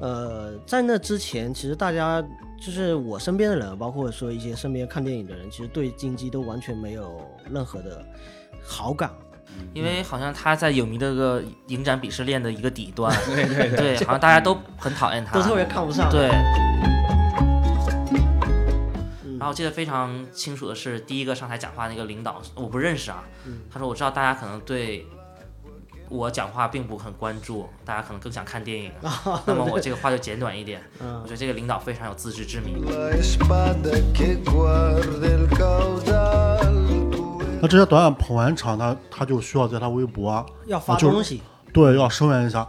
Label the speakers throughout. Speaker 1: 呃，在那之前，其实大家就是我身边的人，包括说一些身边看电影的人，其实对金鸡都完全没有任何的好感。
Speaker 2: 因为好像他在影迷的个影展鄙视链的一个底端，
Speaker 3: 对对对
Speaker 2: 对，好像大家都很讨厌他，
Speaker 1: 都特别看不上
Speaker 2: 对，
Speaker 1: 嗯
Speaker 2: 然后我记得非常清楚的是，第一个上台讲话那个领导，我不认识啊。
Speaker 3: 嗯
Speaker 2: 他说：“我知道大家可能对我讲话并不很关注，大家可能更想看电影，啊 那么我这个话就简短一点。”
Speaker 3: 嗯
Speaker 2: 我觉得这个领导非常有自知之明。
Speaker 4: La espada que guarda el caudal. tú
Speaker 5: 那这些导演捧完场，他他就需要在他微博啊
Speaker 1: 要发
Speaker 5: 就是
Speaker 1: 东西，
Speaker 5: 对要声援一下，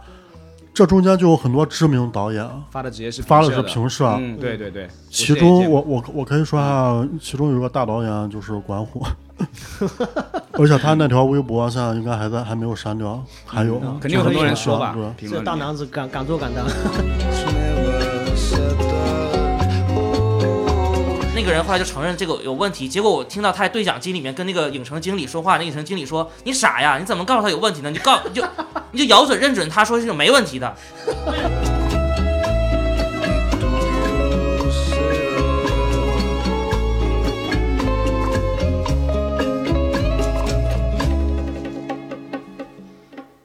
Speaker 5: 这中间就有很多知名导演，啊
Speaker 3: 发的直接是
Speaker 5: 发的是
Speaker 3: 平
Speaker 5: 平视啊
Speaker 3: 嗯，对对对。
Speaker 5: 其中我我我可以说啊，其中有一个大导演就是管虎， 而且他那条微博现在应该还在，还没有删掉，还有
Speaker 3: 嗯肯定有很多人说吧
Speaker 5: 对，
Speaker 3: 评
Speaker 1: 这
Speaker 3: 论
Speaker 1: 大
Speaker 3: 里面
Speaker 1: 男子敢敢做敢当。
Speaker 4: never settle. Oh,
Speaker 2: 那个人后来就承认这个有问题，结果我听到他在对讲机里面跟那个影城经理说话，那影城经理说：“你傻呀，你怎么告诉他有问题呢？你就告 你就你就咬准认准他说是有没问题的。
Speaker 4: tú serás.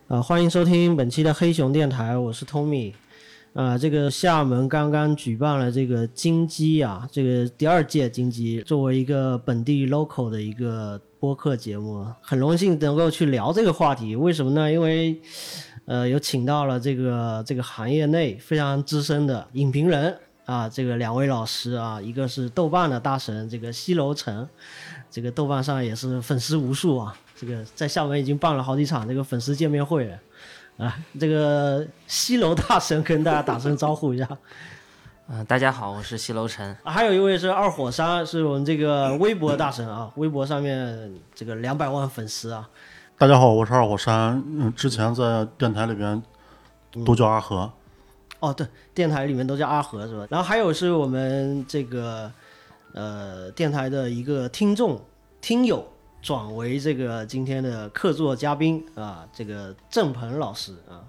Speaker 1: 啊，欢迎收听本期的黑熊电台，我是 Tommy。啊、这个厦门刚刚举办了这个金鸡啊，这个第二届金鸡，作为一个本地 local 的一个播客节目，很荣幸能够去聊这个话题。为什么呢？因为，呃，有请到了这个这个行业内非常资深的影评人啊，这个两位老师啊，一个是豆瓣的大神，这个西楼城，这个豆瓣上也是粉丝无数啊。这个在厦门已经办了好几场这个粉丝见面会了，啊，这个西楼大神跟大家打声招呼一下。
Speaker 2: 嗯，大家好，我是西楼晨。
Speaker 1: 啊还有一位是二火山，是我们这个微博大神啊，微博上面这个两百万粉丝啊，
Speaker 5: 大家好，我是二火山，嗯，之前在电台里边都叫阿和，
Speaker 1: 哦，对，电台里面都叫阿和是吧？然后还有是我们这个呃电台的一个听众听友转为这个今天的客座嘉宾啊，这个郑鹏老师啊。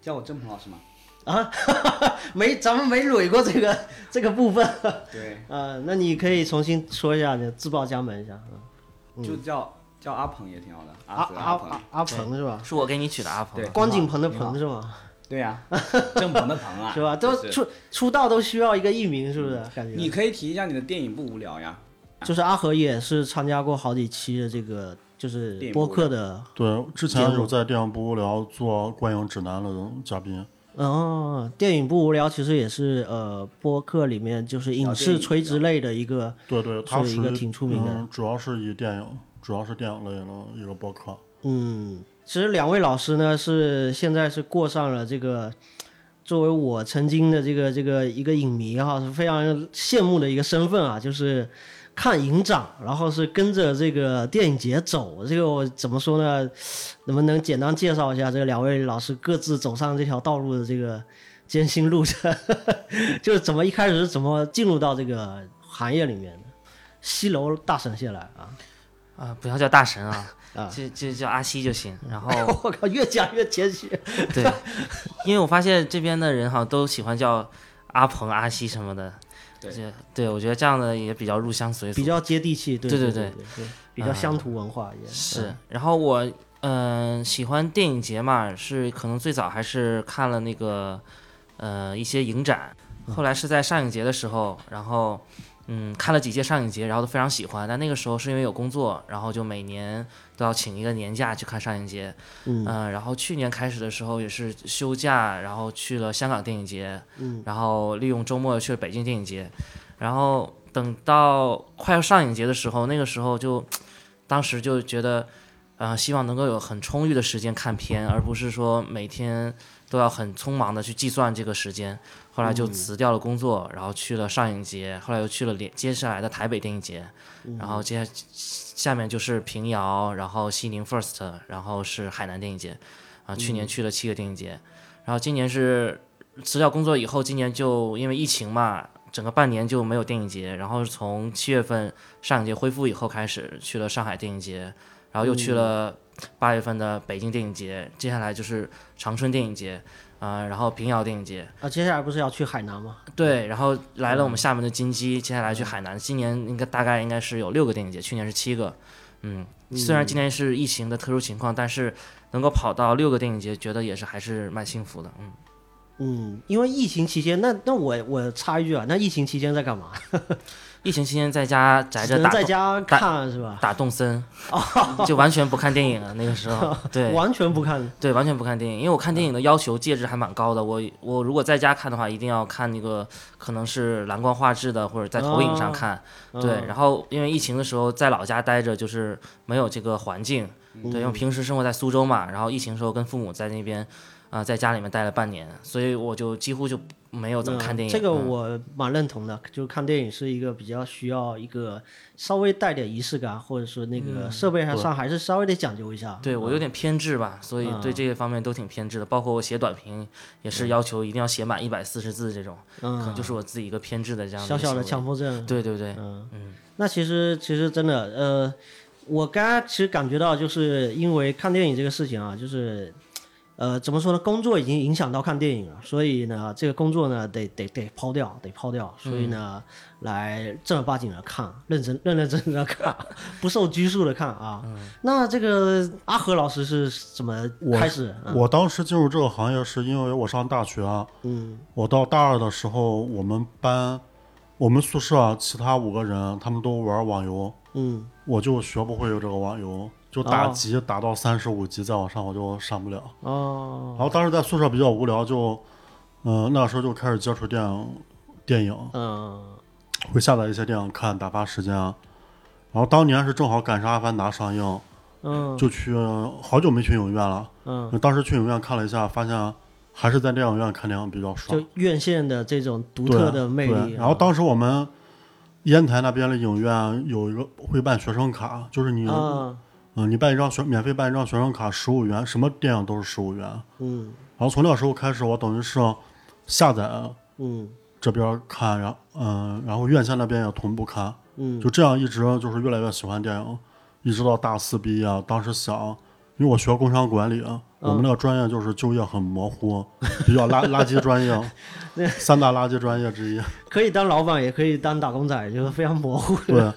Speaker 3: 叫我郑鹏老师吗？
Speaker 1: 啊，没，咱们没捋过这个 这个部分。
Speaker 3: 对，
Speaker 1: 呃，那你可以重新说一下，你自报家门一下。嗯
Speaker 3: 就叫叫阿鹏也挺好的，
Speaker 1: 阿
Speaker 3: 阿
Speaker 1: 阿
Speaker 3: 鹏。
Speaker 1: 阿阿鹏是吧？
Speaker 2: 是我给你取的阿鹏
Speaker 3: 对，
Speaker 1: 关锦鹏的鹏是吗？
Speaker 3: 对呀，郑鹏的鹏啊，
Speaker 1: 是吧？都
Speaker 3: 就是
Speaker 1: 出出道都需要一个艺名，是不是？感
Speaker 3: 你
Speaker 1: 觉
Speaker 3: 可以提一下你的电影不无聊呀，
Speaker 1: 就是阿和也是参加过好几期的这个就是
Speaker 3: 电影
Speaker 1: 播
Speaker 3: 部
Speaker 1: 客的。
Speaker 5: 对，之前
Speaker 1: 节目
Speaker 5: 有在电影不无聊做观影指南的嘉宾，
Speaker 1: 哦，电影不无聊，其实也是呃播客里面就是影视垂直类的一个
Speaker 5: 对对，他
Speaker 1: 是一
Speaker 5: 属
Speaker 1: 个
Speaker 5: 于
Speaker 1: 挺出名的
Speaker 5: 嗯，主要是以电影，主要是电影类的一个播客，
Speaker 1: 嗯，其实两位老师呢是现在是过上了这个，作为我曾经的这个这个一个影迷哈、是非常羡慕的一个身份啊，就是看影展，然后是跟着这个电影节走。这个我怎么说呢？能不能简单介绍一下这两位老师各自走上这条道路的这个艰辛路程？ 就是怎么一开始是怎么进入到这个行业里面的？西楼大神先来啊！
Speaker 2: 啊、不要叫大神啊
Speaker 1: 啊，
Speaker 2: 就就叫阿西就行。然后
Speaker 1: 我靠，越讲越谦虚。
Speaker 2: 对，因为我发现这边的人好像都喜欢叫阿鹏、阿西什么的。
Speaker 3: 对
Speaker 2: 就，对我觉得这样的也比较入乡随俗。
Speaker 1: 比较接地气，对
Speaker 2: 对
Speaker 1: 对
Speaker 2: 对啊
Speaker 1: 对对，比较乡土文化也啊
Speaker 2: 是，然后我嗯、呃喜欢电影节嘛，是可能最早还是看了那个呃一些影展，
Speaker 1: 嗯
Speaker 2: 后来是在上影节的时候，然后嗯看了几届上影节，然后都非常喜欢。但那个时候是因为有工作，然后就每年都要请一个年假去看上影节，呃
Speaker 1: 嗯
Speaker 2: 然后去年开始的时候也是休假，然后去了香港电影节，
Speaker 1: 嗯，
Speaker 2: 然后利用周末去了北京电影节，然后等到快要上影节的时候，那个时候就，当时就觉得，呃，希望能够有很充裕的时间看片，而不是说每天都要很匆忙的去计算这个时间。后来就辞掉了工作，然后去了上影节，后来又去了连接下来的台北电影节，然后接下下面就是平遥，然后西宁 First，然后是海南电影节，啊，去年去了七个电影节，然后今年是辞掉工作以后，今年就因为疫情嘛，整个半年就没有电影节，然后从七月份上影节恢复以后开始去了上海电影节，然后又
Speaker 1: 嗯
Speaker 2: 去了八月份的北京电影节，接下来就是长春电影节，啊、然后平遥电影节，
Speaker 1: 啊，接下来不是要去海南吗？
Speaker 2: 对，然后来了我们
Speaker 1: 嗯
Speaker 2: 厦门的金鸡，接下来去海南，今年应该大概应该是有六个电影节，去年是七个，嗯，虽然今年是疫情的特殊情况，但是能够跑到六个电影节，觉得也是还是蛮幸福的，嗯。
Speaker 1: 嗯，因为疫情期间，那那我我插一句啊，那疫情期间在干嘛？
Speaker 2: 疫情期间在家宅
Speaker 1: 只
Speaker 2: 着
Speaker 1: 能
Speaker 2: 打
Speaker 1: 在
Speaker 2: 动
Speaker 1: 家哦
Speaker 2: 打
Speaker 1: 看是吧？
Speaker 2: 打动森，就完全不看电影了。那个时 候，对
Speaker 1: 完全不看。
Speaker 2: 对，完全不看电影，因为我看电影
Speaker 1: 嗯
Speaker 2: 的要求介质还蛮高的。我我如果在家看的话，一定要看那个可能是蓝光画质的，或者在投影
Speaker 1: 哦
Speaker 2: 上看。
Speaker 1: 嗯
Speaker 2: 嗯对，然后因为疫情的时候在老家待着，就是没有这个环境。
Speaker 1: 嗯
Speaker 2: 对，因为平时生活在苏州嘛，然后疫情时候跟父母在那边，啊、在家里面待了半年，所以我就几乎就没有怎么看电影。
Speaker 1: 这个
Speaker 2: 嗯
Speaker 1: 我蛮认同的，就是看电影是一个比较需要一个稍微带点仪式感，或者说那个设备上还是稍微得讲究一下。
Speaker 2: 嗯对我有点偏执吧，所以
Speaker 1: 嗯
Speaker 2: 对这些方面都挺偏执的。包括我写短评，也是要求一定要写满一百四十字这种，可能就是我自己一个偏执的这样
Speaker 1: 嗯
Speaker 2: 的
Speaker 1: 小小的
Speaker 2: 行
Speaker 1: 强迫症
Speaker 2: 为。。对对对，
Speaker 1: 嗯
Speaker 5: 嗯
Speaker 1: 那其实其实真的，呃，我刚刚其实感觉到，就是因为看电影这个事情啊，就是，呃，怎么说呢？工作已经影响到看电影了，所以呢，这个工作呢，得得得抛掉，得抛掉，
Speaker 5: 嗯
Speaker 1: 所以呢，来正儿八经的看，认真认认真真的看，不受拘束的看啊。
Speaker 5: 嗯
Speaker 1: 那这个阿和老师是怎么开始？嗯
Speaker 5: 我当时进入这个行业是因为我上大学啊，嗯，我到大二的时候，我们班我们宿舍啊其他五个人他们都玩网游，
Speaker 1: 嗯，
Speaker 5: 我就学不会这个网游，就打级、打到三十五级再往上我就上不了。
Speaker 1: 哦，
Speaker 5: 然后当时在宿舍比较无聊，就嗯、呃那时候就开始接触电影电影，
Speaker 1: 嗯，
Speaker 5: 会下载一些电影看，打发时间啊。然后当年是正好赶上《阿凡达》上映，
Speaker 1: 嗯，
Speaker 5: 就去好久没去影院了。
Speaker 1: 嗯，
Speaker 5: 当时去影院看了一下，发现还是在电影院看电影比较爽
Speaker 1: 就，院线的这种独
Speaker 5: 对
Speaker 1: 特的魅力啊
Speaker 5: 对。然后当时我们烟台那边的影院有一个会办学生卡，就是你，嗯、
Speaker 1: 啊，
Speaker 5: 你办一张学免费办一张学生卡，十五元，什么电影都是十五元。
Speaker 1: 嗯
Speaker 5: 然后从那个时候开始，我等于是下载
Speaker 1: 嗯
Speaker 5: 这边看，然后嗯，然后院线那边也同步看。
Speaker 1: 嗯，
Speaker 5: 就这样一直就是越来越喜欢电影，一直到大四毕业啊。当时想，因为我学工商管理，啊，我
Speaker 1: 嗯
Speaker 5: 们那个专业就是就业很模糊，比 较垃垃圾专业，三大垃圾专业之一。
Speaker 1: 可以当老板，也可以当打工仔，就是 非常模糊。
Speaker 5: 对，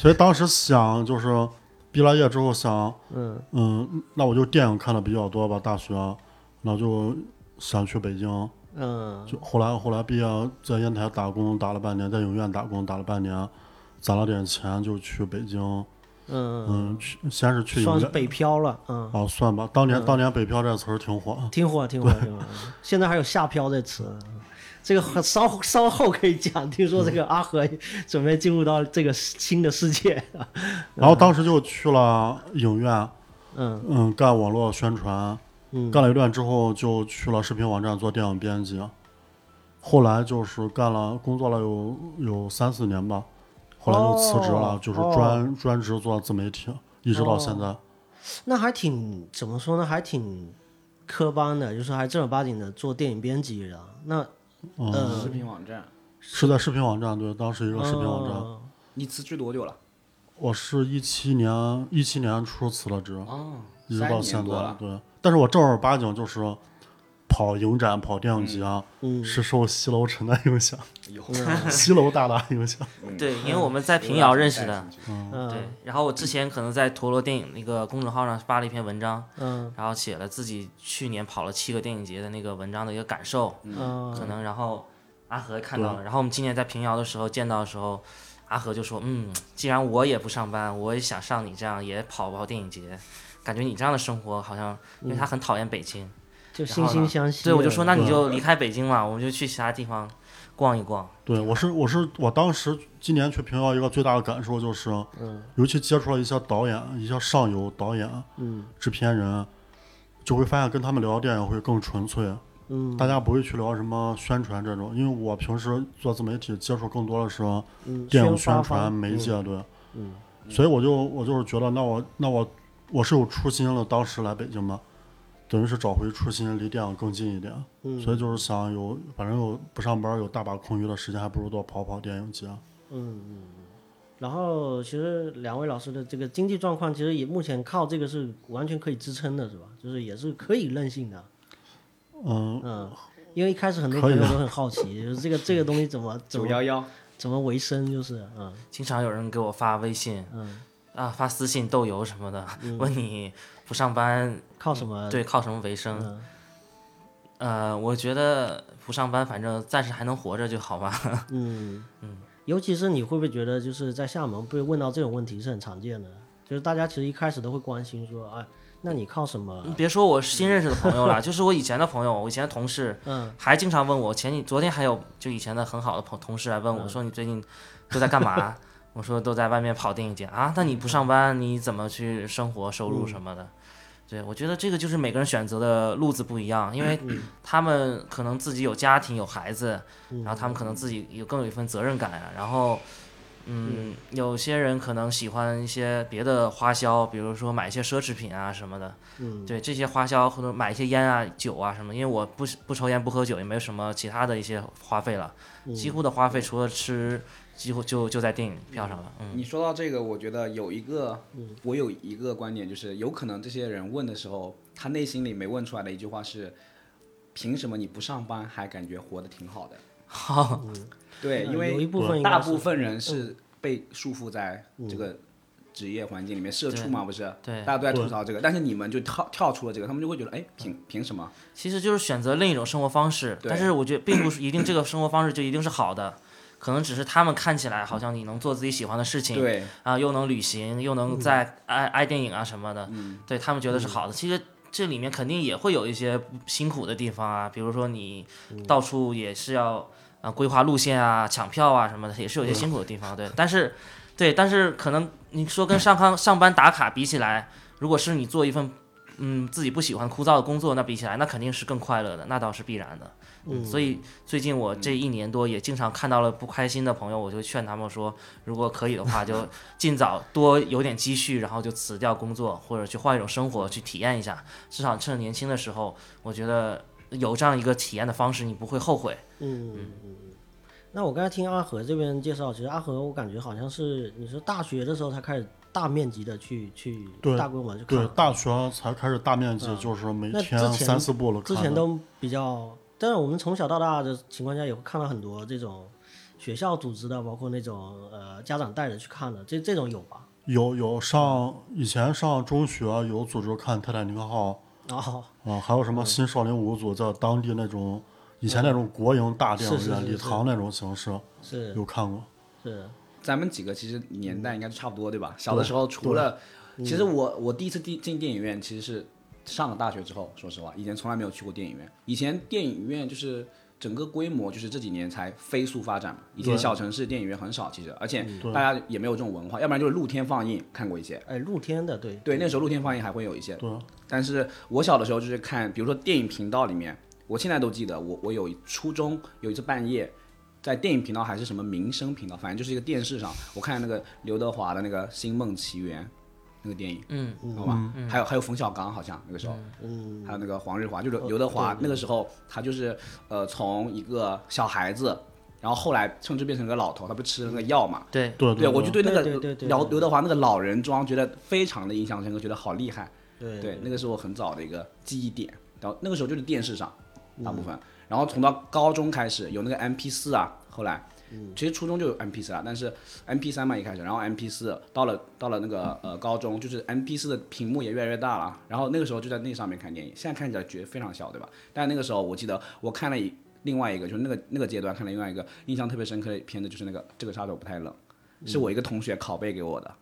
Speaker 5: 所以当时想就是毕了业之后想，
Speaker 1: 嗯
Speaker 5: 嗯，那我就电影看的比较多吧，大学，那就想去北京。
Speaker 1: 嗯
Speaker 5: 就后来后来毕业在烟台打工打了半年，在影院打工打了半年，攒了点钱就去北京。
Speaker 1: 嗯，
Speaker 5: 嗯，去先是去影
Speaker 1: 算
Speaker 5: 院
Speaker 1: 是。北漂了。嗯，
Speaker 5: 哦，算吧，当年、当年“北漂”这词儿挺火，啊
Speaker 1: 挺火，挺火，挺火。 现在还有下漂这词，这个稍稍后可以讲。听说这个阿和准备进入到这个新的世界。
Speaker 5: 然后当时就去了影院，
Speaker 1: 嗯
Speaker 5: 嗯，干网络宣传，
Speaker 1: 嗯
Speaker 5: 干了一段之后就去了视频网站做电影编辑，后来就是干了工作了有有三四年吧，后来就辞职了，
Speaker 1: 哦
Speaker 5: 就是
Speaker 1: 哦
Speaker 5: 专、专职做自媒体，一直到现在。
Speaker 1: 那还挺怎么说呢？还挺科班的，就是还正儿八经的做电影编辑的。那
Speaker 5: 嗯，
Speaker 3: 视频网站，
Speaker 5: 是在视频网站，对，当时一个视频网站，
Speaker 1: 哦
Speaker 3: 你辞职多久了？
Speaker 5: 我是一七年一七年初辞了职，
Speaker 3: 哦，
Speaker 5: 一直
Speaker 3: 三
Speaker 5: 到
Speaker 3: 年
Speaker 5: 现
Speaker 3: 多
Speaker 5: 在
Speaker 3: 了，。
Speaker 5: 对。但是我正儿八经就是跑影展、跑电影节啊，
Speaker 1: 嗯啊
Speaker 5: 是受西楼城的影响，
Speaker 3: 有，
Speaker 5: 西楼大大影响。
Speaker 2: 对，因为我们在平遥认识的，对
Speaker 1: 嗯，
Speaker 2: 然后我之前可能在陀螺电影那个公众号上发了一篇文章，
Speaker 1: 嗯
Speaker 2: 然后写了自己去年跑了七个电影节的那个文章的一个感受，
Speaker 1: 嗯
Speaker 2: 可能然后阿和看到了，然后我们今年在平遥的时候见到的时候，阿和就说，嗯，既然我也不上班，我也想像你这样也跑跑电影节，感觉你这样的生活好像，因
Speaker 1: 嗯
Speaker 2: 为他很讨厌北京，
Speaker 1: 就
Speaker 2: 然
Speaker 1: 惺
Speaker 2: 后
Speaker 1: 惺
Speaker 2: 呢
Speaker 1: 相惜了。
Speaker 2: 对我就说那你就离开北京嘛，我们就去其他地方逛一逛，
Speaker 5: 对，我是我是我当时今年去平遥一个最大的感受就是，尤其接触了一些导演、一些上游导演、
Speaker 1: 嗯
Speaker 5: 制片人，就会发现跟他们聊电影会更纯粹，
Speaker 1: 嗯
Speaker 5: 大家不会去聊什么宣传这种，因为我平时做自媒体接触更多的是
Speaker 1: 嗯，
Speaker 5: 电影
Speaker 1: 宣
Speaker 5: 宣
Speaker 1: 发
Speaker 5: 传
Speaker 1: 方
Speaker 5: 媒
Speaker 1: 嗯
Speaker 5: 介，对，所以我就我就是觉得，那我那我我是有初心了，当时来北京的，等于是找回初心，离电影更近一点，
Speaker 1: 嗯
Speaker 5: 所以就是想有，反正有不上班有大把空余的时间，还不如多跑跑电影节。
Speaker 1: 嗯，嗯嗯然后其实两位老师的这个经济状况，其实也目前靠这个是完全可以支撑的，是吧？就是也是可以任性的。
Speaker 5: 嗯，
Speaker 1: 嗯，因为一开始很多
Speaker 5: 可
Speaker 1: 朋
Speaker 5: 以
Speaker 1: 友都很好奇，就是这个这个东西怎么怎
Speaker 3: 九
Speaker 1: 么
Speaker 3: 幺幺，
Speaker 1: 怎么维生，就是嗯
Speaker 2: 经常有人给我发微信
Speaker 1: 嗯，
Speaker 2: 啊，发私信斗油什么的， 问你不上班
Speaker 1: 靠什么？
Speaker 2: 对靠什么为生？
Speaker 1: 嗯
Speaker 2: 呃，我觉得不上班，反正暂时还能活着就好吧。
Speaker 1: 嗯尤其是你会不会觉得就是在厦门被问到这种问题是很常见的，就是大家其实一开始都会关心说，哎，那你靠什么？
Speaker 2: 别说我新认识的朋友了，就是我以前的朋友，我以前的同事，
Speaker 1: 嗯，
Speaker 2: 还经常问我。前几昨天还有就以前的很好的朋同事来问我说你最近都在干嘛？我说都在外面跑电影节啊。那你不上班，你怎么去生活、收入什么的？对，我觉得这个就是每个人选择的路子不一样，因为他们可能自己有家庭、有孩子，然后他们可能自己有更有一份责任感啊。然后，嗯，有些人可能喜欢一些别的花销，比如说买一些奢侈品啊什么的。
Speaker 1: 嗯
Speaker 2: 对这些花销或者买一些烟啊、酒啊什么，因为我不不抽烟不喝酒，也没有什么其他的一些花费了，几乎的花费除了吃，几乎就就在电影票上了。嗯，
Speaker 3: 你说到这个，我觉得有一个，
Speaker 1: 嗯
Speaker 3: 我有一个观点，就是有可能这些人问的时候，他内心里没问出来的一句话是：凭什么你不上班还感觉活得挺好的？
Speaker 2: 好，
Speaker 3: 对，
Speaker 1: 嗯
Speaker 3: 因
Speaker 1: 有一
Speaker 3: 为
Speaker 1: 部分应该
Speaker 3: 大
Speaker 1: 是嗯
Speaker 3: 部分人是被束缚在这个职业环境里面，社畜嘛，不是？
Speaker 2: 对
Speaker 3: 大家都在吐槽这个，但是你们就跳跳出了这个，他们就会觉得，哎，凭凭什么？
Speaker 2: 其实就是选择另一种生活方式，
Speaker 3: 对
Speaker 2: 但是我觉得并不是一定这个生活方式就一定是好的，可能只是他们看起来好像你能做自己喜欢的事情，
Speaker 3: 对，
Speaker 2: 啊，又能旅行，又能在爱爱电影啊什么的，对他们觉得是好的。其实这里面肯定也会有一些辛苦的地方啊，比如说你到处也是要啊、呃规划路线啊、抢票啊什么的，也是有一些辛苦的地方。对，但是对，但是可能你说跟上康上班打卡比起来，如果是你做一份嗯自己不喜欢枯燥的工作，那比起来那肯定是更快乐的，那倒是必然的。嗯，所以最近我这一年多也经常看到了不开心的朋友，我就劝他们说，如果可以的话，就尽早多有点积蓄，然后就辞掉工作，或者去换一种生活去体验一下。至少趁着年轻的时候，我觉得有这样一个体验的方式，你不会后悔。
Speaker 1: 嗯嗯嗯。那我刚才听阿和这边介绍，其实阿和我感觉好像是你是大学的时候才开始大面积的去去
Speaker 5: 对
Speaker 1: 大规模去
Speaker 5: 对
Speaker 1: 看，，嗯
Speaker 5: 大学才开始大面积，就是每
Speaker 1: 那
Speaker 5: 天
Speaker 1: 之前
Speaker 5: 三四部了看
Speaker 1: 之
Speaker 5: 的。
Speaker 1: 前都比较，但是我们从小到大的情况下也会看到很多这种学校组织的，包括那种呃家长带着去看的，这这种有吧？
Speaker 5: 有有上以前上中学有组织看《泰坦尼克号
Speaker 1: 然后》
Speaker 5: 啊，还有什
Speaker 1: 嗯
Speaker 5: 么新少林五组，在当地那种以前那种国营大电影
Speaker 1: 是是
Speaker 5: 院
Speaker 1: 是
Speaker 5: 礼堂那种形式
Speaker 1: 是
Speaker 5: 有看过。
Speaker 1: 是
Speaker 3: 咱们几个其实年代应该是差不多，对吧？小的时候除了，其实我我第一次进进电影院其实是上了大学之后，说实话，以前从来没有去过电影院。以前电影院就是整个规模就是这几年才飞速发展嘛，以前小城市电影院很少，其实，而且大家也没有这种文化，要不然就是露天放映看过一些。
Speaker 1: 哎露天的对
Speaker 3: 对，那时候露天放映还会有一些。对。但是我小的时候就是看，比如说电影频道里面，我现在都记得，我我有一初中有一次半夜，在电影频道还是什么民生频道，反正就是一个电视上，我看那个刘德华的那个《星梦奇缘》那个电影，
Speaker 2: 嗯，
Speaker 3: 好吧？还有还有冯小刚好像那个时候，嗯，还有那个黄日华，就是刘德华那个时候，他就是呃从一个小孩子。然后后来甚至变成个老头，他不是吃了那个药嘛？
Speaker 2: 对，
Speaker 5: 对
Speaker 3: 对，
Speaker 5: 对，
Speaker 3: 我就对那个
Speaker 1: 对对对对
Speaker 3: 刘刘德华那个老人装觉得非常的印象深刻，觉得好厉害。
Speaker 1: 对
Speaker 3: 对，那个是我很早的一个记忆点。然后那个时候就是电视上
Speaker 1: 嗯
Speaker 3: 大部分，然后从到高中开始有那个 MP 四啊，后来。
Speaker 1: 嗯
Speaker 3: 其实初中就有 MP 四了，但是 MP 三嘛一开始，然后 MP 四到了到了那个呃高中，就是 MP 四的屏幕也越来越大了，然后那个时候就在那上面看电影，现在看起来觉得非常小，对吧？但那个时候我记得我看了一另外一个，就是那个那个阶段看了另外一个印象特别深刻的片子，就是那个这个杀手不太冷，是我一个同学拷贝给我的，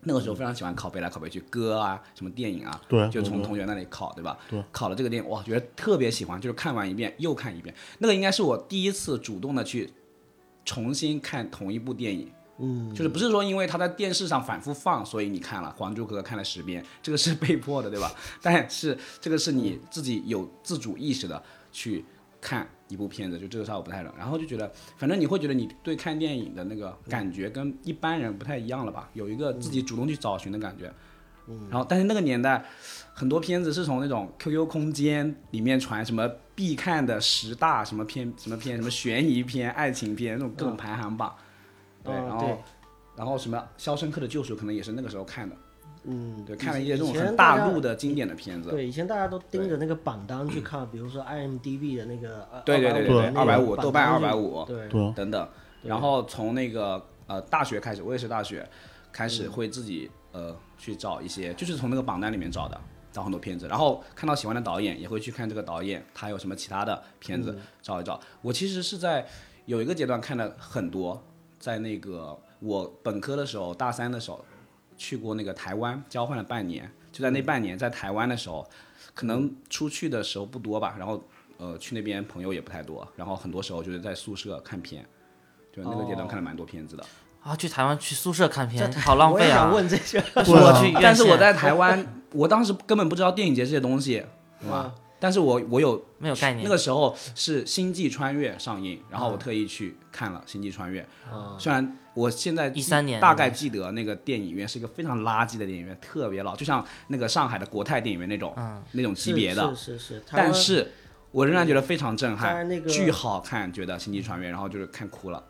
Speaker 3: 那个时候非常喜欢拷贝来拷贝去歌啊，什么电影啊，
Speaker 5: 对
Speaker 3: 就从
Speaker 5: 对
Speaker 3: 同学那里拷，对吧？对，拷了这个电影，哇，觉得特别喜欢，就是看完一遍又看一遍。那个应该是我第一次主动的去重新看同一部电影，嗯，就是不是说因为他在电视上反复放，所以你看了《还珠格格》看了十遍，这个是被迫的，对吧？但是这个是你自己有自主意识的去看一部片子，就这个稍微不太冷，然后就觉得，反正你会觉得你对看电影的那个感觉跟一般人不太一样了吧？有一个自
Speaker 1: 嗯
Speaker 3: 己主动去找寻的感觉。然后，但是那个年代，很多片子是从那种 QQ 空间里面传什么必看的十大什么片、什么片、什么悬疑片、爱情片那种各种排行榜。对，
Speaker 1: 嗯
Speaker 3: 然后
Speaker 1: 对
Speaker 3: 然后什么《肖申克的救赎》可能也是那个时候看的，
Speaker 1: 嗯，
Speaker 3: 对，看了一些这种
Speaker 1: 以前
Speaker 3: 很
Speaker 1: 大家
Speaker 3: 大陆的经典的片子，
Speaker 1: 对，以前大家都盯着那个榜单去看，比如说 IMDB 的那个呃
Speaker 3: 对对对对
Speaker 1: 250那个
Speaker 3: 250豆瓣
Speaker 1: 榜单
Speaker 3: 250
Speaker 1: 对，
Speaker 5: 对，
Speaker 3: 等等。然后从那个呃大学开始，我也是大学开始会自己呃去找一些，就是从那个榜单里面找的，找很多片子。然后看到喜欢的导演，也会去看这个导演他有什么其他的片子找一找。我其实是在有一个阶段看了很多，在那个我本科的时候，大三的时候去过那个台湾交换了半年，就在那半年在台湾的时候，可能出去的时候不多吧，然后。呃，去那边朋友也不太多，然后很多时候就是在宿舍看片，就那个阶段看了蛮多片子的。
Speaker 2: 啊，去台湾去宿舍看
Speaker 1: 在
Speaker 2: 片，
Speaker 1: 台
Speaker 2: 好浪
Speaker 1: 我也
Speaker 2: 费啊
Speaker 1: 想！问这些，
Speaker 2: 不是我去，
Speaker 3: 但是我在台湾，我当时根本不知道电影节这些东西，是吧？
Speaker 1: 嗯
Speaker 3: 但是我我有
Speaker 2: 没有概念嗯
Speaker 3: 那个时候是《星际穿越》上映，然后我特意去看了《星际穿越》虽然我现在记
Speaker 2: 13年
Speaker 3: 大概记得那个电影院是一个非常垃圾的电影院，特别老，就像那个上海的国泰电影院那种、
Speaker 2: 嗯
Speaker 3: 那种级别的，
Speaker 1: 是是是是，台湾
Speaker 3: 但是我仍然觉得非常震
Speaker 1: 在
Speaker 3: 撼，
Speaker 1: 那个
Speaker 3: 巨好看，觉得《星际穿越》，然后就是看哭了，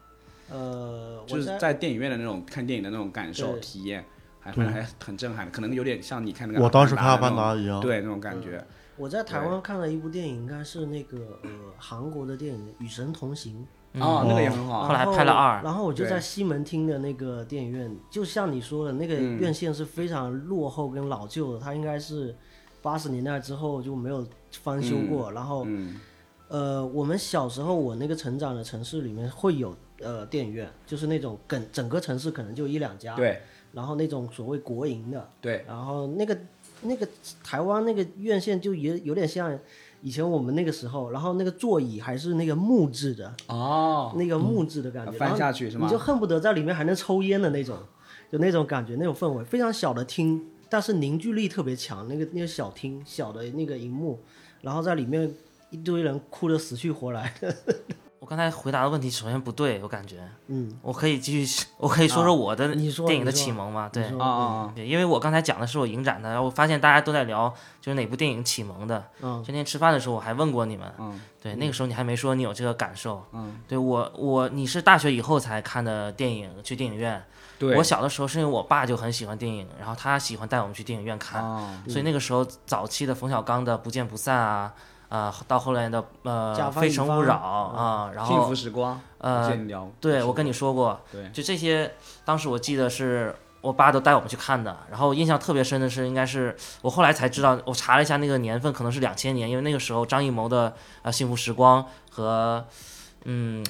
Speaker 1: 呃，
Speaker 3: 就
Speaker 1: 我
Speaker 3: 是
Speaker 1: 在
Speaker 3: 在电影院的那种看电影的那种感受
Speaker 1: 对
Speaker 3: 体验，还还还很震撼，可能有点像你看那个
Speaker 5: 我
Speaker 3: 阿凡
Speaker 5: 当
Speaker 3: 达
Speaker 5: 时
Speaker 3: 的那种，
Speaker 5: 看《阿凡达》一样，
Speaker 3: 对那种
Speaker 1: 嗯
Speaker 3: 感觉，
Speaker 1: 我在台湾看了一部电影，应该是那个呃韩国的电影《与神同行》，
Speaker 3: 哦，那个也很好，
Speaker 2: 后来
Speaker 1: 然
Speaker 2: 拍了二
Speaker 1: 然后我就
Speaker 3: 对
Speaker 1: 在西门町的那个电影院，就像你说的，那个
Speaker 3: 嗯
Speaker 1: 院线是非常落后跟老旧的，它应该是八十年代之后就没有翻修过。然后，
Speaker 3: 嗯
Speaker 1: 呃，我们小时候我那个成长的城市里面会有呃电影院，就是那种整整个城市可能就一两家，
Speaker 3: 对
Speaker 1: 然后那种所谓国营的，
Speaker 3: 对，
Speaker 1: 然后那个那个台湾那个院线就也有点像以前我们那个时候，然后那个座椅还是那个木质的，
Speaker 3: 哦，
Speaker 1: 那个木质的感觉，
Speaker 3: 嗯
Speaker 1: 然后
Speaker 3: 翻下去是吗
Speaker 1: 你就恨不得在里面还能抽烟的那种，就那种感觉，那种氛围，非常小的厅，但是凝聚力特别强。那个那个小厅，小的那个荧幕，然后在里面一堆人哭得死去活来。
Speaker 2: 我刚才回答的问题首先不对，我感觉，
Speaker 1: 嗯，啊
Speaker 2: 我可以继续，我可以说说我的
Speaker 1: 你说
Speaker 2: 电影的
Speaker 1: 你说
Speaker 2: 启蒙吗？对
Speaker 1: 你，说嗯
Speaker 3: 啊啊，
Speaker 2: 对，因为我刚才讲的是我影展的，然后我发现大家都在聊就是哪部电影启蒙的。
Speaker 1: 嗯
Speaker 2: 今天吃饭的时候我还问过你们，
Speaker 3: 嗯
Speaker 2: 对，那个时候你还没说你有这个感受。嗯，对我我你是大学以后才看的电影，去电影院。
Speaker 3: 对，
Speaker 2: 我小的时候是因为我爸就很喜欢电影，然后他喜欢带我们去电影院看，
Speaker 3: 啊
Speaker 2: 所以那个时候早期的冯小刚的《不见不散》啊，啊、到后来的呃
Speaker 1: 甲
Speaker 2: 《
Speaker 1: 方
Speaker 2: 非
Speaker 1: 乙
Speaker 2: 诚
Speaker 1: 方
Speaker 2: 勿扰》啊、然
Speaker 3: 幸
Speaker 2: 后
Speaker 3: 福时光，
Speaker 2: 呃
Speaker 3: 我见你聊，
Speaker 2: 对我跟你说过，
Speaker 3: 对
Speaker 2: 就这些，当时我记得是我爸都带我们去看的，然后印象特别深的是，应该是我后来才知道，我查了一下那个年份，可能是两千年，因为那个时候张艺谋的呃《幸福时光》和嗯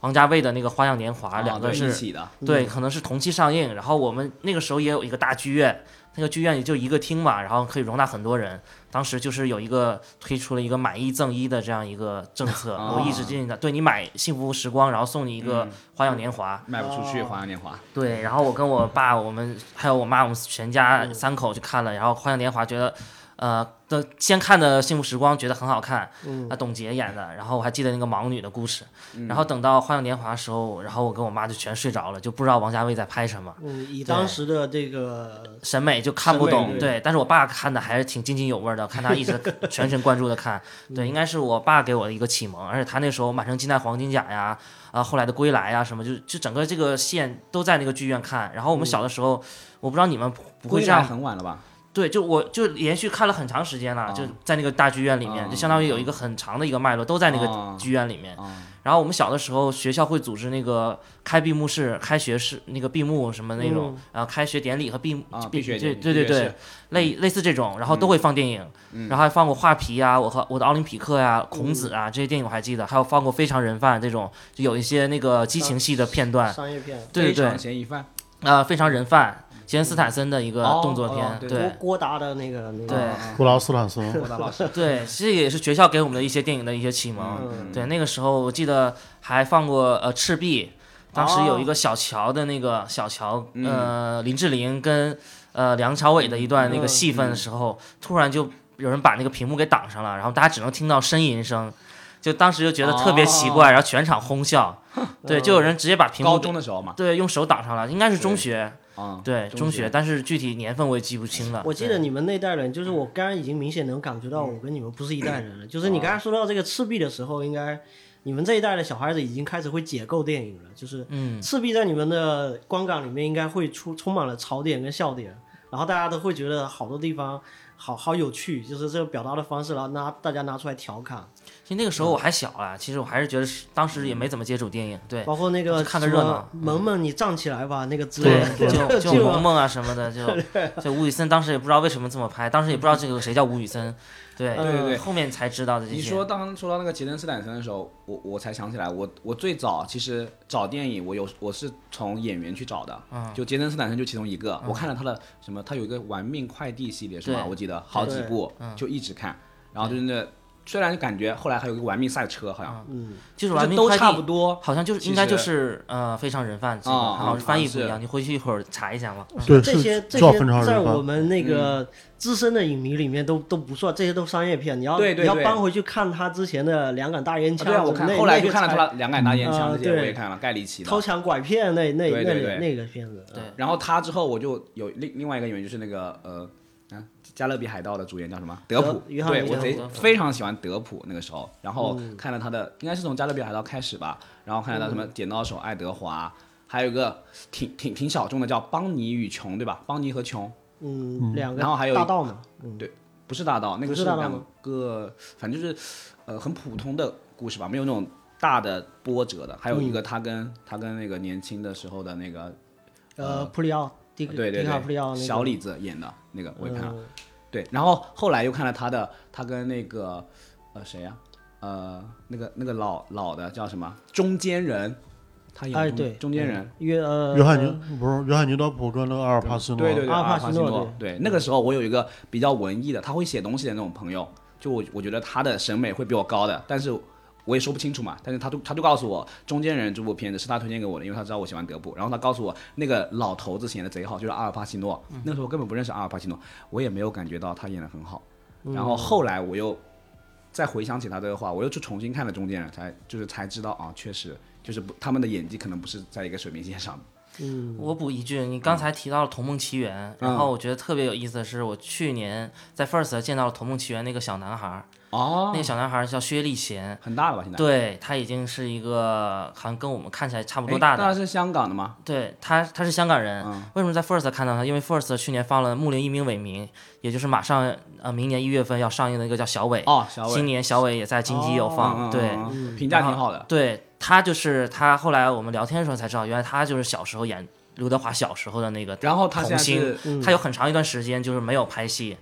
Speaker 2: 王家卫的那个《花样年华》
Speaker 3: 啊
Speaker 2: 两个
Speaker 3: 对
Speaker 2: 是、
Speaker 3: 一起的，
Speaker 2: 对，可能是同期上映。然后我们那个时候也有一个大剧院，那个剧院也就一个厅嘛，然后可以容纳很多人。当时就是有一个推出了一个买一赠一的这样一个政策，
Speaker 3: 啊
Speaker 2: 我一直记得，对你买《幸福时光》，然后送你一个《花样年华》
Speaker 3: 啊卖不出去《
Speaker 1: 哦
Speaker 3: 花样年华》，
Speaker 2: 啊对，然后我跟我爸、我们还有我妈，我们全家三口去看了，然后《花样年华》觉得，呃，的先看的《幸福时光》觉得很好看，
Speaker 1: 嗯
Speaker 2: 啊，董洁演的，然后我还记得那个盲女的故事，然后等到《花样年华》的时候，然后我跟我妈就全睡着了，就不知道王家卫在拍什么，
Speaker 1: 嗯，以当时的这个
Speaker 2: 审美就看不
Speaker 3: 审美
Speaker 2: 懂，
Speaker 3: 对
Speaker 2: 对，但是我爸看的还是挺津津有味的，看他 一直全神贯注的看，
Speaker 3: 嗯
Speaker 2: 对，应该是我爸给我的一个启蒙，而且他那时候《满城尽带黄金甲》呀，啊，后来的《归来》呀，什么就就整个这个线都在那个剧院看。然后我
Speaker 3: 嗯
Speaker 2: 们小的时候，我不知道你们不不会
Speaker 3: 归
Speaker 2: 这
Speaker 3: 来
Speaker 2: 样，
Speaker 3: 很晚了吧？
Speaker 2: 对，就我就连续看了很长时间了，
Speaker 3: 嗯
Speaker 2: 就在那个大剧院里面，
Speaker 3: 啊
Speaker 2: 就相当于有一个很长的一个脉络都在那
Speaker 3: 啊
Speaker 2: 个剧院里面。
Speaker 3: 啊
Speaker 2: 然后我们小的时候，学校会组织那个开闭幕式、开学式那个闭幕什么那种，然后开学典礼和闭
Speaker 3: 啊，
Speaker 2: 闭
Speaker 3: 必学
Speaker 2: 对
Speaker 3: 典礼
Speaker 2: 对对，
Speaker 3: 必学嗯
Speaker 2: 对
Speaker 3: 是，
Speaker 2: 类类似这种，然后都会放电影，
Speaker 3: 嗯
Speaker 2: 然后还放过《画皮》啊，《我和我的奥林匹克》呀，《孔子啊》
Speaker 3: 嗯
Speaker 2: 这些电影我还记得，还有放过《非常人贩》这种，就有一些那个激情戏的片段，
Speaker 1: 商业片，
Speaker 2: 对对
Speaker 3: 非
Speaker 2: 对
Speaker 3: 常，嫌疑犯，
Speaker 2: 啊，《非常人贩》，杰森斯坦森的一个
Speaker 3: 哦
Speaker 2: 动作
Speaker 3: 哦
Speaker 2: 片，
Speaker 3: 对
Speaker 1: 郭
Speaker 2: 对
Speaker 1: 郭达的那个那
Speaker 2: 对
Speaker 3: 啊
Speaker 1: 个，
Speaker 5: 布拉斯坦森，
Speaker 3: 郭达老师，
Speaker 2: 对，这也是学校给我们的一些电影的一些启蒙，
Speaker 1: 嗯
Speaker 2: 对，那个时候我记得还放过呃《赤壁》，当时有一个小乔的那个小乔，呃，林志玲跟呃梁朝伟的一段那个戏份的时候，突然就有人把那个屏幕给挡上了，然后大家只能听到呻吟声，就当时就觉得特别奇怪，然后全场哄笑，对，就有人直接把 屏幕
Speaker 3: 高
Speaker 2: 给
Speaker 3: 中的时候嘛，
Speaker 2: 对用手挡上了，应该是中
Speaker 3: 对
Speaker 2: 学，
Speaker 3: 啊，
Speaker 2: 对
Speaker 3: 中
Speaker 2: 中
Speaker 3: 学
Speaker 2: 学，但是具体年份我也记不清了。
Speaker 1: 我记
Speaker 2: 嗯对嗯
Speaker 1: 得你们那代人，就是我
Speaker 2: 哦
Speaker 1: 刚刚已经明显能感觉到我跟你们不是一代人了。就是你刚才说到这个赤壁的时候，应该你们这一代的小孩子已经开始会解构电影了，就是嗯，赤壁在你们的观感里面应该会出充满了槽点跟笑点，然后大家都会觉得好多地方好好有趣，就是这个表达的方式，然后拿大家拿出来调侃，
Speaker 2: 其实那个时候
Speaker 3: 嗯
Speaker 2: 我还小啊，其实我还是觉得是当时也没怎么接触电影，对，
Speaker 1: 包括那个
Speaker 2: 看个热闹，嗯
Speaker 1: 什么萌萌你站起来吧，那个之类
Speaker 2: 对，
Speaker 1: 的，
Speaker 2: 就
Speaker 1: 就
Speaker 2: 就萌萌啊什么的，就就吴宇森当时也不知道为什么这么拍，当时也不知道这个谁叫吴宇森，对
Speaker 3: 嗯对对对
Speaker 2: 后面才知道的这些。
Speaker 3: 你说当说到那个杰森斯坦森的时候，我我才想起来，我我最早其实找电影，我有我是从演员去找的，
Speaker 2: 嗯
Speaker 3: 就杰森斯坦森就其中一个，我看了他的什么，他有一个《玩命快递》系列是吧？
Speaker 2: 对嗯
Speaker 3: 我记得好几部，就一直看，然后就是那虽然感觉后来还有一个《玩命赛车》，好像
Speaker 2: 嗯
Speaker 1: 嗯
Speaker 2: 就是
Speaker 3: 就
Speaker 2: 玩
Speaker 3: 是
Speaker 2: 命
Speaker 3: 都
Speaker 2: 快
Speaker 3: 差不
Speaker 2: 递，
Speaker 3: 多，
Speaker 2: 好像就是
Speaker 3: 其
Speaker 2: 应该就
Speaker 3: 实
Speaker 2: 是呃非常人贩子，
Speaker 3: 啊
Speaker 2: 好像
Speaker 3: 啊
Speaker 2: 翻译不一
Speaker 3: 是
Speaker 2: 样，你回去一会儿查一下吧。
Speaker 5: 对，
Speaker 1: 这些
Speaker 5: 是
Speaker 1: 这
Speaker 5: 叫分
Speaker 1: 些
Speaker 5: 常
Speaker 1: 在
Speaker 5: 人
Speaker 1: 我
Speaker 5: 吧？
Speaker 1: 们那个资深的影迷里面都都不算，这些都商业片。你要
Speaker 3: 对对
Speaker 1: 你要
Speaker 3: 对
Speaker 1: 搬回去看他之前的《两杆大烟
Speaker 3: 啊
Speaker 1: 枪》
Speaker 3: 对啊，我
Speaker 1: 那
Speaker 3: 看
Speaker 1: 那
Speaker 3: 后来
Speaker 1: 个
Speaker 3: 就看了他
Speaker 1: 才
Speaker 3: 的两杆大
Speaker 1: 嗯
Speaker 3: 烟
Speaker 1: 啊
Speaker 3: 枪这些，
Speaker 1: 对
Speaker 3: 我也看了盖里奇的
Speaker 1: 偷抢拐骗那那
Speaker 3: 对对
Speaker 1: 那
Speaker 3: 对
Speaker 1: 那个片子。
Speaker 2: 对
Speaker 3: 然后他之后我就有另另外一个演员，就是那个呃，啊，加勒比海盗的主演叫什么？德普。
Speaker 1: 约翰
Speaker 3: 对
Speaker 1: 尼
Speaker 3: 我
Speaker 1: 德嗯
Speaker 3: 贼
Speaker 2: 普
Speaker 3: 非常喜欢德普那个时候，然后看了他的，应该是从加勒比海盗开始吧，然后看了他什么剪刀手爱德华，还有一个挺挺挺小众的叫邦尼与琼，对吧？邦尼和琼
Speaker 1: 嗯，两个
Speaker 3: 然后还有
Speaker 1: 大盗嘛，
Speaker 3: 不是大盗，那
Speaker 1: 不
Speaker 3: 个
Speaker 1: 是
Speaker 3: 是
Speaker 1: 大盗
Speaker 3: 两
Speaker 1: 吗
Speaker 3: 个，反正就是呃很普通的故事吧，没有那种大的波折的。还有一
Speaker 1: 嗯
Speaker 3: 个他跟、他跟那个年轻的时候的那个
Speaker 1: 呃，普里奥，迪
Speaker 3: 对对
Speaker 1: 迪卡普里奥
Speaker 3: 对，
Speaker 1: 那个
Speaker 3: 小李子演的那个我也看了。
Speaker 1: 嗯
Speaker 3: 对，然后后来又看了他的，他跟那个呃谁呀、呃那个那个老老的叫什么中间人，他演
Speaker 1: 哎
Speaker 3: 中
Speaker 1: 对
Speaker 3: 中间人，
Speaker 1: 约呃
Speaker 5: 约翰尼不是约翰尼德普跟那个阿尔帕西诺，
Speaker 3: 对对对，
Speaker 1: 阿
Speaker 3: 阿
Speaker 1: 尔
Speaker 3: 尔
Speaker 1: 帕
Speaker 3: 帕
Speaker 1: 西
Speaker 3: 西
Speaker 1: 诺
Speaker 3: 诺，对那个时候我有一个比较文艺的，他会写东西的那种朋友，就我我觉得他的审美会比我高的，但是。我也说不清楚嘛，但是他就他就告诉我，《中间人》这部片子是他推荐给我的，因为他知道我喜欢德布。然后他告诉我，那个老头子演的贼好，就是阿尔帕西诺。
Speaker 1: 嗯
Speaker 3: 那时候我根本不认识阿尔帕西诺，我也没有感觉到他演的很好。
Speaker 1: 嗯
Speaker 3: 然后后来我又再回想起他这个话，我又去重新看了《中间人》才，就是才知道啊，确实就是不他们的演技可能不是在一个水平线上的。嗯
Speaker 2: 我补一句，你刚才提到了《童梦奇缘》，然后我觉得特别有意思的是，我去年在 First 见到了《童梦奇缘》那个小男孩儿，
Speaker 3: 哦
Speaker 2: 那，个小男孩儿叫薛立贤，
Speaker 3: 很大了吧？现在
Speaker 2: 对他已经是一个好像跟我们看起来差不
Speaker 3: 哎
Speaker 2: 多大
Speaker 3: 那嗯
Speaker 2: 的，
Speaker 3: 是香港的吗？
Speaker 2: 对他他是香港人。为什么在 First 看到他？因为 First 去年放了《木林一鸣伟名》，也就是马上呃明年一月份要上映的一个叫小伟，
Speaker 3: 哦，小
Speaker 2: 今
Speaker 3: 伟，
Speaker 2: 年小伟也在金鸡有放，
Speaker 3: 嗯
Speaker 2: 对。，
Speaker 3: 嗯嗯评价挺好的。
Speaker 2: 对他就是他，后来我们聊天的时候才知道，原来他就是小时候演刘德华小时候的那个
Speaker 3: 然后他现
Speaker 2: 童
Speaker 3: 在
Speaker 2: 星
Speaker 3: 是，
Speaker 2: 他有很长一段时间就是没有拍戏，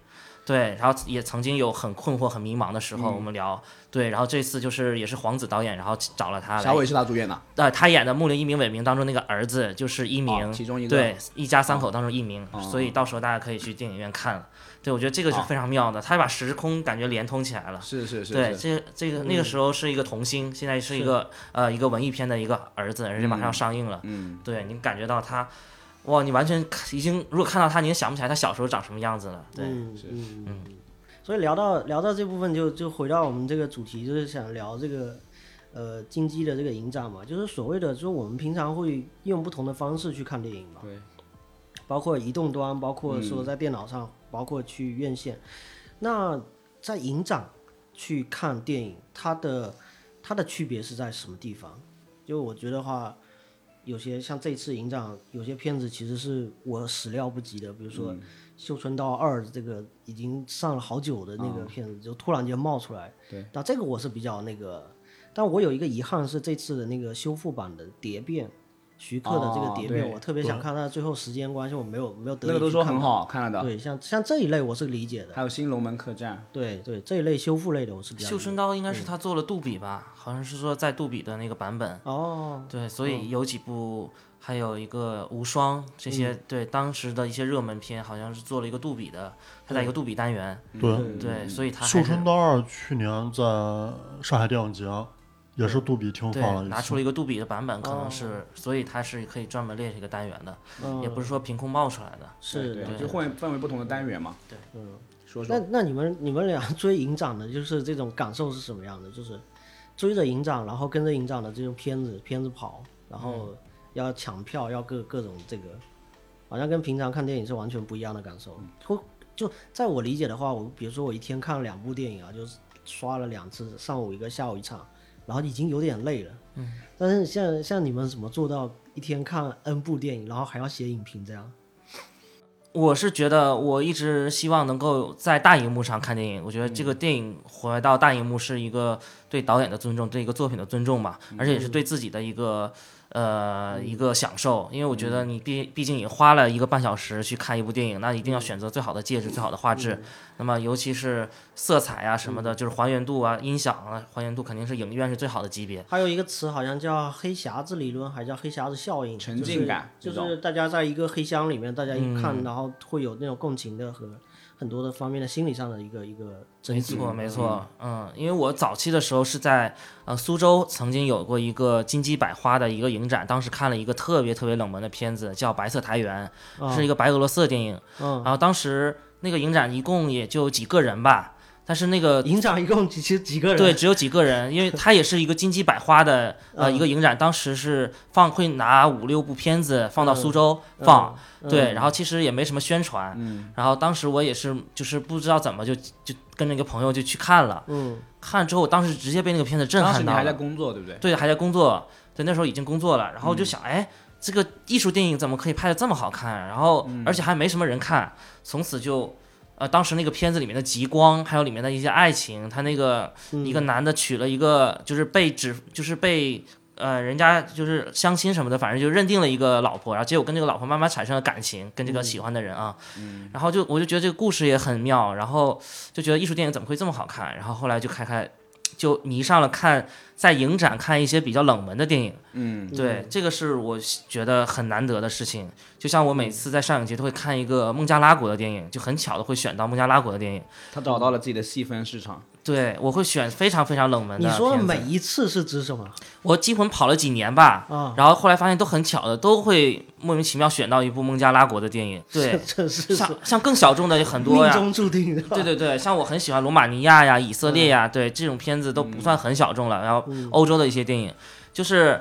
Speaker 2: 对，然后也曾经有很困惑、很迷茫的时
Speaker 3: 嗯
Speaker 2: 候，我们聊，对，然后这次就是也是黄子导演，然后找了他来，
Speaker 3: 小伟是他主演的，
Speaker 2: 呃，他演的《木林一鸣伟名》当中那个儿子就是一鸣，
Speaker 3: 哦其中一个
Speaker 2: 对，一家三口当中一鸣，
Speaker 3: 哦
Speaker 2: 所以到时候大家可以去电影院看了，对，我觉得这个是非常妙的，他把时空感觉连通起来了。
Speaker 3: 是是是，嗯
Speaker 2: 对，
Speaker 3: 是
Speaker 2: 这这个那个时候是一个童星，现在是一个呃一个文艺片的一个儿子，而且马上要上映了。
Speaker 3: 嗯，
Speaker 2: 对你感觉到他，哇，你完全看已经如果看到他，你也想不起来他小时候长什么样子了。对，
Speaker 1: 嗯
Speaker 3: 是
Speaker 1: 嗯嗯。所以聊到聊到这部分就，就回到我们这个主题，就是想聊这个呃金鸡的这个影展嘛，就是所谓的，就是我们平常会用不同的方式去看电影嘛，
Speaker 3: 对，嗯
Speaker 1: 包括移动端，包括说在电脑上，包括去院线。那在影展去看电影，它的它的区别是在什么地方？就我觉得话，有些像这次影展，有些片子其实是我始料不及的，比如说《
Speaker 3: 嗯
Speaker 1: 绣春刀二》这个已经上了好久的那个片子，就突然间冒出来。
Speaker 3: 嗯对，
Speaker 1: 那这个我是比较那个，但我有一个遗憾是这次的那个修复版的《蝶变》，徐克的这个
Speaker 3: 哦
Speaker 1: 《蝶变》
Speaker 3: 对
Speaker 1: 我特别想看，但是最后时间关系我没有没有得
Speaker 3: 那个
Speaker 1: 以
Speaker 3: 都
Speaker 1: 去
Speaker 3: 说
Speaker 1: 看
Speaker 3: 很
Speaker 1: 到。
Speaker 3: 好看了的，
Speaker 1: 对，像像这一类我是理解的，
Speaker 3: 还有《新龙门客栈
Speaker 1: 对对，这一类修复类的我是比较理
Speaker 2: 绣
Speaker 1: 解
Speaker 2: 春刀应
Speaker 3: 嗯
Speaker 2: 该是他做了杜比吧，好像是说在杜比的那个版本。
Speaker 1: 哦，
Speaker 2: 对，所以
Speaker 5: 嗯
Speaker 2: 有几部，还有一个无双这些，
Speaker 5: 嗯
Speaker 2: 对当时的一些热门片，好像是做了一个杜比的，他
Speaker 5: 嗯
Speaker 2: 在一个杜比单元。
Speaker 5: 对，
Speaker 1: 嗯
Speaker 2: 对，所以他还
Speaker 5: 嗯绣
Speaker 2: 是
Speaker 5: 春刀二》去年在上海电影节也是杜比厅
Speaker 2: 对
Speaker 5: 放了哦一
Speaker 2: 拿出
Speaker 5: 次，
Speaker 2: 了一个杜比的版本，可能是，所以它是可以专门列一个单元的，
Speaker 5: 嗯
Speaker 2: 也不是说凭空冒出来的。》，
Speaker 1: 是
Speaker 3: 对
Speaker 1: 的，，
Speaker 3: 就换分为不同的单元嘛。对，嗯，说
Speaker 1: 那
Speaker 3: 说，
Speaker 1: 那你们你们俩 追影展的，就是这种感受是什么样的？就是追着影展，然后跟着影展的这种片子片子跑，然
Speaker 3: 嗯
Speaker 1: 后要抢票，要各各种这个，好像跟平常看电影是完全不一样的感受。
Speaker 3: 嗯
Speaker 1: 会就在我理解的话，我比如说我一天看了两部电影啊，就是刷了两次，上午一个，下午一场，然后已经有点累了。嗯，但是像像你们怎么做到一天看 N 部电影，然后还要写影评这样？
Speaker 2: 我是觉得，我一直希望能够在大荧幕上看电影。我觉得这个电影回到大荧幕是一个对导演的尊重，对一个作品的尊重嘛，而且也是对自己的一个呃一个享受。因为我觉得你毕毕竟也花了一个半小时去看一部电影，那一定要选择最好的介质、最好的画质。那么尤其是色彩啊什么的，就是还原度啊、音响啊，还原度肯定是影院是最好的级别。
Speaker 1: 还有一个词好像叫黑匣子理论，还叫黑匣子效应，
Speaker 3: 沉浸感
Speaker 1: 就
Speaker 3: 这
Speaker 1: 是就是大家在一个黑箱里
Speaker 2: 嗯
Speaker 1: 面，大家一看，然后会有那种共情的和很多的方面的心理上的一个一个
Speaker 2: 没
Speaker 1: 增进。
Speaker 2: 错，没错，嗯，因为我早期的时候是在呃苏州曾经有过一个金鸡百花的一个影展，当时看了一个特别特别冷门的片子，叫《白色苔原》，
Speaker 1: 嗯啊
Speaker 2: 是一个白俄罗斯的电影。然后当时那个影展一共也就几个人吧，但是那个
Speaker 1: 营呃长一共几其实几个人？
Speaker 2: 对，只有几个人，因为它也是一个金鸡百花的呃
Speaker 1: 嗯
Speaker 2: 一个影展，当时是放会拿五六部片子放到苏州
Speaker 1: 嗯
Speaker 2: 放，
Speaker 1: 嗯
Speaker 2: 对，然后其实也没什么宣传，
Speaker 3: 嗯
Speaker 2: 然后当时我也是就是不知道怎么就就跟那个朋友就去看了，
Speaker 1: 嗯，
Speaker 2: 看了之后当时直接被那个片子震
Speaker 3: 当时
Speaker 2: 撼
Speaker 3: 你
Speaker 2: 到
Speaker 3: 还在
Speaker 2: 了，
Speaker 3: 工作，对不对？嗯
Speaker 2: 对，还在工作，对，那时候已经工作了，然后就想，哎，这个艺术电影怎么可以拍的这么好看？然后
Speaker 3: 嗯
Speaker 2: 而且还没什么人看，从此就。呃，当时那个片子里面的极光，还有里面的一些爱情，他那个
Speaker 1: 嗯
Speaker 2: 一个男的娶了一个就是被指就是被呃人家就是相亲什么的，反正就认定了一个老婆，然后结果跟这个老婆慢慢产生了感情，跟这
Speaker 3: 嗯
Speaker 2: 个喜欢的人啊，然后就我就觉得这个故事也很妙，然后就觉得艺术电影怎么会这么好看，然后后来就开开。就迷上了看，在影展看一些比较冷门的电影，
Speaker 3: 嗯，
Speaker 2: 对，这个是我觉得很难得的事情。就像我每次在上影节都会看一个孟加拉国的电影，就很巧的会选到孟加拉国的电影。
Speaker 3: 他找到了自己的细分市场，
Speaker 2: 对，我会选非常非常冷门的
Speaker 1: 你
Speaker 2: 片子。
Speaker 1: 说的每一次是指什么？
Speaker 2: 我几乎跑了几年吧，
Speaker 1: 啊，
Speaker 2: 然后后来发现都很巧的，都会莫名其妙选到一部孟加拉国的电影。对
Speaker 1: 这是
Speaker 2: 像像更小众的有很多
Speaker 1: 命
Speaker 2: 呀。
Speaker 1: 中注定的。
Speaker 2: 对对对，像我很喜欢罗马尼亚呀、以色列呀，对这种片子都不算很小众了。然后欧洲的一些电影，就是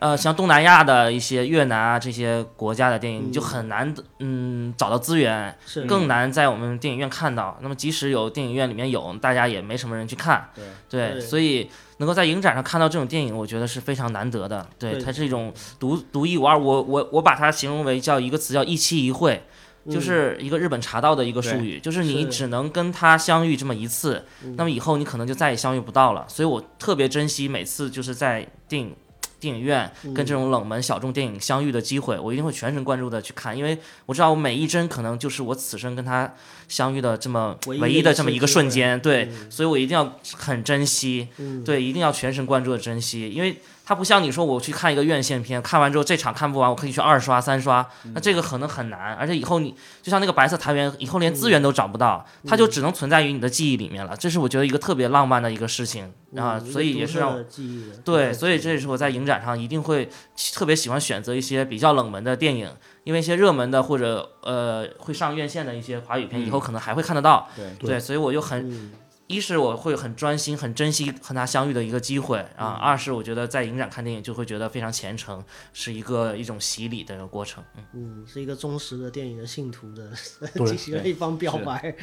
Speaker 2: 呃，像东南亚的一些越南啊这些国家的电影，你就很难嗯找到资源，
Speaker 1: 是
Speaker 2: 更难在我们电影院看到。那么即使有电影院里面有，大家也没什么人去看。
Speaker 3: 对
Speaker 2: 对，
Speaker 1: 对
Speaker 2: 所以能够在影展上看到这种电影，我觉得是非常难得的。对，
Speaker 1: 对
Speaker 2: 它是一种独独一无二。我我我把它形容为叫一个词叫一期一会。就是一个日本茶道的一个术语，就是你
Speaker 1: 是
Speaker 2: 只能跟他相遇这么一次，那么以后你可能就再也相遇不到了。所以我特别珍惜每次就是在电影电影院跟这种冷门小众电影相遇的机会，我一定会全神贯注的去看，因为我知道我每一帧可能就是我此生跟他相遇的这么
Speaker 1: 唯一
Speaker 2: 唯
Speaker 1: 的
Speaker 2: 一
Speaker 1: 一
Speaker 2: 的
Speaker 1: 次
Speaker 2: 这么一个
Speaker 1: 机
Speaker 2: 瞬
Speaker 1: 会嗯
Speaker 2: 间，对，所以我一定要很珍惜，对，一定要全神贯注的珍惜，因为它不像你说我去看一个院线片，看完之后这场看不完，我可以去二刷、三刷，
Speaker 1: 嗯
Speaker 2: 那这个可能很难，而且以后你就像那个白色苔原，以后连资源都找不到，它就只能存在于你的记忆里面了，这是我觉得一个特别浪漫的一个事情啊，
Speaker 1: 嗯
Speaker 2: 所以也是让
Speaker 1: 一个独特的记忆的
Speaker 2: 对，所
Speaker 1: 嗯
Speaker 2: 以这也是我在影展上一定会喜特别喜欢选择一些比较冷门的电影，因为一些热门的或者呃会上院线的一些华语片，
Speaker 1: 嗯
Speaker 2: 以后可能还会看得到。
Speaker 3: 对
Speaker 2: 对，所以我就很，一是我会很专心、很珍惜和他相遇的一个机会
Speaker 1: 嗯
Speaker 2: 啊；二是我觉得在影展看电影就会觉得非常虔诚，是一个一种洗礼的一个过程。嗯
Speaker 1: 嗯，是一个忠实的电影的信徒的
Speaker 5: 对
Speaker 1: 进行了一番表白。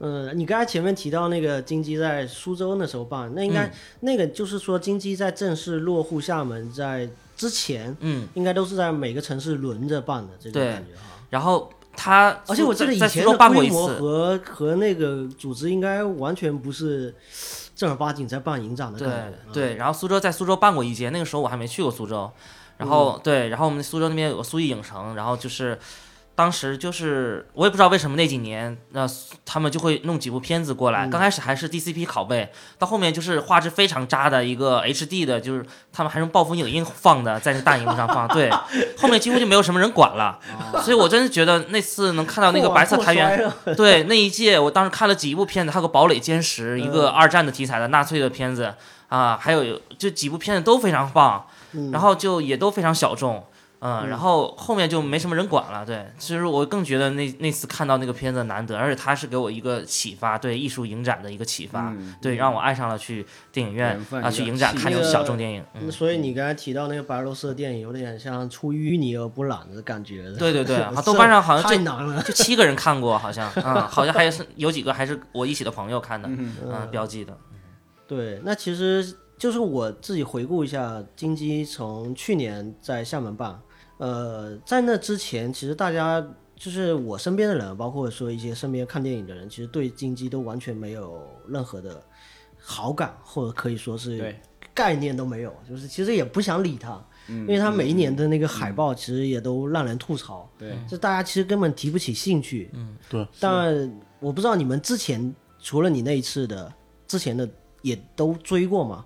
Speaker 1: 嗯，你刚才前面提到那个金鸡在苏州那时候办，那应
Speaker 2: 嗯
Speaker 1: 该、那个就是说金鸡在正式落户厦门在之前，
Speaker 2: 嗯，
Speaker 1: 应该都是在每个城市轮着办的这种
Speaker 2: 对
Speaker 1: 感觉哈。
Speaker 2: 然后他，
Speaker 1: 而且我记得以
Speaker 2: 在
Speaker 1: 前
Speaker 2: 苏
Speaker 1: 的
Speaker 2: 州办过
Speaker 1: 规
Speaker 2: 一
Speaker 1: 模
Speaker 2: 次，
Speaker 1: 和和那个组织应该完全不是正儿八经在办影展的
Speaker 2: 对
Speaker 1: 感觉。嗯
Speaker 2: 对，然后苏州在苏州办过一届，那个时候我还没去过苏州，然后、
Speaker 1: 嗯
Speaker 2: 对，然后我们苏州那边有个苏艺影城，然后就是当时就是我也不知道为什么那几年，那、苏他们就会弄几部片子过来，
Speaker 1: 嗯
Speaker 2: 刚开始还是 DCP 拷贝，到后面就是画质非常渣的一个 HD 的，就是他们还用暴风影音放的，在那大荧幕上放， 对，后面几乎就没有什么人管了，所以我真是觉得那次能看到那个
Speaker 1: 破
Speaker 2: 白色
Speaker 1: 哦破
Speaker 2: 苔原
Speaker 1: 摔，了
Speaker 2: 对那一届，我当时看了几部片子，还有个《堡垒坚实》，一
Speaker 3: 嗯
Speaker 2: 个二战的题材的纳粹的片子啊，还有就几部片子都非常棒，
Speaker 3: 嗯
Speaker 2: 然后就也都非常小众，嗯，然后后面就没什么人管了。对，其实我更觉得那那次看到那个片子难得，而且它是给我一个启发，对艺术影展的一个启发，对，让我爱上了去电影院
Speaker 3: 嗯缘分
Speaker 2: 啊，
Speaker 3: 一
Speaker 2: 去
Speaker 3: 个
Speaker 2: 影展
Speaker 1: 契
Speaker 2: 看这种
Speaker 1: 机
Speaker 2: 小众电影。嗯，
Speaker 1: 所以你刚才提到那个白俄罗斯的电影，有点像出淤泥而不染的感觉。
Speaker 2: 对对对啊
Speaker 1: 这
Speaker 2: 豆瓣上好像
Speaker 1: 太
Speaker 2: 这
Speaker 1: 难了。
Speaker 2: 就七个人啊看过，好像，嗯，好像还是有几个还是我一起的朋友看的，嗯，标记的。
Speaker 1: 对，那其实就是我自己回顾一下，金鸡从去年在厦门办，呃，在那之前，其实大家就是我身边的人，包括说一些身边看电影的人，其实对金鸡都完全没有任何的好感，或者可以说是
Speaker 3: 对嗯
Speaker 1: 概念都没有，就是其实也不想理他，因为他每一年的那个海报其实也都让人吐槽，
Speaker 3: 对，
Speaker 1: 就大家其实根本提不起兴趣。嗯，
Speaker 5: 对。
Speaker 1: 但我不知道你们之前除了你那一次的，之前的也都追过吗？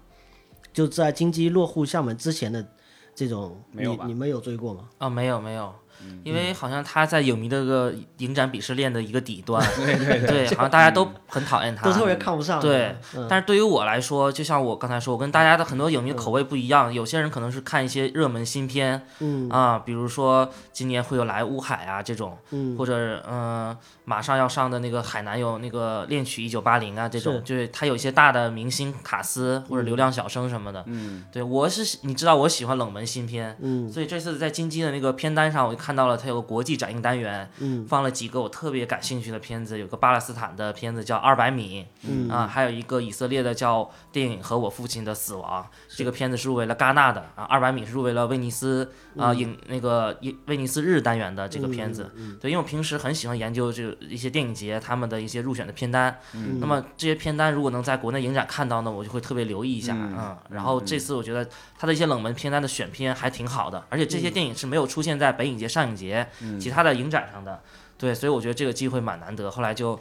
Speaker 1: 就在金鸡落户厦门之前的这种，
Speaker 3: 没有吧
Speaker 1: 你你们有追过吗？嗯
Speaker 2: 啊，没有没有，因为好像他在影迷的这个影展鄙视链的一个底 端，
Speaker 3: 对对对
Speaker 2: 对，好像大家都很讨厌他，
Speaker 1: 嗯都特别看不上。
Speaker 2: 对，
Speaker 1: 嗯
Speaker 2: 但是对于我来说，就像我刚才说，我跟大家的很多影迷口味不一样，有些人可能是看一些热门新片，嗯啊，比如说今年会有来乌海啊这种，嗯，或者嗯、呃马上要上的那个海南有那个恋曲一九八零啊这
Speaker 1: 是嗯
Speaker 2: 种，就是它有一些大的明星卡司或者流量小生什么的，嗯，对我是喜你知道我喜欢冷门新片，嗯，所以这次在金鸡的那个片单上，我就看到了它有个国际展映单元，嗯，放了几个我特别感兴趣的片子，有个巴勒斯坦的片子叫《二百米》，嗯啊，还有一个以色列的叫《电影和我父亲的死亡》，这个片子是入围了戛纳的啊，二百米是入围了威尼斯啊影那个一威尼斯日单元的这个片子。对，因为我平时很喜欢研究这个一些电影节他们的一些入选的片单，那么这些片单如果能在国内影展看到呢，我就会特别留意一下
Speaker 3: 嗯
Speaker 2: 嗯，然后这次我觉得它的一些冷门片单的选片还挺好的，而且这些电影是没有出现在北影节、上影节其他的影展上的。对，所以我觉得这个机会蛮难得。后来就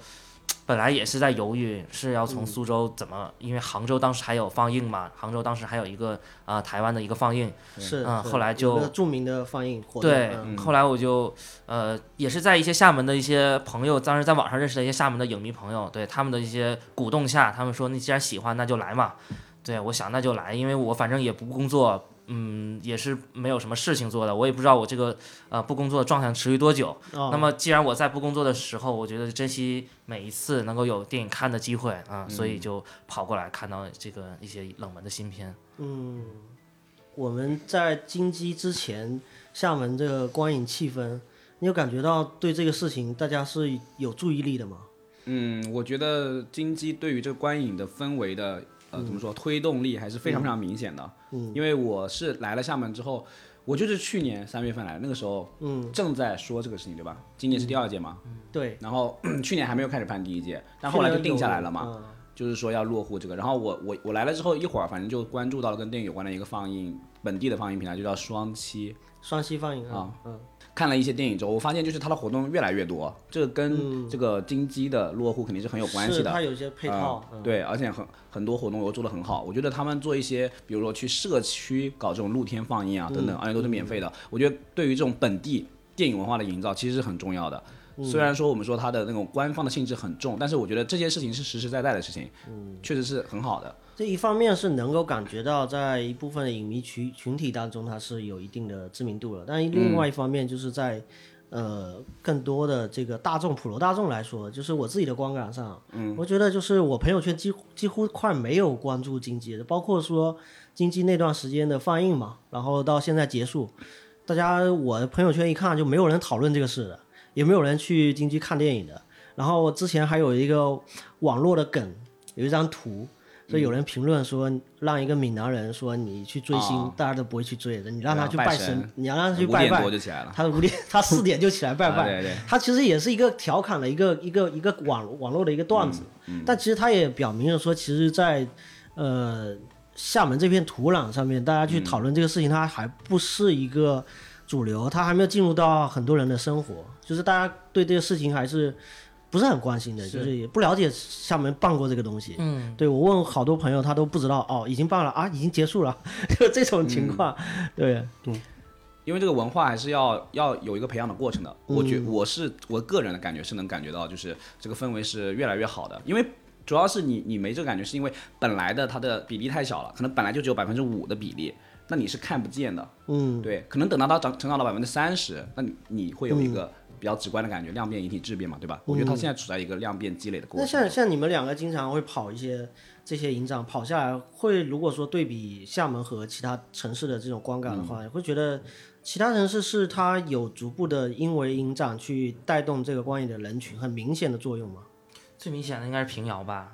Speaker 2: 本来也是在犹豫，是要从苏州怎么，因为杭州当时还有放映嘛，杭州当时还有一个啊、呃台湾的一个放映，
Speaker 1: 是
Speaker 2: 嗯
Speaker 1: 是
Speaker 2: 后来
Speaker 1: 有
Speaker 2: 就
Speaker 1: 个著名的放映活动。
Speaker 2: 对
Speaker 1: 嗯，
Speaker 2: 后来我就呃也是在一些厦门的一些朋友，当时在网上认识的一些厦门的影迷朋友，对他们的一些鼓动下，他们说你既然喜欢，那就来嘛。对，我想那就来，因为我反正也不工作，嗯，也是没有什么事情做的，我也不知道我这个呃不工作的状态持续多久。
Speaker 1: 哦
Speaker 2: 那么既然我在不工作的时候，我觉得珍惜每一次能够有电影看的机会啊，
Speaker 1: 嗯
Speaker 2: 所以就跑过来看到这个一些冷门的新片。
Speaker 1: 我们在金鸡之前，厦门这个观影气氛，你有感觉到对这个事情大家是有注意力的吗？
Speaker 3: 嗯，我觉得金鸡对于这个观影的氛围的呃怎么说推动力还是非常非常明显的。嗯，因为我是来了厦门之后，我就是去年三月份来的，那个时候嗯正在说这个事情对吧？今年是第二届嘛，
Speaker 1: 对，
Speaker 3: 然后 去年还没有开始办第一届，但后来就定下来了嘛。
Speaker 1: 嗯
Speaker 3: 就是说要落户这个。然后我我我来了之后，一会儿反正就关注到了跟电影有关的一个放映本地的放映平台，就叫双七。
Speaker 1: 双溪放映啊，嗯，
Speaker 3: 看了一些电影之后，我发现就是它的活动越来越多，这个跟这个金鸡的落户肯定是很有关系
Speaker 1: 是
Speaker 3: 的。
Speaker 1: 它有些配套，
Speaker 3: 嗯对，而且很很多活动都做得很好。我觉得他们做一些，比如说去社区搞这种露天放映
Speaker 1: 嗯
Speaker 3: 啊等等，而且都是免费的。我觉得对于这种本地电影文化的营造，其实是很重要的。
Speaker 1: 嗯
Speaker 3: 虽然说我们说它的那种官方的性质很重，但是我觉得这些事情是实实在在的事情，
Speaker 1: 嗯
Speaker 3: 确实是很好的。
Speaker 1: 这一方面是能够感觉到，在一部分的影迷群群体当中，它是有一定的知名度了。但
Speaker 3: 嗯
Speaker 1: 另外一方面，就是在、呃更多的这个大众普罗大众来说，就是我自己的观感上，嗯，我觉得就是我朋友圈几乎几乎快没有关注经济的，包括说经济那段时间的放映嘛，然后到现在结束，大家我朋友圈一看就没有人讨论这个事的，也没有人去京剧看电影的。然后之前还有一个网络的梗，有一张图，所以有人评论说，让一个闽南人说你去追星，
Speaker 3: 啊
Speaker 1: 大家都不会去追的，你让他去
Speaker 3: 拜
Speaker 1: 拜
Speaker 3: 神
Speaker 1: 你要让他去
Speaker 3: 五
Speaker 1: 拜
Speaker 3: 点
Speaker 1: 拜
Speaker 3: 多，就起来了。
Speaker 1: 他五点， 他四点就起来拜拜。
Speaker 3: 啊对对
Speaker 1: 他其实也是一个调侃的一个一个一个网网络的一个段子，但其实他也表明了说，其实在，呃厦门这片土壤上面，大家去讨论这个事情，它还不是一个主流，它还没有进入到很多人的生活，就是大家对这个事情还是。不是很关心的，就是也不了解厦门办过这个东西。嗯，对我问好多朋友，他都不知道哦，已经办了啊，已经结束了， 就这种情况。对，
Speaker 3: 因为这个文化还是要要有一个培养的过程的。我
Speaker 1: 嗯
Speaker 3: 觉我是我个人的感觉是能感觉到，就是这个氛围是越来越好的。因为主要是你你没这个感觉，是因为本来的它的比例太小了，可能本来就只有百分之五的比例，那你是看不见的。嗯，对，可能等到它长成长到百分之三十，那你你会有一
Speaker 1: 嗯
Speaker 3: 个比较直观的感觉，量变引起质变嘛，对吧？我觉得它现在处在一个量变积累的过
Speaker 1: 那
Speaker 3: 程。
Speaker 1: 像像你们两个经常会跑一些这些影展，跑下来会如果说对比厦门和其他城市的这种观感的
Speaker 2: 嗯
Speaker 1: 话，会觉得其他城市是它有逐步的因为影展去带动这个观影的人群很明显的作用吗？
Speaker 2: 最明显的应该是平遥吧，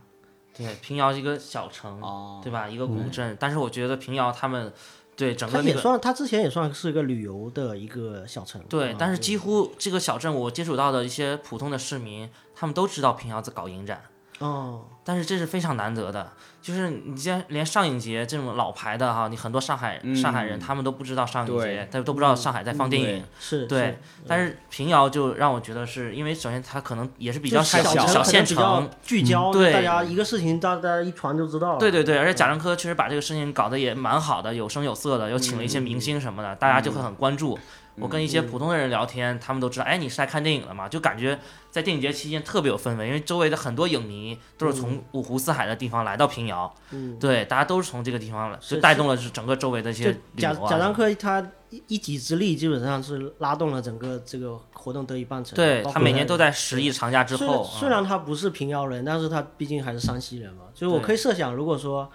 Speaker 2: 对，平遥一个小城，
Speaker 3: 哦
Speaker 2: 对吧？一个古镇，但是我觉得平遥他们对
Speaker 1: 嗯
Speaker 2: 整
Speaker 1: 它
Speaker 2: 个那
Speaker 1: 也
Speaker 2: 个。
Speaker 1: 算，它之前也算是个旅游的一个小城。
Speaker 2: 对
Speaker 1: 啊，
Speaker 2: 但是几乎这个小镇我接触到的一些普通的市民，他们都知道平遥在搞影展，
Speaker 1: 哦，
Speaker 2: 但是这是非常难得的，就是你既然连上影节这种老牌的哈，你很多上海、
Speaker 3: 嗯
Speaker 2: 上海人他们都不知道上影
Speaker 3: 对
Speaker 2: 节，他都不知
Speaker 1: 嗯
Speaker 2: 道上海在放电影。
Speaker 1: 是，
Speaker 2: 对
Speaker 1: 是，
Speaker 2: 但是平遥就让我觉得是因为首先它可能也是比较
Speaker 1: 就是
Speaker 2: 小
Speaker 1: 城
Speaker 2: 小县
Speaker 1: 可能比较，
Speaker 2: 城嗯
Speaker 1: 聚焦，
Speaker 2: 对
Speaker 1: 大家一个事情，大大家一传就知道了。
Speaker 2: 对对对，而且贾樟柯确实把这个事情搞得也蛮好的，有声有色
Speaker 1: 嗯
Speaker 2: 的，又请了一些明星什么的，大家就会很关注。我跟一
Speaker 1: 嗯
Speaker 2: 些普通的人聊天，他们都知道，哎，你是来看电影的嘛？就感觉在电影节期间特别有氛围，因为周围的很多影迷都是从五湖四海的地方来到平遥，
Speaker 1: 嗯，
Speaker 2: 对，大家都是从这个地方来，
Speaker 1: 是
Speaker 2: 就带动了整个周围的一些
Speaker 1: 就
Speaker 2: 旅游
Speaker 1: 贾
Speaker 2: 啊
Speaker 1: 贾樟柯他一一己之力，基本上是拉动了整个这个活动得以办成。
Speaker 2: 对
Speaker 1: 包括
Speaker 2: 他每年都在十一长假之
Speaker 1: 虽
Speaker 2: 后，嗯
Speaker 1: 然虽然他不是平遥人，但是他毕竟还是山西人嘛，所以我
Speaker 2: 对
Speaker 1: 可以设想，如果说。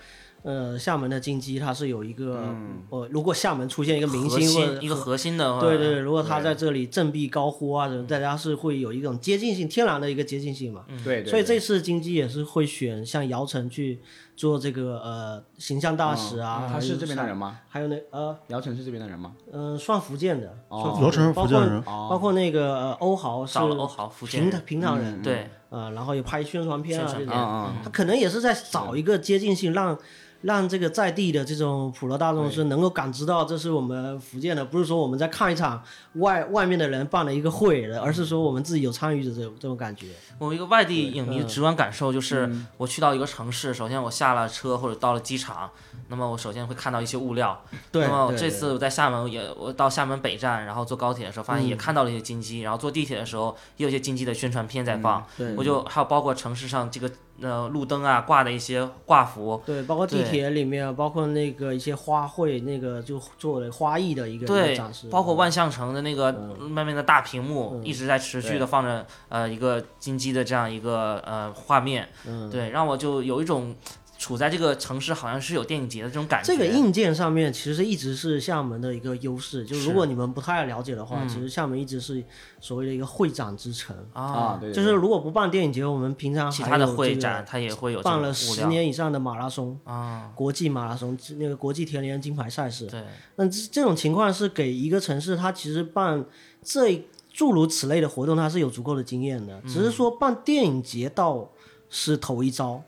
Speaker 1: 呃，厦门的金鸡，它是有一个，呃，如果厦门出现一
Speaker 2: 一
Speaker 1: 个明星或者
Speaker 2: 一个嗯核心的，
Speaker 1: 对对，如果他在这里振臂高呼啊，什么，大家是会有一种接近性，天然的一个接近性嘛。
Speaker 2: 嗯
Speaker 3: 对对，
Speaker 1: 所以
Speaker 3: 对
Speaker 1: 这次金鸡也是会选像姚晨去做这个呃形象大使
Speaker 2: 嗯
Speaker 1: 啊，
Speaker 3: 他
Speaker 1: 还
Speaker 3: 是
Speaker 1: 有
Speaker 3: 这边的人吗？
Speaker 1: 还有那呃
Speaker 3: 姚晨是这边的人吗？
Speaker 1: 嗯、呃算福建的，
Speaker 3: 哦
Speaker 1: 算
Speaker 5: 姚晨是
Speaker 1: 包
Speaker 5: 福建
Speaker 1: 括
Speaker 5: 人
Speaker 1: 包括那个呃欧豪是
Speaker 2: 找了欧豪福建
Speaker 1: 平
Speaker 2: 人，嗯
Speaker 1: 平壤人，
Speaker 2: 对，
Speaker 1: 啊，然后也拍宣传片啊
Speaker 2: 宣传
Speaker 1: 这
Speaker 2: 片嗯
Speaker 1: 种，
Speaker 3: 嗯
Speaker 1: 他可能也是在找一个接近性，让让这个在地的这种普罗大众是能够感知到这是我们福建的，不是说我们在看一场外外面的人办了一个会，而是说我们自己有参与的这种这种感觉。
Speaker 2: 我一个外地影迷
Speaker 1: 嗯
Speaker 2: 直观感受就是，我去到一个城市，首先我下了车或者到了机场，那么我首先会看到一些物料。
Speaker 1: 对
Speaker 2: 那么我
Speaker 1: 对
Speaker 2: 这次我在厦门也，我到厦门北站，然后坐高铁的时候，发现也看到了一些金鸡，然后坐地铁的时候也有一些金鸡的宣传片在放。
Speaker 1: 嗯对
Speaker 2: 我就还有包括城市上这个呃路灯啊挂的一些挂幅。
Speaker 1: 对，包括地
Speaker 2: 对
Speaker 1: 铁里面，包括那个一些花卉，那个就做了花艺的一啊个一个
Speaker 2: 对
Speaker 1: 展示，，
Speaker 2: 包括万象城的那个
Speaker 1: 嗯
Speaker 2: 外面的大屏幕一直在持续的放着呃一个金鸡的这样一个呃画面，
Speaker 1: 嗯，
Speaker 2: 对，让我就有一种处在这个城市好像是有电影节的这种感觉。
Speaker 1: 这个硬件上面其实一直是厦门的一个优势，就是如果你们不太了解的
Speaker 2: 嗯
Speaker 1: 话，其实厦门一直是所谓的一个会展之城。
Speaker 3: 啊，
Speaker 2: 啊，
Speaker 3: 对，对
Speaker 1: 就是如果不办电影节，我们平常
Speaker 2: 其
Speaker 1: 还
Speaker 2: 他的
Speaker 1: 有
Speaker 2: 会
Speaker 1: 这个
Speaker 2: 展它也会有这
Speaker 1: 办
Speaker 2: 种
Speaker 1: 了
Speaker 2: 物
Speaker 1: 十
Speaker 2: 料
Speaker 1: 年以上的马拉松，
Speaker 2: 啊，
Speaker 1: 国际马拉松，那个国际田联金牌赛事。
Speaker 2: 对，
Speaker 1: 那这这种情况是给一个城市，它其实办这诸如此类的活动，它是有足够的经验的，
Speaker 2: 嗯
Speaker 1: 只是说办电影节倒是头一招。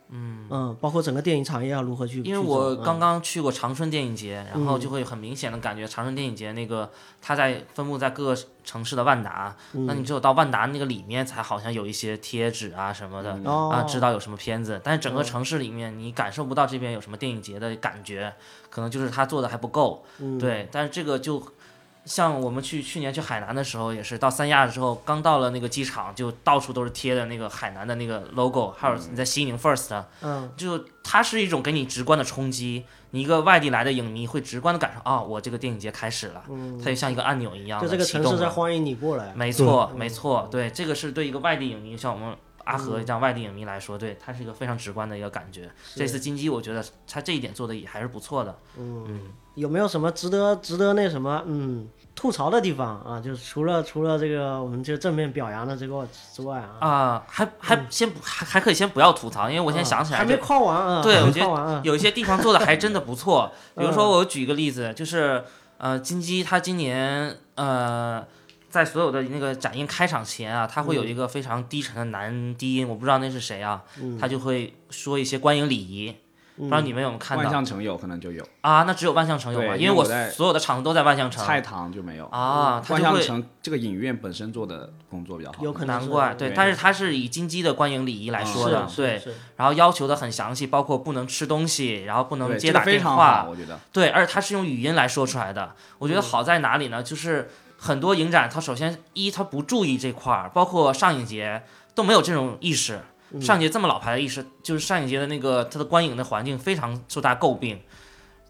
Speaker 1: 嗯包括整个电影产业要如何去。
Speaker 2: 因为
Speaker 1: 去
Speaker 2: 我
Speaker 1: 走
Speaker 2: 刚
Speaker 1: 嗯
Speaker 2: 刚去过长春电影节，然后就会很明显的感觉长春电影节那个它在分布在各个城市的万达，
Speaker 1: 嗯
Speaker 2: 那你只有到万达那个里面才好像有一些贴纸啊什么的
Speaker 1: 哦嗯
Speaker 2: 啊，知道有什么片子，但是整个城市里面你感受不到这边有什么电影节的感觉，可能就是他做的还不够，
Speaker 1: 嗯
Speaker 2: 对，但是这个就。像我们去去年去海南的时候，也是到三亚之后，刚到了那个机场，就到处都是贴的那个海南的那个 logo，还有你在西宁 First，、啊
Speaker 1: 嗯
Speaker 2: 就它是一种给你直观的冲击，你一个外地来的影迷会直观的感受啊、我这个电影节开始了，它就像一个按钮一样
Speaker 1: 嗯就
Speaker 2: 的
Speaker 1: 这个城市
Speaker 2: 启动
Speaker 1: 在
Speaker 2: 了
Speaker 1: 欢迎你过来。
Speaker 2: 没错，没错，对，这个是对一个外地影迷，像我们阿和
Speaker 1: 嗯
Speaker 2: 这样外地影迷来说，对，它是一个非常直观的一个感觉。这次金鸡，我觉得它这一点做的也还是不错的。
Speaker 1: 有没有什么值得值得那什么嗯吐槽的地方啊？就是除了除了这个我们就正面表扬的这个之外啊，
Speaker 2: 啊、还还先不还还可以先不要吐槽，因为我现在想起来
Speaker 1: 嗯还
Speaker 2: 这
Speaker 1: 没夸完啊，
Speaker 2: 对，
Speaker 1: 还
Speaker 2: 我
Speaker 1: 没
Speaker 2: 觉
Speaker 1: 夸完
Speaker 2: 得
Speaker 1: 啊，
Speaker 2: 有一些地方做的还真的不错。比如
Speaker 1: 嗯
Speaker 2: 说，我举一个例子，就是呃，金鸡它今年呃，在所有的那个展映开场前啊，它会有一个非常低沉的男低音，我不知道那是谁啊，他就会说一些观影礼仪，不知道你们有没有看
Speaker 3: 万
Speaker 2: 到
Speaker 3: 象城有可能就有，
Speaker 2: 啊？那只有万象城有
Speaker 3: 对
Speaker 2: 吗？
Speaker 3: 因
Speaker 2: 因为
Speaker 3: 为
Speaker 2: 我
Speaker 3: 我在
Speaker 2: 所有的场子都在万象城
Speaker 3: 菜堂就没有。
Speaker 2: 啊，他
Speaker 3: 万
Speaker 2: 就
Speaker 3: 象
Speaker 2: 会。
Speaker 3: 城这个影院本身做的工作比较好，
Speaker 1: 有可能
Speaker 2: 难
Speaker 1: 是
Speaker 2: 怪，对，
Speaker 3: 对
Speaker 2: 但是它是以金鸡的观影礼仪来说
Speaker 1: 是
Speaker 2: 的，
Speaker 1: 是
Speaker 2: 对，
Speaker 1: 是
Speaker 2: 然后要求的很详细，包括不能吃东西，然后不能
Speaker 3: 对
Speaker 2: 接
Speaker 3: 这个
Speaker 2: 打
Speaker 3: 非
Speaker 2: 电
Speaker 3: 常
Speaker 2: 话
Speaker 3: 好，，我觉得
Speaker 2: 对，而且它是用语音来说出来的。我觉得好在哪里呢？就是很多影展，它首先一它不注意这块儿，包括上影节都没有这种意识。上影节这么老牌的意识，就是上影节的那个它的观影的环境非常受大家诟病，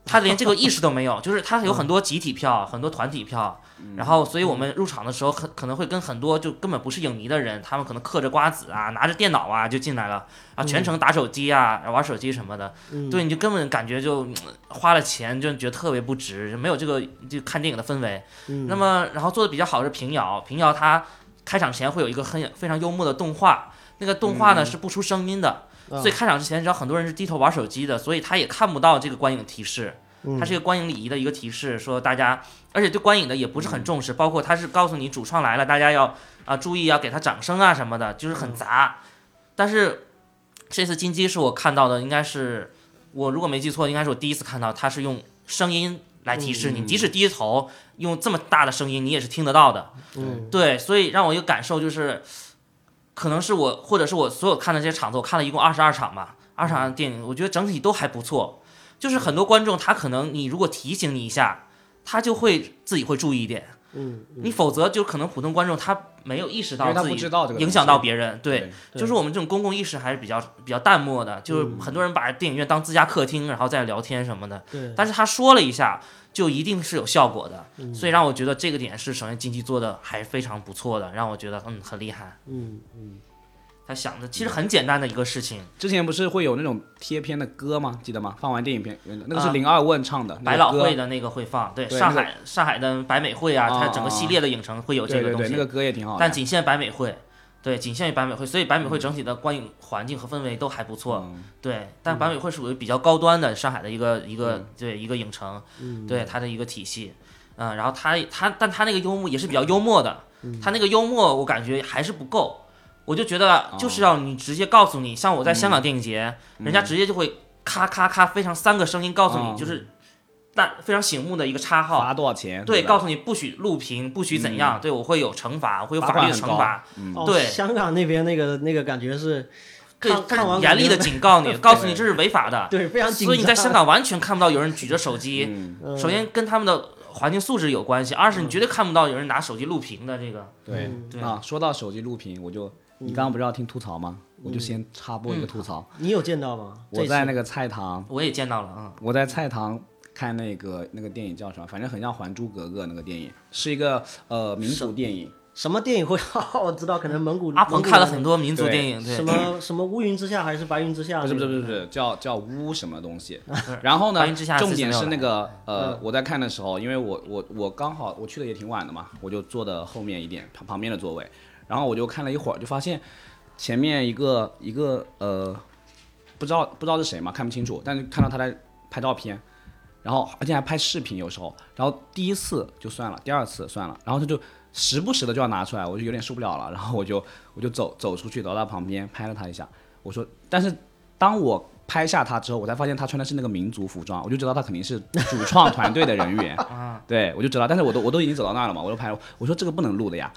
Speaker 2: 它连这个意识都没有，就是它有很多集体票，很多团体票，然后所以我们入场的时候可可能会跟很多就根本不是影迷的人，他们可能嗑着瓜子啊，拿着电脑啊就进来了啊，全程打手机啊，玩手机什么的，对，你就根本感觉就嗯花了钱就觉得特别不值，就没有这个就看电影的氛围。那么然后做的比较好的是平遥，平遥它开场前会有一个很非常幽默的动画，那个动画呢、是不出声音的。所以开场之前，你知道很多人是低头玩手机的，所以他也看不到这个观影提示。它是一个观影礼仪的一个提示，说大家，而且对观影的也不是很重视，包括他是告诉你主创来了，大家要啊、注意要给他掌声啊什么的，就是很杂。但是这次金鸡是我看到的，应该是我如果没记错，应该是我第一次看到它是用声音来提示你，即使低头用这么大的声音，你也是听得到的。
Speaker 1: 嗯
Speaker 2: 对，所以让我一个感受就是，可能是我或者是我所有看的这些场子，我看了一共二十二场吧，二十场电影，我觉得整体都还不错。就是很多观众他可能你如果提醒你一下，他就会自己会注意一点，
Speaker 1: 嗯
Speaker 2: 你否则就可能普通观众他没有意识
Speaker 3: 因
Speaker 2: 到
Speaker 3: 为他
Speaker 2: 自
Speaker 3: 不
Speaker 2: 己
Speaker 3: 知道这个
Speaker 2: 影
Speaker 3: 东
Speaker 2: 响
Speaker 3: 西
Speaker 2: 到别人，对。
Speaker 3: 对，嗯
Speaker 1: 对
Speaker 2: 就是我们这种公共意识还是比较比较淡漠的，就是很多人把电影院当自家客厅，然后在聊天什么的。
Speaker 1: 对
Speaker 2: 但是他说了一下，就一定是有效果的，
Speaker 3: 嗯
Speaker 2: 所以让我觉得这个点是首先经济做的还非常不错的，让我觉得嗯很厉害。
Speaker 1: 嗯
Speaker 2: 他想的其实很简单的一个事情，
Speaker 3: 之前不是会有那种贴片的歌吗？记得吗？放完电影片，那个是
Speaker 2: 啊
Speaker 3: 零二问唱的，那
Speaker 2: 百
Speaker 3: 个
Speaker 2: 老
Speaker 3: 歌
Speaker 2: 汇的那个会放，对
Speaker 3: 对
Speaker 2: 上
Speaker 3: 那个
Speaker 2: 海上海的百美汇啊，
Speaker 3: 啊
Speaker 2: 它整个系列的影城会有这
Speaker 3: 对
Speaker 2: 个
Speaker 3: 对
Speaker 2: 东
Speaker 3: 对，那个
Speaker 2: 西，
Speaker 3: 歌也挺好的。
Speaker 2: 但仅限百美汇。对，仅限于百美汇，所以百美汇整体的观影环境和氛围都还不错。
Speaker 3: 嗯
Speaker 2: 对，但百美汇属于比较高端的上海的一个一个、
Speaker 3: 嗯
Speaker 2: 对一个影城，对它的一个体系，嗯，然后它它但它那个幽默也是比较幽默的，
Speaker 3: 嗯
Speaker 2: 它那个幽默我感觉还是不够，我就觉得
Speaker 3: 哦
Speaker 2: 就是要你直接告诉你，像我在
Speaker 3: 嗯
Speaker 2: 香港电影节，人家直接就会咔咔咔非常三个声音告诉你，
Speaker 3: 哦
Speaker 2: 就是但非常醒目的一个叉号，
Speaker 3: 罚多少钱？
Speaker 2: 对，
Speaker 3: 吧嗯
Speaker 2: 告诉你不许录屏，不许怎样，对我会有惩罚，我会有
Speaker 3: 罚
Speaker 2: 法律
Speaker 3: 款
Speaker 2: 的
Speaker 3: 很
Speaker 2: 惩
Speaker 3: 高
Speaker 2: 罚，
Speaker 1: 哦，
Speaker 2: 对
Speaker 1: 香港那边那个那个感觉是
Speaker 2: 对
Speaker 1: 看，看完
Speaker 2: 严厉的
Speaker 1: 感觉
Speaker 2: 警告你，告诉你这是违法的。
Speaker 1: 对非常紧张，
Speaker 2: 所以你在香港完全看不到有人举着手机，
Speaker 3: 嗯，
Speaker 1: 嗯
Speaker 2: 首先跟他们的环境素质有关系，二是你绝对看不到有人拿手机录屏的这个。
Speaker 3: 对
Speaker 2: 对
Speaker 3: 啊。说到手机录屏，我就你刚刚不是要听吐槽吗？我就先插播一
Speaker 2: 嗯
Speaker 3: 个吐槽。
Speaker 1: 你有见到吗？
Speaker 3: 我在那
Speaker 1: 个
Speaker 3: 个菜堂，
Speaker 2: 我也见到了啊，
Speaker 3: 我在菜堂看那个那个电影叫什么？反正很像《还珠格格》那个电影，是一个呃民族电影。
Speaker 1: 什么电影会？ 我知道，可能蒙古
Speaker 2: 阿鹏
Speaker 1: 蒙古
Speaker 2: 看了
Speaker 1: 的
Speaker 2: 很多民族
Speaker 3: 对
Speaker 2: 电影，
Speaker 1: 什
Speaker 2: 对，
Speaker 1: 么什么乌云之下还是白云之下？
Speaker 3: 不是不是不是不
Speaker 1: 那个，
Speaker 3: 是，叫叫乌什么东西？然后呢
Speaker 2: 白云之下，
Speaker 3: 重点
Speaker 2: 436
Speaker 3: 是那个呃，我在看的时候，因为我我我刚好我去的也挺晚的嘛，我就坐的后面一点旁旁边的座位，然后我就看了一会儿，就发现前面一个一个呃，不知道不知道是谁嘛，看不清楚，但是看到他在拍照片，然后而且还拍视频，有时候，然后第一次就算了，第二次算了，然后他就时不时的就要拿出来，我就有点受不了了，然后我就我就走走出去，走到他旁边拍了他一下，我说，但是当我拍下他之后，我才发现他穿的是那个民族服装，我就知道他肯定是主创团队的 人员，
Speaker 1: 啊
Speaker 3: 对我就知道，但是我都我都已经走到那儿了嘛，我就拍，我说这个不能录的呀，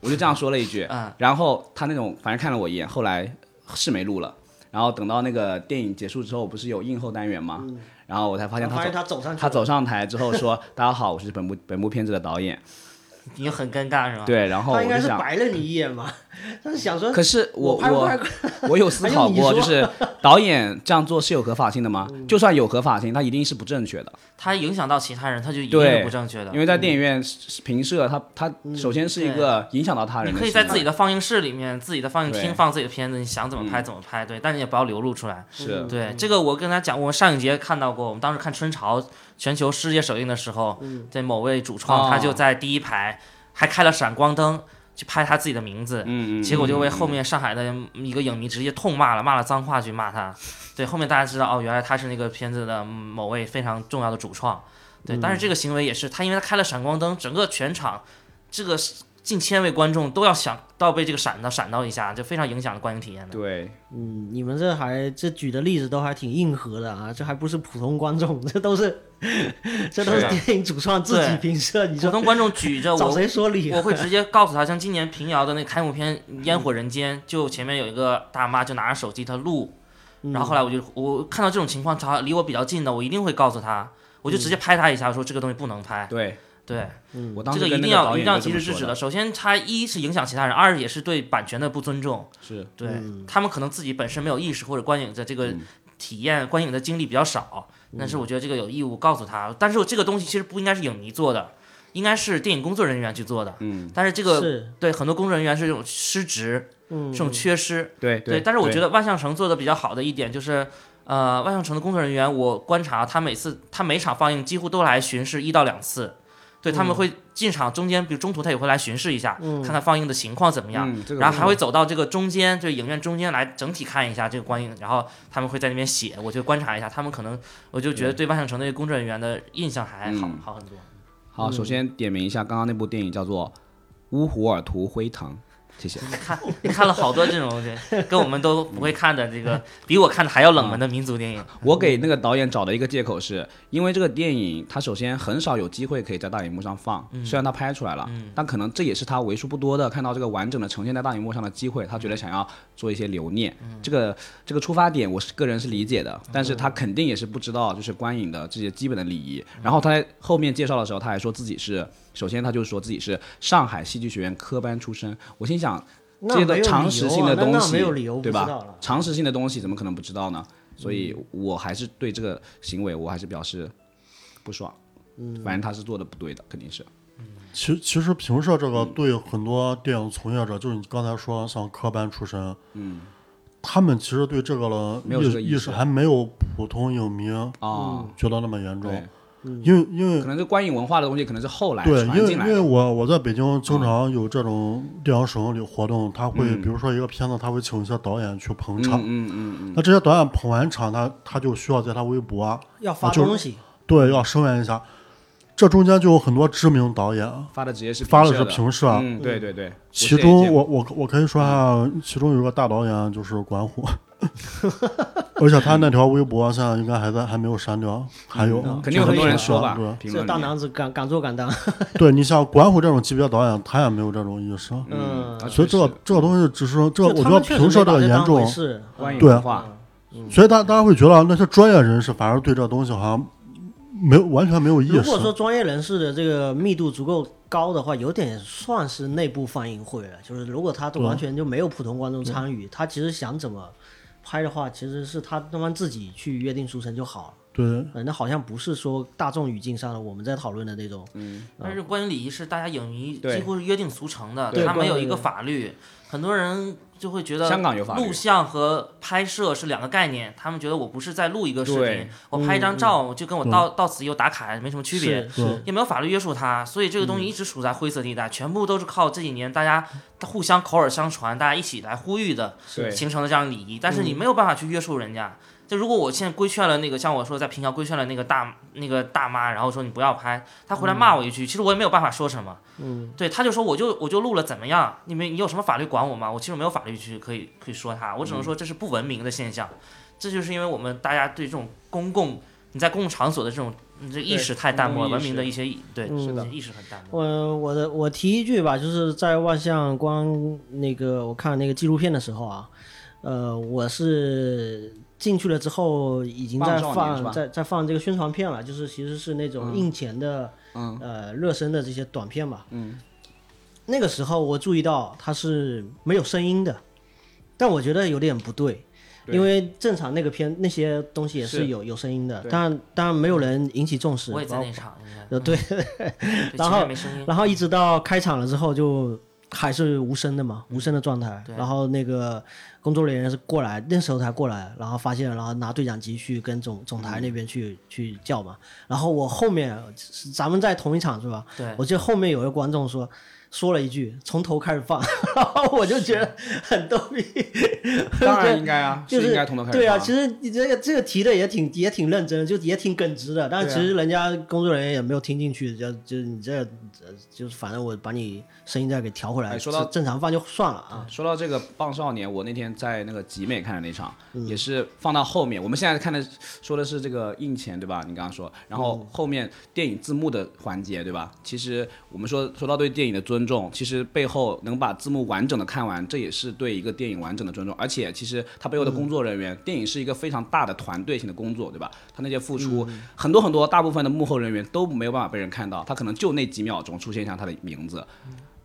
Speaker 3: 我就这样说了一句，
Speaker 1: 嗯
Speaker 3: 然后他那种反正看了我一眼，后来是没录了。然后等到那个电影结束之后，不是有映后单元吗？然后我才发现
Speaker 1: 我
Speaker 3: 他
Speaker 1: 发
Speaker 3: 走
Speaker 1: 现嗯他走上去
Speaker 3: 他
Speaker 1: 了
Speaker 3: 走上台之后说：“ 大家好，我是本部本部片子的导演。
Speaker 2: 你就很尴尬是”吧？，
Speaker 3: 对，然后我
Speaker 1: 啊他应该
Speaker 3: 就是想，
Speaker 1: 白了你一眼嘛， 他是想说，
Speaker 3: 可是我
Speaker 1: 我拍不拍
Speaker 3: 我 我有思考
Speaker 1: 还
Speaker 3: 过，
Speaker 1: 用你说
Speaker 3: 就是导演这样做是有合法性的吗？
Speaker 2: 嗯
Speaker 3: 就算有合法性，他一定是不正确的，
Speaker 2: 他影响到其他人，他就一定
Speaker 3: 对
Speaker 2: 是不正确的嗯
Speaker 3: 因。为在电影院平射，它它首先是一个影响到他
Speaker 2: 你
Speaker 3: 人的行
Speaker 2: 可以
Speaker 3: 为，
Speaker 2: 在自己的放映室里面、自己的放映厅
Speaker 3: 对嗯
Speaker 2: 放自己的片子，你想怎么拍怎么拍，对，但你也不要流露出来。
Speaker 3: 是嗯
Speaker 2: 对，这个我跟他讲，我上影节看到过，我们当时看《春潮》全球世界首映的时候，对某位主创，
Speaker 3: 哦
Speaker 2: 他就在第一排还开了闪光灯去拍他自己的名字，
Speaker 3: 嗯嗯
Speaker 2: 结果就为后面上海的一个影迷直接痛骂了，骂了脏话去骂他。对，后面大家知道哦，原来他是那个片子的某位非常重要的主创。对，但是这个行为也是他，因为他开了闪光灯，整个全场这个近千位观众都要想到被这个闪到闪到一下，就非常影响观影体验的。
Speaker 3: 对，
Speaker 1: 嗯，你们这还这举的例子都还挺硬核的啊，这还不是普通观众，这都是 这都
Speaker 3: 是
Speaker 1: 是
Speaker 3: 啊
Speaker 1: 电影主创自己
Speaker 2: 对
Speaker 1: 评测，你
Speaker 2: 普
Speaker 1: 说
Speaker 2: 通观众举着
Speaker 1: 找
Speaker 2: 我
Speaker 1: 谁说理？ 啊
Speaker 2: 我会直接告诉他，像今年平遥的那个开幕片《烟火人间》，就前面有一个大妈就拿着手机她录，
Speaker 3: 嗯
Speaker 2: 然后后来我就我看到这种情况，她离我比较近的，我一定会告诉她，我就直接拍她一下，说这个东西不能拍。
Speaker 3: 对
Speaker 2: 对，
Speaker 3: 我当
Speaker 2: 哎这个
Speaker 3: 时跟
Speaker 2: 一定
Speaker 3: 那个
Speaker 2: 要
Speaker 3: 导
Speaker 2: 一
Speaker 3: 演
Speaker 2: 定要
Speaker 3: 就这
Speaker 2: 及
Speaker 3: 么
Speaker 2: 时制
Speaker 3: 说
Speaker 2: 止的。首先，它一是影响其他人，二也是对版权的不尊重。
Speaker 3: 是
Speaker 2: 对、
Speaker 3: 嗯
Speaker 2: 他们可能自己本身没有意识，或者观影的这个体验、观影的经历比较少，但是
Speaker 3: 嗯
Speaker 2: 我觉得这个有义务告诉他。但是我这个东西其实不应该是影迷做的，应该是电影工作人员去做的。嗯，但是这个
Speaker 1: 是
Speaker 2: 对很多工作人员是这种失职，
Speaker 1: 嗯，
Speaker 2: 这种缺失。
Speaker 3: 嗯对
Speaker 2: 对，但是我觉
Speaker 3: 得
Speaker 2: 得万象城做的比较好的一点就是，呃，万象城的工作人员，我观察他每次他每场放映几乎都来巡视一到两次，对他们会进场中间，比如中途他也会来巡视一下，看看放映的情况怎么样，
Speaker 3: 嗯这个
Speaker 2: 然
Speaker 3: 我
Speaker 2: 后还会走到这个中间，就影院中间来整体看一下这个观影，然后他们会在那边写，我就观察一下，他们可能我就觉得对万象城那个工作人员的印象还好、
Speaker 3: 嗯
Speaker 2: 好很多。
Speaker 3: 好，
Speaker 2: 嗯
Speaker 3: 首先点名一下刚刚那部电影叫做《乌胡尔图灰堂》，谢谢。
Speaker 2: 你看，你看了好多这种这跟我们都不会看的这个，比我看的还要冷门的民族电影。
Speaker 3: 我给那个导演找的一个借口是，因为这个电影它首先很少有机会可以在大荧幕上放，虽然它拍出来了，但可能这也是他为数不多的看到这个完整的呈现在大荧幕上的机会，他觉得想要做一些留念。这个这个出发点我是个人是理解的，但是他肯定也是不知道就是观影的这些基本的礼仪。然后他在后面介绍的时候，他还说自己是，首先他就说自己是上海戏剧学院科班出身，我心想。
Speaker 1: 那
Speaker 3: 这些
Speaker 1: 没
Speaker 3: 的
Speaker 1: 有
Speaker 3: 常
Speaker 1: 理
Speaker 3: 识
Speaker 1: 由
Speaker 3: 性
Speaker 1: 啊
Speaker 3: 的
Speaker 1: 那那
Speaker 3: 东
Speaker 1: 没
Speaker 3: 西
Speaker 1: 有理由，不
Speaker 3: 对
Speaker 1: 知
Speaker 3: 吧
Speaker 1: 道了？嗯
Speaker 3: 常识性的东西怎么可能不知道呢？所以我还是对这个行为我还是表示不爽。嗯，反正他是做的不对的，肯定是。
Speaker 5: 其其实评社这个对很多电影从业者，就是你刚才说像科班出身，嗯，他们其实对这个了
Speaker 3: 没有这个
Speaker 5: 意
Speaker 3: 意
Speaker 5: 识
Speaker 3: 识
Speaker 5: 还没有普通影迷
Speaker 1: 嗯
Speaker 3: 啊
Speaker 5: 觉得那么严重
Speaker 3: 对，
Speaker 5: 因为因为
Speaker 3: 可能这观影文化的东西，可能是后来
Speaker 5: 对，因
Speaker 3: 传
Speaker 5: 为
Speaker 3: 进
Speaker 5: 因
Speaker 3: 来
Speaker 5: 为
Speaker 3: 的。嗯
Speaker 5: 我我在北京经常有这种电影首映礼活动，他会、比如说一个片子，他会请一些导演去捧场，
Speaker 3: 嗯嗯嗯，
Speaker 5: 那这些导演捧完场，他他就需要在他微博啊
Speaker 1: 要发
Speaker 5: 就是
Speaker 1: 东西，
Speaker 5: 对要声援一下，这中间就有很多知名导演，
Speaker 3: 发的直接是
Speaker 5: 发的
Speaker 3: 社
Speaker 5: 是评社
Speaker 3: 嗯，对对对。
Speaker 5: 其
Speaker 3: 我是也
Speaker 5: 中
Speaker 3: 见
Speaker 5: 我我我可以说一下，
Speaker 3: 嗯
Speaker 5: 其中有一个大导演就是管虎， 而且他那条微博现在应该还在还没有删掉，还有
Speaker 3: 嗯
Speaker 5: 啊
Speaker 3: 肯定有很多人说吧
Speaker 5: 对吧，
Speaker 3: 评
Speaker 1: 这
Speaker 3: 论
Speaker 1: 大
Speaker 3: 里面。
Speaker 1: 男子敢敢做敢当，
Speaker 5: 对你像管虎这种级别的导演，他也没有这种意识，
Speaker 1: 嗯，
Speaker 3: 啊
Speaker 5: 所以这个这个东西只是这个，
Speaker 1: 就他
Speaker 5: 我觉
Speaker 1: 们
Speaker 5: 得
Speaker 1: 确实
Speaker 5: 评社
Speaker 1: 没
Speaker 5: 这
Speaker 1: 把
Speaker 5: 个
Speaker 1: 这
Speaker 5: 严
Speaker 1: 当回
Speaker 5: 重，
Speaker 1: 事，啊嗯
Speaker 3: 观影
Speaker 5: 对啊
Speaker 3: 文化，
Speaker 5: 所以大大家会觉得那些专业人士反而对这东西好像没有完全没有意
Speaker 1: 如
Speaker 5: 识
Speaker 1: 果。说专业人士的这个密度足够高的话，有点算是内部放映会了。就是如果他
Speaker 5: 啊
Speaker 1: 完全就没有普通观众参与，他其实想怎么拍的话，其实是他他妈自己去约定俗成就好了。
Speaker 5: 对，
Speaker 1: 呃那好像不是说大众语境上的我们在讨论的那种，
Speaker 2: 但是观影礼仪是大家影迷
Speaker 3: 嗯对
Speaker 2: 几乎是约定俗成的
Speaker 1: 对，
Speaker 2: 他没
Speaker 1: 观
Speaker 2: 有
Speaker 1: 影
Speaker 2: 一个法律，很多人就会觉得
Speaker 3: 香港有法律
Speaker 2: 录像和拍摄是两个概念，他们觉得我不是在录一个视频
Speaker 3: 对，嗯
Speaker 2: 我拍一张照，我就跟我到到此以后打卡没什么区别
Speaker 1: 是。是，
Speaker 2: 也没有法律约束它，所以这个
Speaker 3: 嗯
Speaker 2: 东西一直处在灰色地带，全部都是靠这几年大家互相口耳相传，大家一起来呼吁的
Speaker 3: 对
Speaker 2: 形成的这样礼仪。但是你没有办法去约束人家。就如果我现在规劝了那个，像我说在平遥规劝了那个大那个大妈，然后说你不要拍，她回来骂我一句，其实我也没有办法说什么。嗯，对，她就说我就我就录了怎么样？你没你有什么法律管我吗？我其实没有法律去可以可以说她，我只能说这是不文明的现象。这就是因为我们大家对这种公共你在公共场所的这种你这意识太淡漠了，
Speaker 3: 公共
Speaker 2: 文
Speaker 3: 意识
Speaker 2: 明的一些意对
Speaker 1: 嗯是的
Speaker 2: 意识很淡漠。
Speaker 1: 我我的我提一句吧，就是在万象光那个我看那个纪录片的时候啊，呃，我是进去了之后已经在
Speaker 3: 放少年是
Speaker 1: 放
Speaker 3: 吧
Speaker 1: 在在放这个宣传片了，就是其实是那种印钱的、
Speaker 3: 嗯
Speaker 1: 呃热身的这些短片吧。
Speaker 3: 嗯，
Speaker 1: 那个时候我注意到它是没有声音的，但我觉得有点不对。
Speaker 3: 对
Speaker 1: 因为正常那个片那些东西也是
Speaker 3: 是
Speaker 1: 有有声音的，
Speaker 3: 对
Speaker 1: 当然当然没有人引起重视。
Speaker 2: 我也在
Speaker 1: 包
Speaker 2: 那场，应该嗯
Speaker 1: 呃对，
Speaker 2: 对
Speaker 1: 然
Speaker 2: 前
Speaker 1: 后
Speaker 2: 面没声音，
Speaker 1: 然后一直到开场了之后，就还是无声的嘛，无声的状态。
Speaker 2: 嗯对
Speaker 1: 然后那个工作人员是过来，那时候才过来，然后发现，然后拿对讲机去跟总总台那边去、去叫嘛。然后我后面是咱们在同一场是吧？
Speaker 2: 对
Speaker 1: 我记得后面有一个观众说。说了一句“从头开始放”， 然后我就觉得很逗逼，
Speaker 3: 当然应该啊，
Speaker 1: 就是
Speaker 3: 应该从头开始
Speaker 1: 对啊，
Speaker 3: 放
Speaker 1: 其实你这个这个提的也挺也挺认真，就也挺耿直的，但
Speaker 3: 对
Speaker 1: 其
Speaker 3: 啊
Speaker 1: 实人家工作人员也没有听进去，就就你这个呃就是反正我把你声音再给调回来，
Speaker 3: 哎说到
Speaker 1: 正常放就算了啊。
Speaker 3: 说到这个《棒少年》，我那天在那个集美看的那场，也是放到后面。我们现在看的说的是这个印钱，对吧？你刚刚说，然后后面电影字幕的环节，对吧？其实我们说说到对电影的尊重，其实背后能把字幕完整的看完，这也是对一个电影完整的尊重。而且其实它背后的工作人员，电影是一个非常大的团队性的工作，对吧？他那些付出，很多很多，大部分的幕后人员都没有办法被人看到，他可能就那几秒钟出现一下他的名字。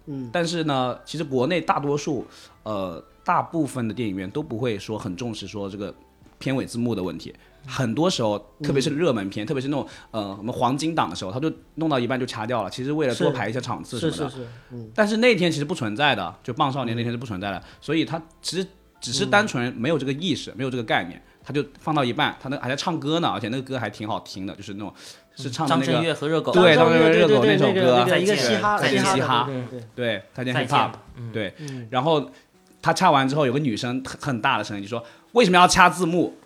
Speaker 1: 嗯
Speaker 3: 但是呢，其实国内大多数，呃，大部分的电影院都不会说很重视说这个片尾字幕的问题。很多时候，特别是热门
Speaker 1: 嗯
Speaker 3: 片，特别是那种呃什么黄金档的时候，他就弄到一半就掐掉了。其实为了多
Speaker 1: 是
Speaker 3: 排一些场次什
Speaker 1: 是
Speaker 3: 么的。
Speaker 1: 是是，嗯，嗯
Speaker 3: 但是那天其实不存在的，就棒少年那天是不存在的，所以他其实只是单纯没有这个意识，没有这个概念，他就放到一半，他那还在唱歌呢，而且那个歌还挺好听的，就是那种是唱的
Speaker 2: 张
Speaker 3: 那
Speaker 2: 震
Speaker 3: 个
Speaker 2: 岳和热狗，
Speaker 3: 对
Speaker 1: 当时
Speaker 3: 当时
Speaker 1: 对
Speaker 3: 热狗
Speaker 1: 对对
Speaker 3: 那
Speaker 1: 个
Speaker 3: 首歌
Speaker 1: 那个啊
Speaker 2: 再
Speaker 1: 一个
Speaker 2: 见
Speaker 1: 嘻哈，
Speaker 2: 再见
Speaker 1: 嘻
Speaker 3: 嘻
Speaker 1: 哈
Speaker 3: 哈
Speaker 1: 的，对对，
Speaker 3: 对再见
Speaker 2: 再
Speaker 3: hiphop
Speaker 2: 见，嗯，
Speaker 3: 对
Speaker 1: 嗯，
Speaker 3: 然后他唱完之后，有个女生很很大的声音就说：“为什么要掐字幕？”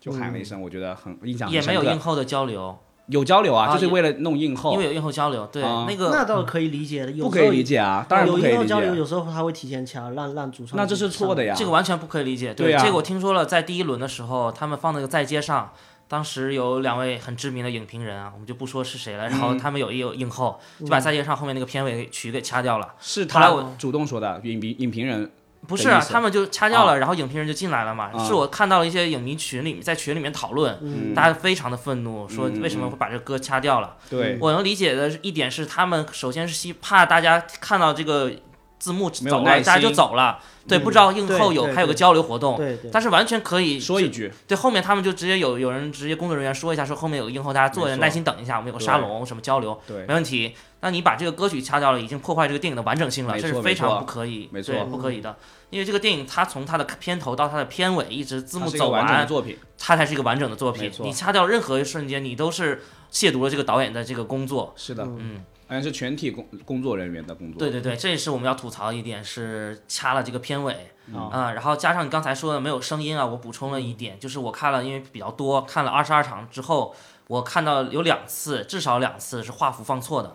Speaker 3: 就喊了一声，我觉得很印象很
Speaker 2: 也
Speaker 3: 深刻。
Speaker 2: 没有映后的交流，
Speaker 3: 有交流啊，
Speaker 2: 啊
Speaker 3: 就是为了弄映后
Speaker 2: 因为，有映后交流，对
Speaker 3: 啊
Speaker 2: 那
Speaker 1: 那
Speaker 2: 个
Speaker 1: 倒可以理解的，有
Speaker 3: 不
Speaker 1: 时
Speaker 3: 可
Speaker 1: 候
Speaker 3: 以理解啊，当然不
Speaker 1: 有
Speaker 3: 可
Speaker 1: 一
Speaker 3: 以理
Speaker 1: 定交流，
Speaker 3: 解，
Speaker 1: 有时候他会提前掐，让让主唱
Speaker 3: 那这是错的
Speaker 1: 呀。
Speaker 3: 呀。
Speaker 2: 这个完全不可以理解，
Speaker 3: 对呀
Speaker 2: 这个我听说了，在第一轮的时候，他们放那个在街上。当时有两位很知名的影评人啊，我们就不说是谁了。然
Speaker 3: 嗯
Speaker 2: 后他们有一有映后，就把《在街上》后面那个片尾曲给掐掉了。
Speaker 3: 是
Speaker 2: 后来
Speaker 3: 他
Speaker 2: 我
Speaker 3: 主动说的，影评影评人
Speaker 2: 不
Speaker 3: 的
Speaker 2: 是啊
Speaker 3: 意，思哦
Speaker 2: 他们就掐掉了，然后影评人就进来了嘛。
Speaker 3: 啊
Speaker 2: 是我看到了一些影迷群里在群里面讨论，
Speaker 3: 嗯
Speaker 2: 大家非常的愤怒，说为什么会把这歌掐掉了？
Speaker 3: 对
Speaker 2: 我能理解的一点是，他们首先是希怕大家看到这个字幕
Speaker 3: 没有
Speaker 2: 走
Speaker 3: 耐
Speaker 2: 了，
Speaker 3: 心嗯
Speaker 2: 大家就走了。对，不知道映后有
Speaker 1: 对对
Speaker 2: 还有个交流活动，
Speaker 1: 对对，
Speaker 2: 但是完全可以
Speaker 3: 说一句，
Speaker 2: 对，后面他们就直接有有人直接工作人员说一下，说后面有个映后，大家坐
Speaker 3: 没
Speaker 2: 着
Speaker 3: 错
Speaker 2: 耐心等一下，我们有个沙龙什么交流，
Speaker 3: 对
Speaker 2: 没问题。那你把这个歌曲掐掉了，已经破坏这个电影的完整性了，
Speaker 3: 没
Speaker 2: 这是
Speaker 3: 错
Speaker 2: 非
Speaker 3: 没
Speaker 2: 常
Speaker 3: 错
Speaker 2: 不可以，
Speaker 3: 没错
Speaker 2: 对不可以的。因为这个电影它从它的片头到它的片尾一直字
Speaker 3: 它
Speaker 2: 幕
Speaker 3: 是一个
Speaker 2: 走
Speaker 3: 完整的
Speaker 2: 完，
Speaker 3: 作品，
Speaker 2: 它才是一个完整的作
Speaker 3: 没
Speaker 2: 品。
Speaker 3: 错
Speaker 2: 你掐掉任何一瞬间，你都是亵渎了这个导演的这个工作。
Speaker 3: 是的，
Speaker 2: 嗯，
Speaker 3: 而且是全体工工作人员的工作，
Speaker 2: 对对对，这也是我们要吐槽的一点，是掐了这个片尾
Speaker 3: 嗯
Speaker 2: 啊、然后加上你刚才说的没有声音啊，我补充了一点，就是我看了，因为比较多，看了二十二场之后，我看到有两次，至少两次是画幅放错的，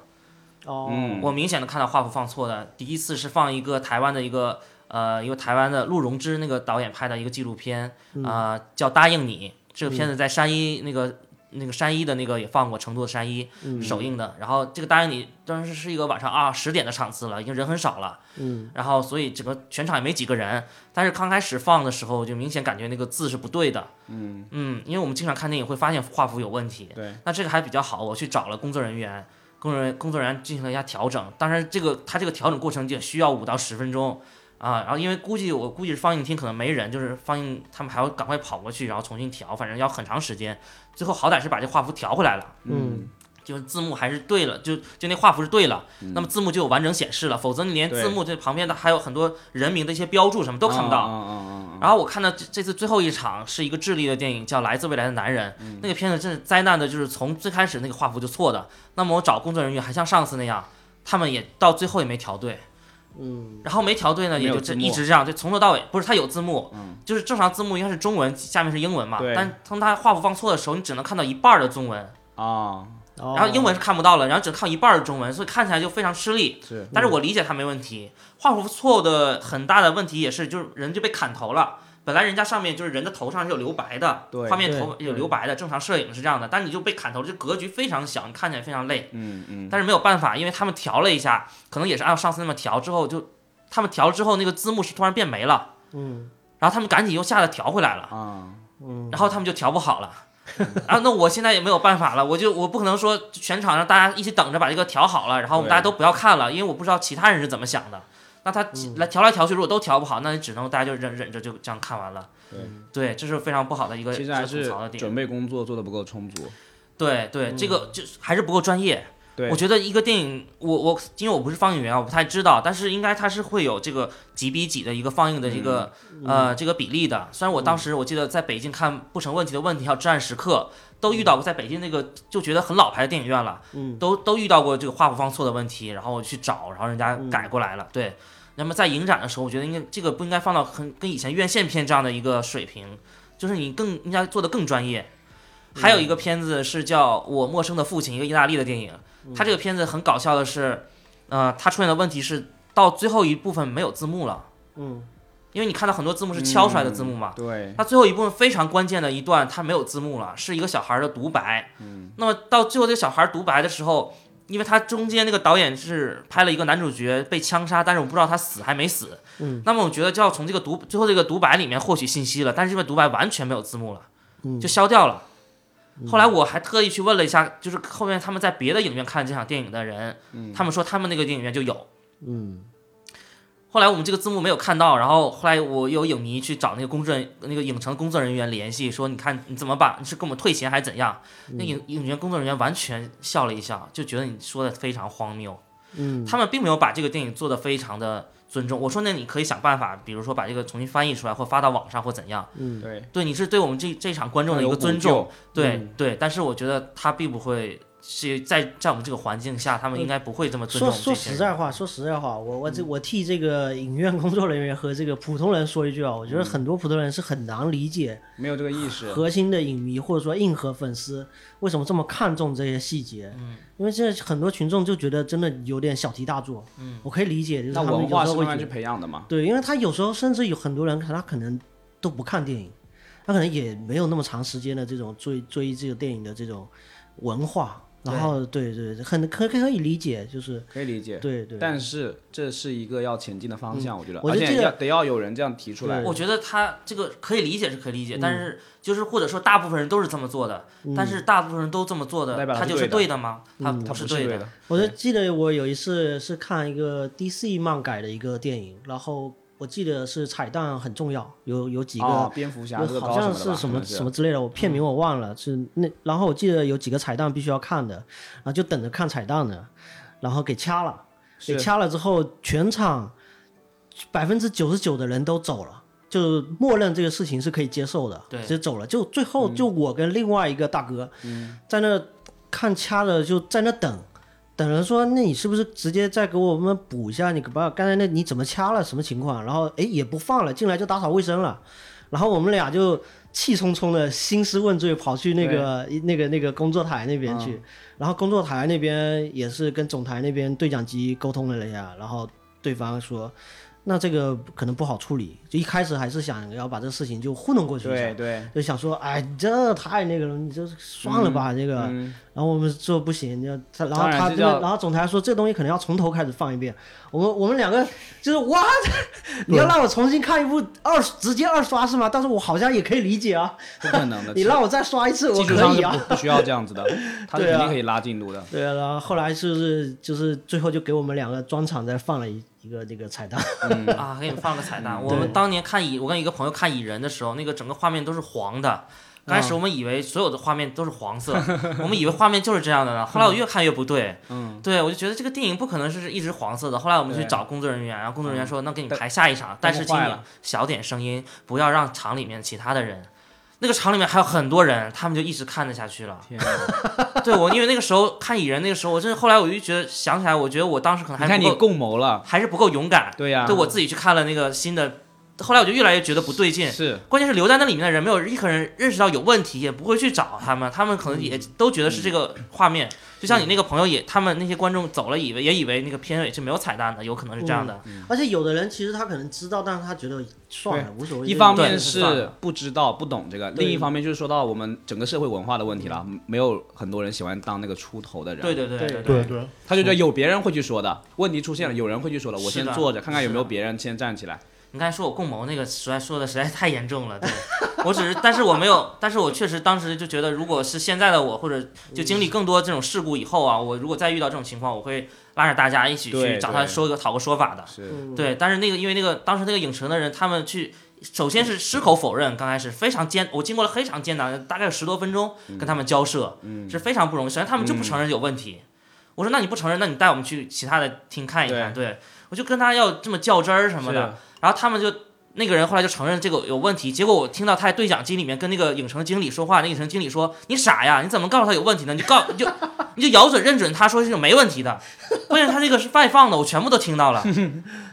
Speaker 1: 哦，
Speaker 3: 嗯
Speaker 2: 我明显的看到画幅放错的。第一次是放一个台湾的一个呃，一个台湾的陆荣枝那个导演拍的一个纪录片啊、呃叫《答应你》，这个片子在山一那个。那个山一的那个也放过成都的山一首映的，然后这个答应你当时是一个晚上啊十点的场次了，已经人很少了，
Speaker 1: 嗯，
Speaker 2: 然后所以整个全场也没几个人，但是刚开始放的时候就明显感觉那个字是不对的，嗯因为我们经常看电影会发现画幅有问题，
Speaker 3: 对，
Speaker 2: 那这个还比较好，我去找了工作人员，工作人员工作人员进行了一下调整，当然这个他这个调整过程也需要五到十分钟啊，然后因为估计我估计是放映厅可能没人，就是放映他们还要赶快跑过去，然后重新调，反正要很长时间，最后好歹是把这画幅调回来了。
Speaker 1: 嗯，
Speaker 2: 就是字幕还是对了，就就那画幅是对了，那么字幕就有完整显示了，否则你连
Speaker 3: 对
Speaker 2: 字幕这旁边的还有很多人名的一些标注什么都看不到。
Speaker 3: 嗯嗯嗯嗯嗯，
Speaker 2: 然后我看到这这次最后一场是一个智利的电影叫《来自未来的男人》，
Speaker 3: 嗯
Speaker 2: 那个片子真是灾难的，就是从最开始那个画幅就错的。那么我找工作人员还像上次那样，他们也到最后也没调对。嗯，然后没调对呢，
Speaker 3: 没
Speaker 2: 也
Speaker 3: 有
Speaker 2: 就这
Speaker 3: 字幕嗯
Speaker 2: 一直这样，就从头到尾不是它有字幕，就是正常字幕应该是中文，下面是英文嘛
Speaker 3: 对。
Speaker 2: 但当它画幅放错的时候，你只能看到一半儿的中文，
Speaker 3: 啊
Speaker 1: 然
Speaker 2: 然后英文是看不到了，然后只看一半儿中文，所以看起来就非常吃力。
Speaker 3: 是，
Speaker 2: 但是我理解他没问题。画幅错误的很大的问题也是，就是人就被砍头了。本来人家上面就是人的头上是有留白的，
Speaker 3: 对
Speaker 2: 画面头
Speaker 1: 对
Speaker 2: 有留白的，正常摄影是这样的，但你就被砍头，这格局非常小，你看起来非常累。
Speaker 3: 嗯嗯，
Speaker 2: 但是没有办法，因为他们调了一下，可能也是按上次那么调之后，就他们调了之后，那个字幕是突然变没了，
Speaker 1: 嗯
Speaker 2: 然后他们赶紧又下来调回来了。
Speaker 3: 啊，
Speaker 1: 嗯，
Speaker 2: 然后他们就调不好了。 啊，那我现在也没有办法了，我就我不可能说全场让大家一起等着把这个调好了，然后我们
Speaker 3: 对
Speaker 2: 大家都不要看了，因为我不知道其他人是怎么想的。那他来调来调去，如果都调不好，那你只能大家就忍忍着就这样看完了。
Speaker 3: 对
Speaker 2: 对，这是非常不好的一个值
Speaker 3: 其实
Speaker 2: 得
Speaker 3: 还
Speaker 2: 吐
Speaker 3: 是
Speaker 2: 槽的点。
Speaker 3: 准备工作做的不够充足，
Speaker 2: 对对，这个就是还是不够专业。
Speaker 3: 对
Speaker 2: 我觉得一个电影，我我因为我不是放映员啊，我不太知道，但是应该它是会有这个几比几的一个放映的一个、呃这个比例的。虽然我当时我记得在北京看《不成问题的问题》还有《至暗时刻》，都遇到过在北京那个就觉得很老牌的电影院了，
Speaker 1: 嗯
Speaker 2: 都都遇到过这个画幅放错的问题，然后我去找，然后人家改过来了，
Speaker 1: 嗯
Speaker 2: 对。那么在影展的时候，我觉得应该这个不应该放到很跟以前院线片这样的一个水平，就是你更应该做的更专业。
Speaker 1: 嗯
Speaker 2: 还有一个片子是叫《我陌生的父亲》，一个意大利的电影。
Speaker 1: 嗯
Speaker 2: 他这个片子很搞笑的是，呃，他出现的问题是到最后一部分没有字幕了，
Speaker 1: 嗯
Speaker 2: 因为你看到很多字幕是敲出来的字幕嘛。
Speaker 3: 对，
Speaker 2: 他最后一部分非常关键的一段，他没有字幕了，是一个小孩儿的独白。嗯，那么到最后这个小孩儿独白的时候，因为他中间那个导演是拍了一个男主角被枪杀，但是我不知道他死还没死。
Speaker 1: 嗯，
Speaker 2: 那么我觉得就要从这个独最后这个独白里面获取信息了，但是这个独白完全没有字幕了，
Speaker 1: 嗯
Speaker 2: 就消掉了。后来我还特意去问了一下，就是后面他们在别的影院看这场电影的人，他们说他们那个电影院就有，
Speaker 1: 嗯
Speaker 2: 后来我们这个字幕没有看到，然后后来我有影迷去找那个工作人那个影城工作人员联系，说你看你怎么把你是给我们退钱还是怎样？那影影院工作人员完全笑了一笑，就觉得你说的非常荒谬。嗯，他们并没有把这个电影做得非常的尊重。我说那你可以想办法，比如说把这个重新翻译出来，或发到网上，或怎样。
Speaker 1: 嗯，
Speaker 3: 对，
Speaker 2: 对，你是对我们这这场观众的一个尊重。，对、对，但是我觉得他并不会是在在我们这个环境下，他们应该不会这么尊
Speaker 1: 说
Speaker 2: 重这
Speaker 1: 说
Speaker 2: 些
Speaker 1: 实
Speaker 2: 人。
Speaker 1: 在话，说实在话，我我这我替这个影院工作人员和这个普通人说一句啊，我觉得很多普通人是很难理解
Speaker 3: 没有这个意识。
Speaker 1: 核心的影迷或者说硬核粉丝为什么这么看重这些细节，嗯，因为现在很多群众就觉得真的有点小题大做，嗯，我可以理解，就是
Speaker 3: 那
Speaker 1: 他们
Speaker 3: 文
Speaker 1: 有时
Speaker 3: 化是
Speaker 1: 候会
Speaker 3: 慢
Speaker 1: 觉
Speaker 3: 慢
Speaker 1: 得
Speaker 3: 去培养的嘛？
Speaker 1: 对，因为他有时候甚至有很多人，他可能都不看电影，他可能也没有那么长时间的这种追追这个电影的这种文化。然后，对对，很可可以理解，就是
Speaker 3: 可以理解。
Speaker 1: 对对。
Speaker 3: 但是这是一个要前进的方向，我觉得，
Speaker 1: 我
Speaker 3: 而
Speaker 1: 觉得
Speaker 3: 且
Speaker 1: 这个
Speaker 3: 要得要有人这样提出来。
Speaker 2: 我觉得他这个可以理解是可以理解，
Speaker 3: 嗯
Speaker 2: 但是就是或者说大部分人都是这么做的，但是大部分人都这么做的，
Speaker 3: 代表
Speaker 2: 他
Speaker 3: 他
Speaker 2: 就是
Speaker 3: 对的嗯
Speaker 2: 对的吗？他
Speaker 3: 他
Speaker 2: 不
Speaker 3: 不是
Speaker 2: 对
Speaker 3: 对
Speaker 2: 的
Speaker 3: 的。
Speaker 1: 嗯我就记得我有一次是看一个 DC 漫改的一个电影，然后我记得是彩蛋很重要，有有几个、
Speaker 3: 哦蝙蝠侠、
Speaker 1: 有
Speaker 3: 乐
Speaker 1: 好
Speaker 3: 高
Speaker 1: 像
Speaker 3: 什
Speaker 1: 是
Speaker 3: 么的吧
Speaker 1: 什
Speaker 3: 可
Speaker 1: 么
Speaker 3: 能是嗯
Speaker 1: 什么之类的，我片名我忘了，是那。然后我记得有几个彩蛋必须要看的，然后就等着看彩蛋呢，然后给掐了，给
Speaker 3: 是
Speaker 1: 掐了之后，全场百分之九十九的人都走了。就默认这个事情是可以接受的，
Speaker 2: 对
Speaker 1: 就走了。就最
Speaker 3: 嗯
Speaker 1: 后就我跟另外一个大哥，在那看掐的，就在那等，等人说，那你是不是直接再给我们补一下？你把刚才那你怎么掐了？什么情况？然后哎也不放了，进来就打扫卫生了。然后我们俩就气冲冲的兴师问罪，跑去那个那个那个工作台那边去。然后工作台那边也是跟总台那边对讲机沟通了一下，然后对方说。那这个可能不好处理，就一开始还是想要把这事情就糊弄过去一下
Speaker 3: 对，对，
Speaker 1: 就想说，哎，你这太那个了，你这算了吧，这个。
Speaker 3: 嗯
Speaker 1: 然后我们说不行，就他，然后
Speaker 3: 当然
Speaker 1: 他
Speaker 3: 这
Speaker 1: 这个，
Speaker 3: 叫
Speaker 1: 然后总裁说这东西可能要从头开始放一遍。我们我们两个就是 what？你要让我重新看一部二直接二刷是吗？但是我好像也可以理解啊，
Speaker 3: 不可能的。
Speaker 1: 你让我再刷一次我
Speaker 3: 技术
Speaker 1: 可
Speaker 3: 上
Speaker 1: 以
Speaker 3: 是
Speaker 1: 啊。
Speaker 3: 不不需要这 样子的，他是
Speaker 1: 对啊
Speaker 3: 肯定可以拉进度的。
Speaker 1: 对啊，然后后来就是就是最后就给我们两个专场再放了一一个那个彩 蛋，
Speaker 3: 嗯
Speaker 2: 啊，给你们放个彩蛋。我们当年看蚁，我跟一个朋友看蚁人的时候，那个整个画面都是黄的。刚
Speaker 3: 嗯
Speaker 2: 开始我们以为所有的画面都是黄色， 我们以为画面就是这样的呢。后来我越看越不对，嗯，对我就觉得这个电影不可能是一直黄色的。后来我们去
Speaker 3: 对嗯
Speaker 2: 找工作人员，然后工作人员说：“那给你排下一场，但是请
Speaker 3: 坏
Speaker 2: 你
Speaker 3: 了
Speaker 2: 小点声音，不要让场里面其他的人。”那个场里面还有很多人，他们就一直看得下去了。
Speaker 3: 天啊，
Speaker 2: 对我，因为那个时候看蚁人，那个时候我真的后来我就觉得想起来，我觉得我当时可能
Speaker 3: 你
Speaker 2: 还
Speaker 3: 看
Speaker 2: 不
Speaker 3: 你
Speaker 2: 够
Speaker 3: 共谋了，
Speaker 2: 还是不够勇敢。
Speaker 3: 对呀
Speaker 2: 对我自己去看了那个新的，后来我就越来越觉得不对劲。
Speaker 3: 是
Speaker 2: 关键是留在那里面的人，没有一个人认识到有问题，也不会去找他们，他们可能也都觉得是这个画面。就像你那个朋友也，他们那些观众走了，以为也以为那个片尾是没有彩蛋的，有可能是这样的。
Speaker 1: 而且有的人其实他可能知道，但是他觉得算了，无所谓。
Speaker 3: 一方
Speaker 1: 就
Speaker 3: 面
Speaker 2: 对是算
Speaker 3: 是
Speaker 2: 了
Speaker 3: 不知道不懂这个，
Speaker 1: 对
Speaker 3: 另一方面就是说到我们整个社会文化的问题了，没有很多人喜欢当那个出头的人。
Speaker 2: 对对对对
Speaker 5: 对对，
Speaker 3: 他就觉得有别人会去说的，问题出现了，有人会去说的，我
Speaker 2: 是
Speaker 3: 先
Speaker 2: 的
Speaker 3: 坐着看看有没有
Speaker 2: 是的
Speaker 3: 别人先站起来。
Speaker 2: 你刚才说我共谋那个，实在说的实在太严重了。对，我只是，但是我没有，但是我确实当时就觉得，如果是现在的我，或者就经历更多这种事故以后啊，我如果再遇到这种情况，我会拉着大家一起去
Speaker 3: 对
Speaker 2: 找他
Speaker 3: 对
Speaker 2: 说个讨个说法的。
Speaker 3: 是
Speaker 1: 嗯
Speaker 2: 对，但是那个因为那个当时那个影城的人，他们去首先是矢口否认，刚开始非常艰，我经过了非常艰难，大概有十多分钟跟他们交涉，是非常不容易。首先他们就不承认有问题，我说那你不承认，那你带我们去其他的厅看一看，对我就跟他要这么较真儿什么
Speaker 3: 哦
Speaker 2: 的，然后他们就。那个人后来就承认这个有问题，结果我听到他在对讲机里面跟那个影城经理说话，那影城经理说：“你傻呀，你怎么告诉他有问题呢？你就告你就你就咬准认准他说是有没问题的。”关键他这个是外放的，我全部都听到了。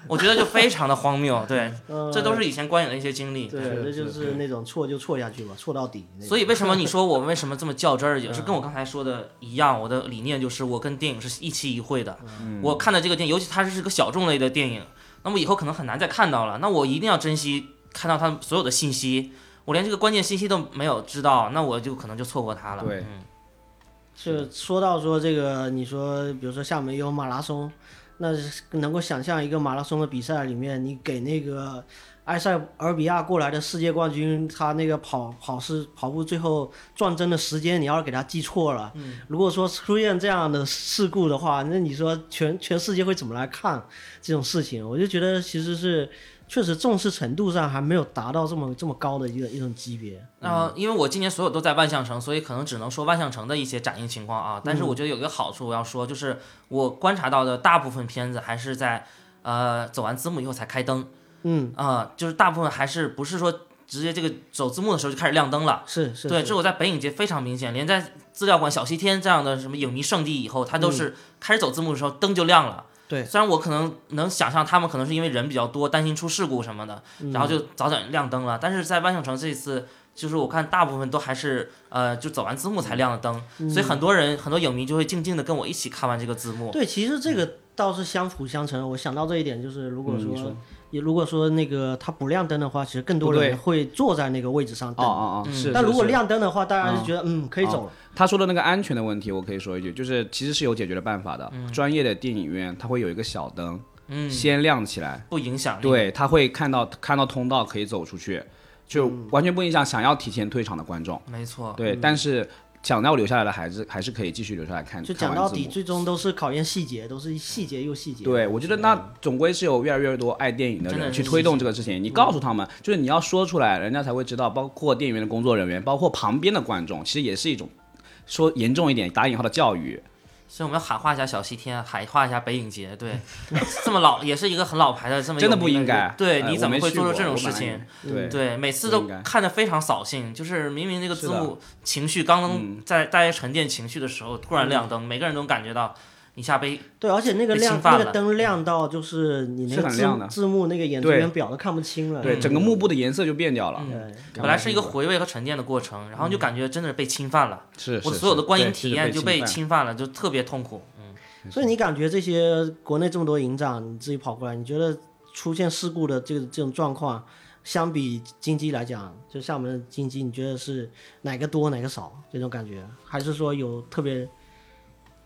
Speaker 2: 我觉得就非常的荒谬，对，
Speaker 1: 呃
Speaker 2: 这都是以前观影的一些经历。
Speaker 1: 对，那就是那种错就错下去吧，错到底那种。嗯
Speaker 2: 所以为什 么你说我为什么这么较真儿，也是跟我刚才说的一样。我的理念就是我跟电影是一期一会的，
Speaker 1: 嗯
Speaker 2: 我看的这个电影，尤其它是个小众类的电影，那么以后可能很难再看到了。那我一定要珍惜看到它所有的信息，我连这个关键信息都没有知道，那我就可能就错过它了。
Speaker 3: 对
Speaker 2: 嗯
Speaker 1: 就说到说这个，你说比如说厦门有马拉松，那是能够想象一个马拉松的比赛里面，你给那个埃塞俄比亚过来的世界冠军，他那个跑跑是跑步最后转针的时间，你要是给他记错了，如果说出现这样的事故的话，那你说全全世界会怎么来看这种事情？我就觉得其实是确实重视程度上还没有达到这么这么高的一个一种级别。
Speaker 2: 那、因为我今年所有都在万象城，所以可能只能说万象城的一些展映情况啊。
Speaker 1: 嗯
Speaker 2: 但是我觉得有一个好处我要说，就是我观察到的大部分片子还是在呃走完字幕以后才开灯，
Speaker 1: 嗯，
Speaker 2: 啊、就是大部分还是不是说直接这个走字幕的时候就开始亮灯了。
Speaker 1: 是是，
Speaker 2: 对，
Speaker 1: 是
Speaker 2: 这我在北影节非常明显，连在资料馆、小西天这样的什么影迷圣地以后，它
Speaker 1: 嗯
Speaker 2: 都是开始走字幕的时候灯就亮了。
Speaker 1: 对
Speaker 2: 虽然我可能能想象他们可能是因为人比较多，担心出事故什么的，
Speaker 3: 嗯
Speaker 2: 然后就早点亮灯了。但是在万象城这次，就是我看大部分都还是呃，就走完字幕才亮的灯，
Speaker 3: 嗯
Speaker 2: 所以很多人很多影迷就会静静的跟我一起看完这个字幕。
Speaker 1: 对，其实这个倒是相辅相成。我想到这一点，就是如果
Speaker 3: 嗯你
Speaker 1: 说，也如果说那个它不亮灯的话，其实更多人会坐在那个位置上
Speaker 3: 哦
Speaker 1: 等。
Speaker 3: 哦哦，是。哦
Speaker 1: 但如果
Speaker 3: 是是
Speaker 1: 亮灯的话，大家就觉得嗯可以走了。
Speaker 3: 他说的那个安全的问题，我可以说一句，就是其实是有解决的办法的。专业的电影院它会有一个小灯，
Speaker 2: 嗯，
Speaker 3: 先亮起来，
Speaker 2: 不影响那个。
Speaker 3: 对，他会看到看到通道可以走出去，就完全不影响想要提前退场的观众。
Speaker 2: 没错。
Speaker 3: 对，但是想要留下来的孩子还是可以继续留下来看，
Speaker 1: 就讲
Speaker 3: 看完
Speaker 1: 到
Speaker 3: 字
Speaker 1: 底，
Speaker 3: 幕
Speaker 1: 最终都是考验细节，都是细节又细节。
Speaker 3: 对，我觉得那总归是有越来越多爱电影的
Speaker 2: 真的
Speaker 3: 人
Speaker 2: 是
Speaker 3: 去推动这个事情。你告诉他们，就是你要说出来，人家才会知道。包括电影院的工作人员，包括旁边的观众，其实也是一种说严重一点打引号的教育。
Speaker 2: 所以我们要喊话一下小西天，喊话一下北影节，对，这么老也是一个很老牌的，这么有
Speaker 3: 真的
Speaker 2: 名
Speaker 3: 不应该
Speaker 2: 人对，
Speaker 3: 哎
Speaker 2: 你
Speaker 3: 我
Speaker 2: 怎么
Speaker 3: 没
Speaker 2: 会
Speaker 3: 去
Speaker 2: 做出
Speaker 3: 过
Speaker 2: 这种
Speaker 3: 我
Speaker 2: 事
Speaker 3: 本来
Speaker 2: 情？
Speaker 3: 对，
Speaker 2: 对，每次
Speaker 3: 不
Speaker 2: 都
Speaker 3: 应该
Speaker 2: 看得非常扫兴，就是明明这个字
Speaker 3: 是嗯
Speaker 2: 幕情绪刚能在大家沉淀情绪的时候，突然亮灯，每个人都感觉到一下被
Speaker 1: 对，而且那个
Speaker 2: 被
Speaker 1: 亮
Speaker 2: 侵犯
Speaker 1: 那个
Speaker 2: 了
Speaker 1: 灯亮到就是你那
Speaker 3: 是
Speaker 1: 个
Speaker 3: 很
Speaker 1: 字
Speaker 3: 亮的
Speaker 1: 字幕那个眼睛
Speaker 3: 对
Speaker 1: 跟表都看不清了。嗯
Speaker 3: 对，
Speaker 2: 嗯
Speaker 3: 整个幕布的颜色就变掉了。
Speaker 1: 对
Speaker 2: 本来是一个回味和沉淀的过程，然后就感觉真的是被侵犯了，
Speaker 3: 嗯是
Speaker 2: 嗯我
Speaker 3: 是
Speaker 2: 所有
Speaker 3: 是
Speaker 2: 的观影
Speaker 3: 对
Speaker 2: 体
Speaker 3: 是
Speaker 2: 验就被
Speaker 3: 侵
Speaker 2: 侵犯了，就特别痛苦。嗯，
Speaker 1: 所以你感觉这些国内这么多影展，你自己跑过来，你觉得出现事故的这个这种状况，相比金鸡来讲，就厦门的金鸡，你觉得是哪个多哪个少这种感觉？还是说有特别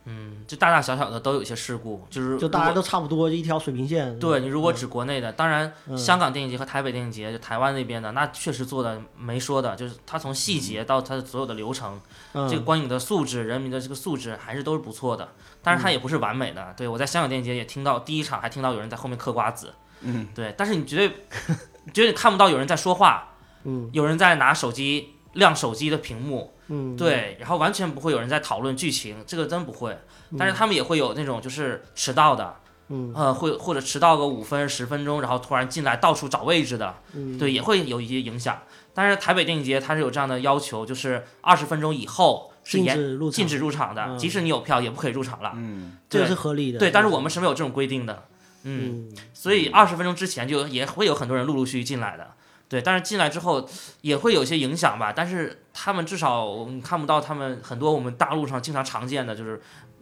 Speaker 2: 嗯就大大小小的都有一些事故，就是
Speaker 1: 就
Speaker 2: 如
Speaker 1: 大
Speaker 2: 果
Speaker 1: 家都差不多一条水平线？
Speaker 2: 对你如
Speaker 3: 嗯
Speaker 2: 果指国内的，当然
Speaker 1: 嗯
Speaker 2: 香港电影节和台北电影节，就台湾那边的，那确实做的没说的，就是它从
Speaker 3: 嗯
Speaker 2: 细节到它的所有的流程，
Speaker 1: 嗯，
Speaker 2: 这个观影的素质、人民的这个素质还是都是不错的，但是它也不是完美的。对我在香港电影节也听到第一场还听到有人在后面嗑瓜子，嗯，对，但是你绝对 绝对看不到有人在说话，嗯，有人在拿手机亮手机的屏幕，
Speaker 1: 嗯，
Speaker 2: 对，然后完全不会有人在讨论剧情，这个真不会。但是他们也会有那种就是迟到的，
Speaker 1: 嗯，
Speaker 2: 呃，会或者迟到个五分十分钟，然后突然进来到处找位置的，
Speaker 1: 嗯
Speaker 2: 对，也会有一些影响。但是台北电影节它是有这样的要求，就是二十分钟以后是
Speaker 1: 禁
Speaker 2: 严
Speaker 1: 止入场
Speaker 2: 禁止入场的，
Speaker 1: 嗯
Speaker 2: 即使你有票也不可以入场了。嗯，
Speaker 1: 这
Speaker 2: 对
Speaker 1: 个是合理的。
Speaker 2: 对，但是我们是没有这种规定的。嗯，
Speaker 1: 嗯，
Speaker 2: 所以二十分钟之前就也会有很多人陆陆续续进来的。对，但是进来之后也会有些影响吧，但是他们至少我们看不到他们很多我们大陆上经常常见的就是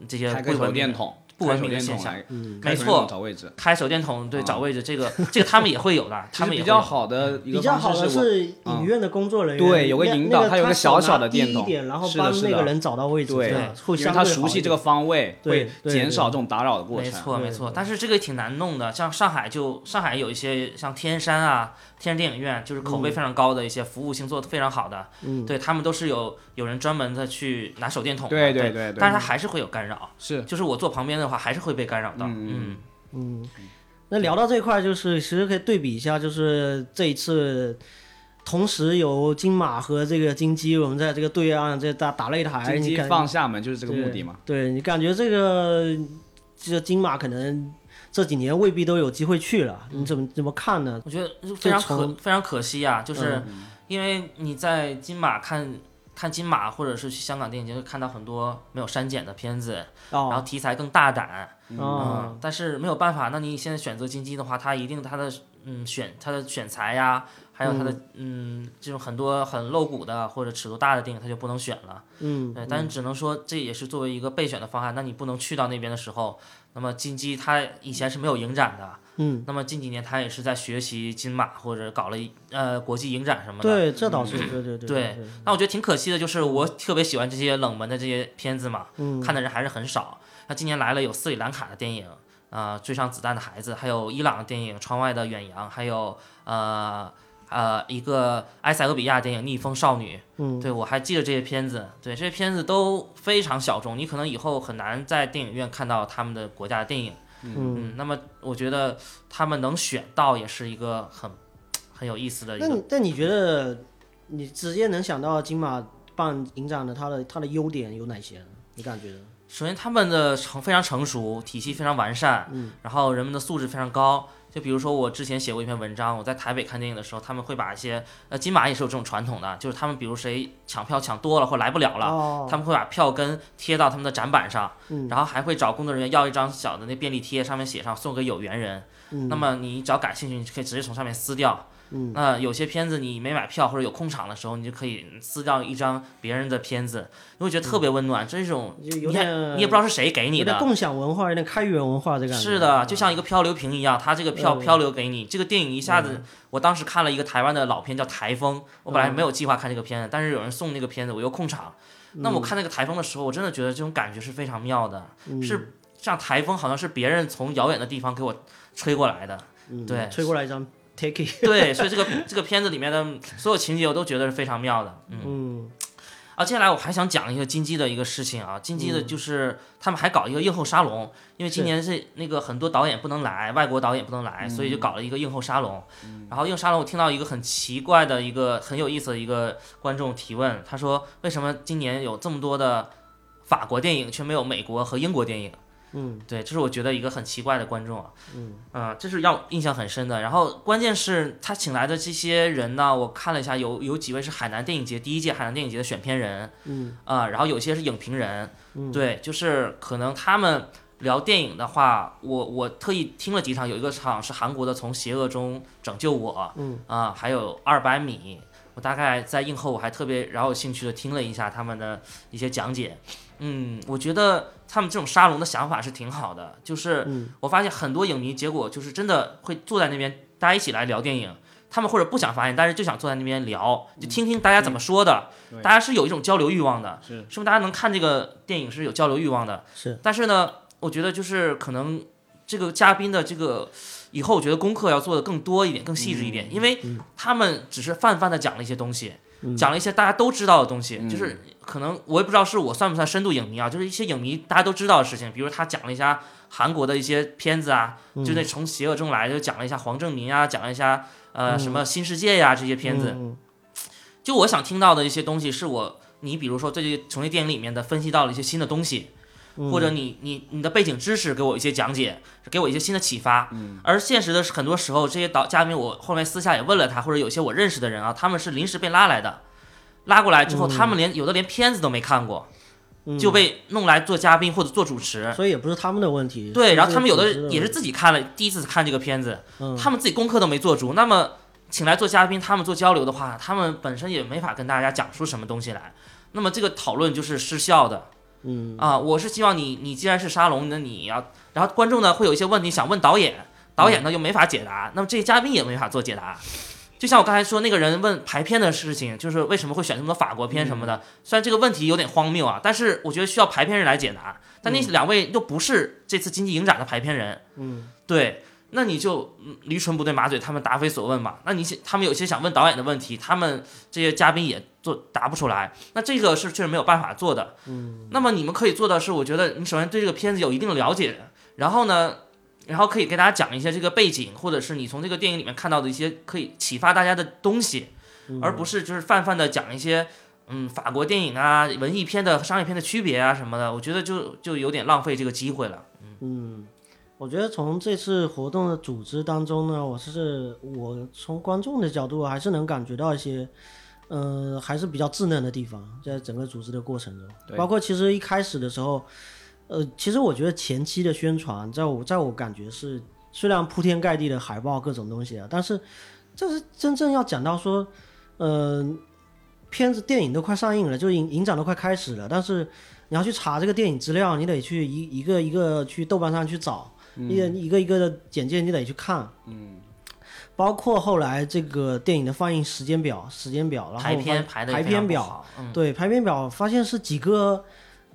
Speaker 2: 这些
Speaker 3: 开
Speaker 2: 不
Speaker 3: 个手
Speaker 2: 文明
Speaker 3: 电
Speaker 2: 的
Speaker 3: 筒，
Speaker 2: 不
Speaker 3: 开
Speaker 2: 文
Speaker 3: 手
Speaker 2: 明的
Speaker 3: 电
Speaker 2: 现
Speaker 3: 筒
Speaker 2: 象
Speaker 3: 来
Speaker 1: 嗯
Speaker 3: 开
Speaker 2: 没
Speaker 3: 手电筒
Speaker 2: 错
Speaker 3: 找位置。
Speaker 2: 开手电筒对找位置，这个这个他们也会有 的，
Speaker 3: 啊其
Speaker 2: 他
Speaker 3: 实
Speaker 2: 们也会
Speaker 3: 比较
Speaker 2: 有
Speaker 3: 好的一个
Speaker 1: 比较
Speaker 3: 方式
Speaker 1: 好的
Speaker 3: 我
Speaker 1: 是影院的工作人员，
Speaker 3: 嗯对有个
Speaker 1: 那
Speaker 3: 引导
Speaker 1: 那
Speaker 3: 他有个
Speaker 1: 他
Speaker 3: 小小的
Speaker 1: 手拿低
Speaker 3: 电筒
Speaker 1: 一点，然后
Speaker 3: 是的
Speaker 1: 帮
Speaker 3: 是
Speaker 1: 那
Speaker 3: 的
Speaker 1: 个人找到位置，
Speaker 3: 对
Speaker 1: 这样会
Speaker 3: 因为
Speaker 1: 相
Speaker 3: 他
Speaker 1: 对
Speaker 3: 熟
Speaker 1: 好
Speaker 3: 悉
Speaker 1: 一
Speaker 3: 这个
Speaker 1: 点，
Speaker 3: 方位，
Speaker 1: 对
Speaker 3: 会
Speaker 1: 对
Speaker 3: 减
Speaker 1: 对
Speaker 3: 少这种打扰的过
Speaker 2: 没
Speaker 3: 程。
Speaker 2: 错，
Speaker 1: 对
Speaker 2: 没错。但是这个也挺难弄的，像上海就上海有一些像天山啊、天山电影院，就是
Speaker 3: 嗯
Speaker 2: 口碑非常高的一些服务性做的非常好的，
Speaker 1: 嗯
Speaker 2: 对他们都是有有人专门的去拿手电筒的，
Speaker 3: 对
Speaker 2: 对
Speaker 3: 对对对
Speaker 2: 但是他还是会有干扰，
Speaker 3: 是
Speaker 2: 就是我坐旁边的话还是会被干扰到，
Speaker 3: 嗯
Speaker 2: 嗯，
Speaker 1: 嗯，那聊到这块，就是其实可以对比一下，就是这一次同时有金马和这个金鸡，我们在这个对岸这打打擂台，
Speaker 3: 金
Speaker 1: 你
Speaker 3: 鸡
Speaker 1: 感
Speaker 3: 放厦门就是这个目的嘛。
Speaker 1: 对你感觉这个这个金马可能这几年未必都有机会去了，你怎么怎么看呢？
Speaker 2: 嗯我觉得非常可
Speaker 1: 从
Speaker 2: 非常可惜啊，
Speaker 3: 嗯
Speaker 2: 就是因为你在金马看看金马，或者是去香港电影节会看到很多没有删减的片子，然后
Speaker 1: 哦，
Speaker 2: 题材更大胆，
Speaker 3: 嗯
Speaker 1: 哦，
Speaker 2: 但是没有办法，那你现在选择金鸡的话，它一定它的嗯选它的选材呀，还有它的嗯这种很多很露骨的或者尺度大的电影，它就不能选了。
Speaker 1: 嗯，
Speaker 2: 对，但是只能说这也是作为一个备选的方案。那你不能去到那边的时候，那么金鸡它以前是没有影展的，
Speaker 1: 嗯，
Speaker 2: 那么近几年它也是在学习金马或者搞了一呃国际影展什么的。
Speaker 1: 对，这
Speaker 3: 嗯
Speaker 1: 倒是对对对
Speaker 2: 对，那我觉得挺可惜的，就是我特别喜欢这些冷门的这些片子嘛，
Speaker 1: 嗯
Speaker 2: 看的人还是很少。那今年来了有斯里兰卡的电影，呃，《追上子弹的孩子》，还有伊朗的电影《窗外的远洋》，还有呃呃一个埃塞俄比亚的电影《逆风少女》。
Speaker 1: 嗯，
Speaker 2: 对我还记得这些片子，对这些片子都非常小众，你可能以后很难在电影院看到他们的国家的电影。嗯，那么我觉得他们能选到也是一个很很有意思的一
Speaker 1: 那
Speaker 2: 个。
Speaker 1: 你那你觉得你直接能想到金马办影展的它的它的优点有哪些呢？你感觉呢？
Speaker 2: 首先，他们的成非常成熟，体系非常完善，
Speaker 1: 嗯
Speaker 2: 然后人们的素质非常高。就比如说，我之前写过一篇文章，我在台北看电影的时候，他们会把一些呃金马也是有这种传统的，就是他们比如谁抢票抢多了或来不了了，
Speaker 1: 哦，嗯
Speaker 2: 他们会把票根贴到他们的展板上，然后还会找工作人员要一张小的那便利贴，上面写上送给有缘人。
Speaker 1: 嗯
Speaker 2: 那么你只要感兴趣，你就可以直接从上面撕掉。那有些片子你没买票或者有空场的时候，你就可以撕掉一张别人的片子，你会觉得特别温暖。这种
Speaker 1: 嗯就有
Speaker 2: 你也
Speaker 1: 点
Speaker 2: 你也不知道是谁给你
Speaker 1: 有点
Speaker 2: 的，
Speaker 1: 共享文化，有点开源文化这感觉。
Speaker 2: 是的，就像一个漂流瓶一样，它这个票
Speaker 1: 嗯
Speaker 2: 漂流给你。这个电影一下子，我当时看了一个台湾的老片叫《台风》，我
Speaker 1: 嗯
Speaker 2: 本来没有计划看这个片子，但是有人送那个片子，我又空场。那
Speaker 1: 嗯
Speaker 2: 我看那个台风的时候，我真的觉得这种感觉是非常妙的，是像台风好像是别人从遥远的地方给我吹过来的。对
Speaker 1: 嗯吹过来一张 take it。
Speaker 2: 对，所以这个这个片子里面的所有情节我都觉得是非常妙的。嗯。
Speaker 1: 嗯
Speaker 2: 啊，接下来我还想讲一个金鸡的一个事情啊，金鸡的就是、他们还搞一个映后沙龙，因为
Speaker 1: 是
Speaker 2: 今年是那个很多导演不能来，外国导演不能来，所以就搞了一个映后沙龙。然后映后沙龙我听到一个很奇怪的一个很有意思的一个观众提问，他说为什么今年有这么多的法国电影却没有美国和英国电影？
Speaker 1: 嗯
Speaker 2: 对，这是我觉得一个很奇怪的观众啊，嗯，这是让我印象很深的。然后关键是他请来的这些人呢，我看了一下，有有几位是海南电影节第一届海南电影节的选片人，
Speaker 1: 嗯
Speaker 2: 啊、然后有些是影评人，
Speaker 1: 嗯
Speaker 2: 对，就是可能他们聊电影的话，我我特意听了几场，有一个场是韩国的《从邪恶中拯救我》，
Speaker 1: 嗯
Speaker 2: 啊、还有二百米，我大概在映后我还特别饶有兴趣的听了一下他们的一些讲解，嗯，我觉得他们这种沙龙的想法是挺好的，就是
Speaker 1: 嗯
Speaker 2: 我发现很多影迷结果就是真的会坐在那边，大家一起来聊电影。他们或者不想发言，但是就想坐在那边聊，就听听大家怎么说的，
Speaker 3: 对
Speaker 2: 大家是有一种交流欲望的，
Speaker 3: 是
Speaker 2: 说明大家能看这个电影是有交流欲望的。
Speaker 1: 是，
Speaker 2: 但是呢，我觉得就是可能这个嘉宾的这个以后，我觉得功课要做的更多一点，更细致一点，因为他们只是泛泛的讲了一些东西，讲了一些大家都知道的东西，就是可能我也不知道是我算不算深度影迷啊，就是一些影迷大家都知道的事情，比如他讲了一下韩国的一些片子啊，
Speaker 1: 嗯
Speaker 2: 就那从邪恶中来，就讲了一下黄正明啊，讲了一下呃、什么新世界呀、这些片子，
Speaker 1: 嗯
Speaker 2: 就我想听到的一些东西，是我你比如说对这些从这电影里面的分析到了一些新的东西，
Speaker 1: 嗯
Speaker 2: 或者你你你的背景知识给我一些讲解，给我一些新的启发。
Speaker 1: 嗯
Speaker 2: 而现实的是，很多时候这些导嘉宾，我后面私下也问了他，或者有些我认识的人啊，他们是临时被拉来的，拉过来之后，
Speaker 1: 嗯
Speaker 2: 他们连有的连片子都没看过，就被弄来做嘉宾或者做主持。
Speaker 1: 所以也不是他们的问题。
Speaker 2: 嗯对，
Speaker 1: 是
Speaker 2: 然后他们有
Speaker 1: 这
Speaker 2: 的
Speaker 1: 个组织
Speaker 2: 也是自己看了，第一次看这个片子，
Speaker 1: 问题，
Speaker 2: 他们自己功课都没做足，那么请来做嘉宾，他们做交流的话，他们本身也没法跟大家讲出什么东西来，那么这个讨论就是失效的。
Speaker 1: 嗯
Speaker 2: 啊，我是希望你，你既然是沙龙，那你要，然后观众呢会有一些问题想问导演，导
Speaker 1: 嗯
Speaker 2: 演呢又没法解答，那么这些嘉宾也没法做解答。就像我刚才说，那个人问排片的事情，就是为什么会选这么多法国片什么
Speaker 1: 嗯
Speaker 2: 的，虽然这个问题有点荒谬啊，但是我觉得需要排片人来解答。但那两位又不是这次金鸡影展的排片人，
Speaker 1: 嗯
Speaker 2: 对，那你就嗯驴唇不对马嘴，他们答非所问嘛。那你想他们有些想问导演的问题，他们这些嘉宾也做答不出来，那这个是确实没有办法做的。嗯，那么你们可以做的是，我觉得你首先对这个片子有一定的了解，然后呢，然后可以给大家讲一些这个背景，或者是你从这个电影里面看到的一些可以启发大家的东西，
Speaker 1: 嗯
Speaker 2: 而不是就是泛泛的讲一些。嗯，法国电影啊，文艺片的、商业片的区别啊什么的，我觉得就就有点浪费这个机会了。
Speaker 1: 嗯，我觉得从这次活动的组织当中呢，我是我从观众的角度还是能感觉到一些，呃，还是比较稚嫩的地方，在整个组织的过程中，包括其实一开始的时候，呃，其实我觉得前期的宣传，在我在我感觉是虽然铺天盖地的海报各种东西啊，但是这是真正要讲到说，呃，片子电影都快上映了，就影影展都快开始了，但是你要去查这个电影资料，你得去一一个一个去豆瓣上去找，一
Speaker 2: 嗯
Speaker 1: 个一个一个的简介你得去看，嗯，包括后来这个电影的放映时间表、时间表，然后
Speaker 2: 排片
Speaker 1: 排
Speaker 2: 排的
Speaker 1: 排片表，，
Speaker 2: 嗯
Speaker 1: 对排片表发现是几个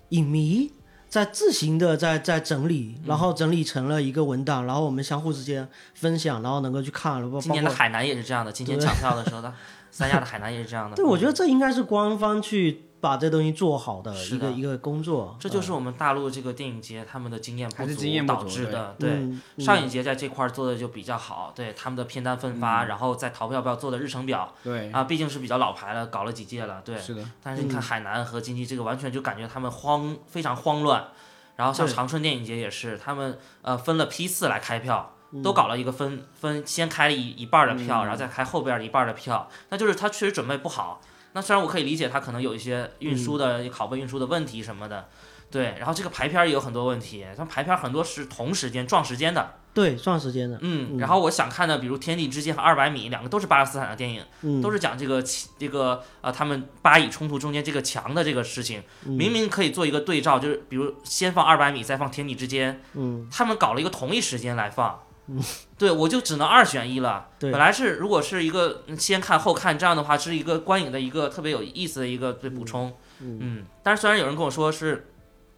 Speaker 1: 影迷在自行的在在整理，
Speaker 2: 嗯
Speaker 1: 然后整理成了一个文档，然后我们相互之间分享，然后能够去看，包
Speaker 2: 今
Speaker 1: 包
Speaker 2: 年的
Speaker 1: 括
Speaker 2: 海南也是这样的，今天抢票的时候，他三亚的海南也是这样的。
Speaker 1: 对，我觉得这应该是官方去把这东西做好的
Speaker 2: 是
Speaker 1: 一个
Speaker 2: 的
Speaker 1: 一个工作。
Speaker 2: 这就是我们大陆这个电影节他们的经验不
Speaker 3: 还是
Speaker 2: 足
Speaker 3: 经验不
Speaker 2: 导
Speaker 3: 足
Speaker 2: 致的。
Speaker 1: 对
Speaker 2: 对，
Speaker 1: 嗯嗯
Speaker 2: 上影节在这块儿做的就比较好，对他们的片单分发，然后在淘票票做的日程表
Speaker 3: 嗯对，
Speaker 2: 啊，毕竟是比较老牌了，搞了几届了，对。
Speaker 3: 是的，嗯
Speaker 2: 但是你看海南和经济这个，完全就感觉他们慌，非常慌乱。然后像
Speaker 1: 对
Speaker 2: 长春电影节也是，他们呃分了批次来开票，
Speaker 3: 嗯
Speaker 2: 都搞了一个分分，先开了一一半儿的票，然后再开后边儿一半儿的票，那就是他确实准备不好。那虽然我可以理解他可能有一些运输
Speaker 3: 嗯
Speaker 2: 的拷贝运输的问题什么的，对。然后这个排片儿也有很多问题，像排片儿很多是同时间撞时间的，
Speaker 1: 对，撞时间的，
Speaker 2: 嗯。然后我想看的，比如《天地之间》和《二百米》两个都是巴勒斯坦的电影。
Speaker 1: 嗯，
Speaker 2: 都是讲这个起这个呃，他们巴以冲突中间这个墙的这个事情，
Speaker 1: 嗯
Speaker 2: 明明可以做一个对照，就是比如先放二百米，再放天地之间，
Speaker 1: 嗯，
Speaker 2: 他们搞了一个同一时间来放， 对我就只能二选一了。
Speaker 1: 对
Speaker 2: 本来是如果是一个嗯先看后看这样的话，是一个观影的一个特别有意思的一个对补充，嗯，但是虽然有人跟我说是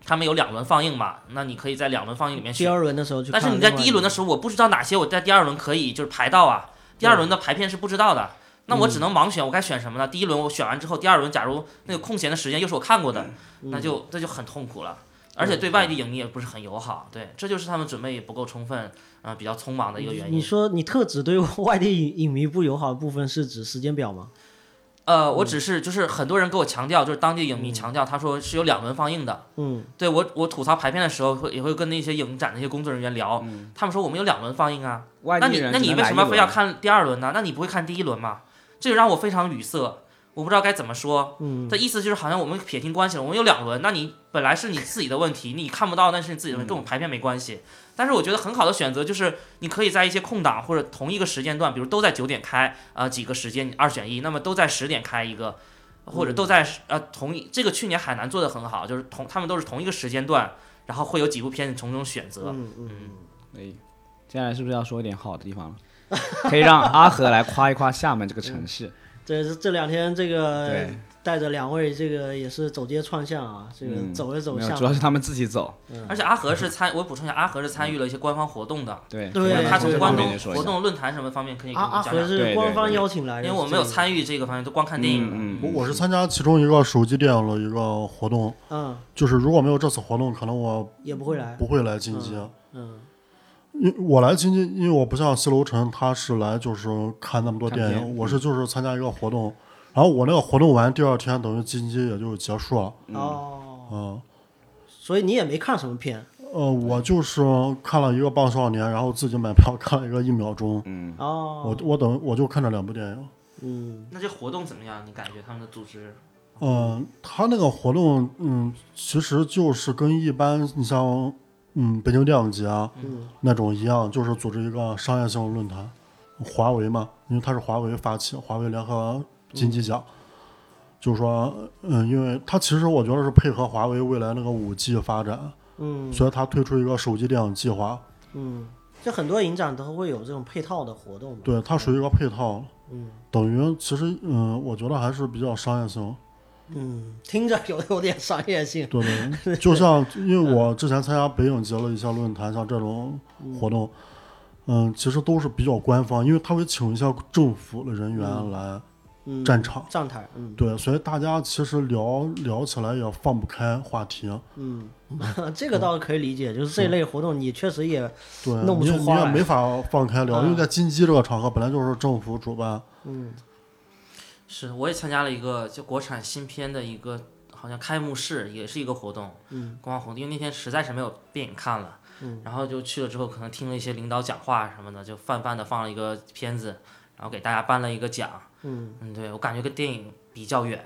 Speaker 2: 他们有两轮放映嘛，那你可以在两轮放映里面
Speaker 1: 第
Speaker 2: 选，
Speaker 1: 二轮的时候去看
Speaker 2: 但
Speaker 1: 另
Speaker 2: 是
Speaker 1: 外一
Speaker 2: 你
Speaker 1: 个。
Speaker 2: 在第一轮的时候，我不知道哪些我在第二轮可以就是排到啊，第二轮的排片是不知道的。那
Speaker 1: 嗯
Speaker 2: 我只能盲选，我该选什么呢？第一轮我选完之后，第二轮假如那个空闲的时间又是我看过的，
Speaker 1: 嗯
Speaker 2: 那就那就很痛苦了。而且对外地影迷也不是很友好，对，这就是他们准备也不够充分，啊，比较匆忙的一个原
Speaker 1: 嗯你
Speaker 2: 因。
Speaker 1: 说你特指对外地影影迷不友好的部分是指时间表吗？
Speaker 2: 呃，
Speaker 1: 嗯
Speaker 2: 我只是就是很多人给我强调，就是当地影迷强调，他说是有两轮放映的。
Speaker 1: 嗯，
Speaker 2: 对我我吐槽排片的时候，会也会跟那些影展那些工作人员聊，
Speaker 1: 嗯
Speaker 2: 他们说我们有两轮放映啊，
Speaker 3: 外
Speaker 2: 那
Speaker 3: 地
Speaker 2: 你
Speaker 3: 人
Speaker 2: 那
Speaker 3: 只
Speaker 2: 你
Speaker 3: 能
Speaker 2: 为
Speaker 3: 来
Speaker 2: 什
Speaker 3: 一
Speaker 2: 么非
Speaker 3: 轮啊
Speaker 2: 要看第二轮呢？那你不会看第一轮吗？这就让我非常语塞，我不知道该怎么说。嗯，的意思就是好像我们撇清关系了，我们有两轮，那你本来是你自己的问题，你看不到那是你自己的问题，跟我
Speaker 3: 嗯
Speaker 2: 排片没关系。但是我觉得很好的选择就是你可以在一些空档或者同一个时间段，比如都在九点开，呃几个时间二选一，那么都在十点开一个。或者都在呃同一这个去年海南做的很好，就是同他们都是同一个时间段，然后会有几部片子从中选择。
Speaker 3: 哎，接下来是不是要说一点好的地 方了？可以让阿和来夸一夸厦门这个城市。
Speaker 1: 这是这两天这个
Speaker 3: 对
Speaker 1: 带着两位这个也是走街串巷啊，这个
Speaker 3: 嗯
Speaker 1: 走着走
Speaker 3: 没有
Speaker 1: 巷
Speaker 3: 主，要是他们自己走。
Speaker 2: 而且阿和是参，我补充一下，阿和是参与了一些官方活动的，
Speaker 3: 嗯对
Speaker 1: 对
Speaker 3: 我
Speaker 2: 对
Speaker 3: 想
Speaker 2: 他
Speaker 3: 从
Speaker 2: 从
Speaker 3: 这
Speaker 2: 关
Speaker 3: 方面
Speaker 2: 东
Speaker 3: 就说一
Speaker 2: 活
Speaker 3: 下
Speaker 2: 动论坛什么方面可以给
Speaker 1: 阿
Speaker 2: 我
Speaker 1: 阿
Speaker 2: 啊们讲
Speaker 1: 和
Speaker 2: 讲，
Speaker 1: 啊是
Speaker 3: 对
Speaker 1: 官方
Speaker 3: 对对
Speaker 1: 邀请来
Speaker 2: 因
Speaker 1: 的，
Speaker 2: 为我没有
Speaker 1: 这个
Speaker 2: 参与这个方面，都光看电影了。
Speaker 3: 嗯
Speaker 5: 我我是参加其中一个手机电影的一个活动，
Speaker 1: 嗯，
Speaker 5: 就是如果没有这次活动，可能我
Speaker 1: 也不会来，
Speaker 5: 不会来金街。
Speaker 1: 嗯
Speaker 5: 因我来金街，因为我不像西楼城，他是来就是看那么多电
Speaker 3: 看片
Speaker 5: 影，
Speaker 1: 嗯
Speaker 5: 我是就是参加一个活动，然后我那个活动完第二天，等于金街也就结束了。
Speaker 3: 嗯
Speaker 1: 哦，
Speaker 5: 嗯，
Speaker 1: 所以你也没看什么片
Speaker 5: 呃，我就是看了一个《棒少年》，然后自己买票看了一个《一秒钟》，
Speaker 3: 嗯
Speaker 1: 哦
Speaker 5: 我，我等我就看这两部电影。
Speaker 1: 嗯
Speaker 2: 那这活动怎么样？你感觉他们的组织？
Speaker 5: 嗯，他那个活动，嗯，其实就是跟一般你像，嗯，北京电影节啊、那种一样，就是组织一个商业性的论坛。华为嘛，因为它是华为发起，华为联合金鸡奖，就是说，嗯，因为它其实我觉得是配合华为未来那个五 G 发展，
Speaker 1: 嗯
Speaker 5: 所以它推出一个手机电影计划，
Speaker 1: 嗯，这很多影展都会有这种配套的活动嘛，
Speaker 5: 对，它属于一个配套，
Speaker 1: 嗯
Speaker 5: 等于其实，嗯，我觉得还是比较商业性。
Speaker 1: 嗯，听着有有点商业性，
Speaker 5: 对对，就像因
Speaker 1: 嗯
Speaker 5: 为我之前参加北影节了一些论坛，像这种活动，嗯，其实都是比较官方，因为他会请一些政府的人员来
Speaker 1: 嗯，
Speaker 5: 站场，
Speaker 1: 站台，嗯
Speaker 5: 对，所以大家其实聊聊起来也放不开话题，
Speaker 1: 嗯， 这个倒是可以理解，就是这类活动你确实也
Speaker 5: 对，
Speaker 1: 弄不
Speaker 5: 你
Speaker 1: 出
Speaker 5: 也你
Speaker 1: 花
Speaker 5: 也
Speaker 1: 来
Speaker 5: 没法放开聊，因为
Speaker 1: 嗯
Speaker 5: 在金鸡这个场合本来就是政府主办，
Speaker 2: 是，我也参加了一个就国产新片的一个好像开幕式，也是一个活动，嗯，官方活动，因为那天实在是没有电影看了，嗯，然后就去了之后，可能听了一些领导讲话什么的，就泛泛的放了一个片子，然后给大家颁了一个奖，嗯对我感觉跟电影比较远，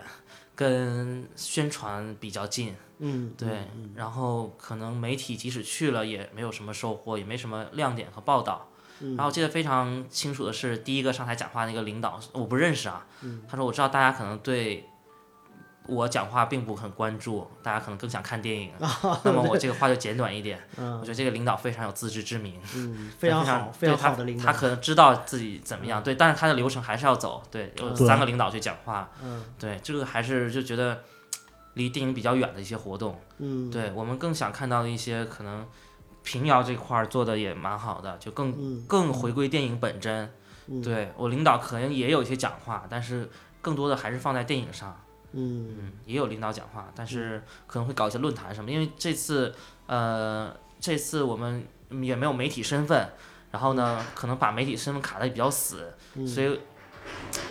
Speaker 2: 跟宣传比较近，
Speaker 1: 嗯，
Speaker 2: 对，然后可能媒体即使去了也没有什么收获，也没什么亮点和报道。
Speaker 1: 嗯
Speaker 2: 然后我记得非常清楚的是，第一个上台讲话那个领导我不认识啊，
Speaker 1: 嗯
Speaker 2: 他说我知道大家可能对我讲话并不很关注，大家可能更想看 电影，那么我这个话就简短一点。我觉得这个领导非常有自知之明，
Speaker 1: 嗯，非常好，非
Speaker 2: 对
Speaker 1: 常
Speaker 2: 他
Speaker 1: 好的领导嗯
Speaker 2: 他，可能知道自己怎么样，对，但是他的流程还是要走，对，有
Speaker 5: 对
Speaker 2: 三个领导去讲话，
Speaker 1: 嗯，
Speaker 2: 对，这个还是就觉得离电影比较远的一些活动。
Speaker 1: 嗯，
Speaker 2: 对我们更想看到的一些可能平遥这块儿做的也蛮好的，就更、
Speaker 1: 嗯
Speaker 2: 更回归电影本真。对我领导可能也有一些讲话，但是更多的还是放在电影上。
Speaker 1: 嗯
Speaker 2: 嗯，也有领导讲话，但是可能会搞一些论坛什么。因为这次，呃，这次我们也没有媒体身份，然后
Speaker 1: 嗯
Speaker 2: 呢，可能把媒体身份卡的比较死，所以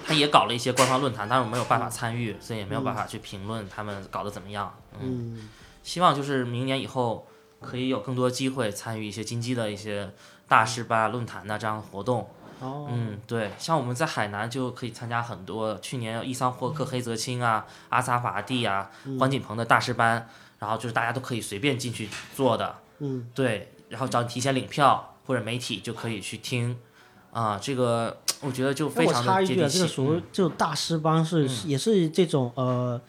Speaker 2: 他也搞了一些官方论坛，但是我没有
Speaker 1: 嗯
Speaker 2: 办法参与，所以也没有办法去评论他们搞得怎么样。嗯，
Speaker 1: 嗯
Speaker 2: 希望就是明年以后可以有更多机会参与一些金鸡的一些大师吧、论坛呐、这样的活动。
Speaker 1: 哦
Speaker 2: 嗯，对，像我们在海南就可以参加很多，去年伊桑霍克、黑泽清啊、阿萨法蒂啊、
Speaker 1: 嗯
Speaker 2: 关锦鹏的大师班，然后就是大家都可以随便进去做的，
Speaker 1: 嗯
Speaker 2: 对，然后只要你提前领票或者媒体就可以去听，啊、这个我觉得就
Speaker 1: 哎
Speaker 2: 非
Speaker 1: 我
Speaker 2: 常
Speaker 1: 插
Speaker 2: 的
Speaker 1: 一
Speaker 2: 接
Speaker 1: 句
Speaker 2: 地
Speaker 1: 啊，这
Speaker 2: 气。嗯
Speaker 1: 个所谓这种大师班是也是这种呃，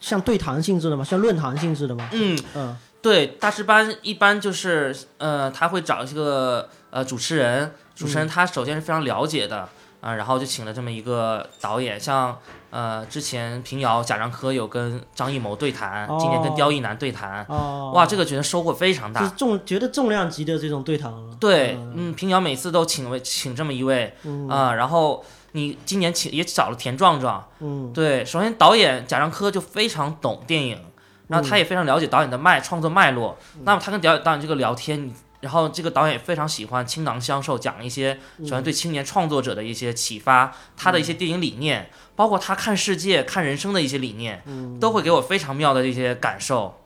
Speaker 1: 像对谈性质的吗？像论坛性质的吗？
Speaker 2: 嗯，
Speaker 1: 嗯
Speaker 2: 对，大师班一般就是呃，他会找一个呃主持人，
Speaker 1: 嗯
Speaker 2: 主持人他首先是非常了解的啊、然后就请了这么一个导演，像呃之前平遥贾樟柯有跟张艺谋对谈，今年跟
Speaker 1: 哦
Speaker 2: 刁亦男对谈，
Speaker 1: 哦，
Speaker 2: 哇，这个觉得收获非常
Speaker 1: 就是
Speaker 2: 大。
Speaker 1: 重觉得重量级的这种对谈了。
Speaker 2: 对，
Speaker 1: 嗯
Speaker 2: 嗯，平遥每次都请位请这么一位
Speaker 1: 嗯
Speaker 2: 啊、然后你今年请也找了田壮壮，
Speaker 1: 嗯
Speaker 2: 对，首先导演贾樟柯就非常懂电影，
Speaker 1: 嗯
Speaker 2: 然后他也非常了解导演的脉创作脉络。那么他跟导演导演这个聊天，你然后这个导演也非常喜欢倾囊相授，讲一些
Speaker 1: 嗯
Speaker 2: 喜欢对青年创作者的一些启发，他的一些电影理念，包括他看世界、看人生的一些理念，
Speaker 1: 嗯
Speaker 2: 都会给我非常妙的一些感受。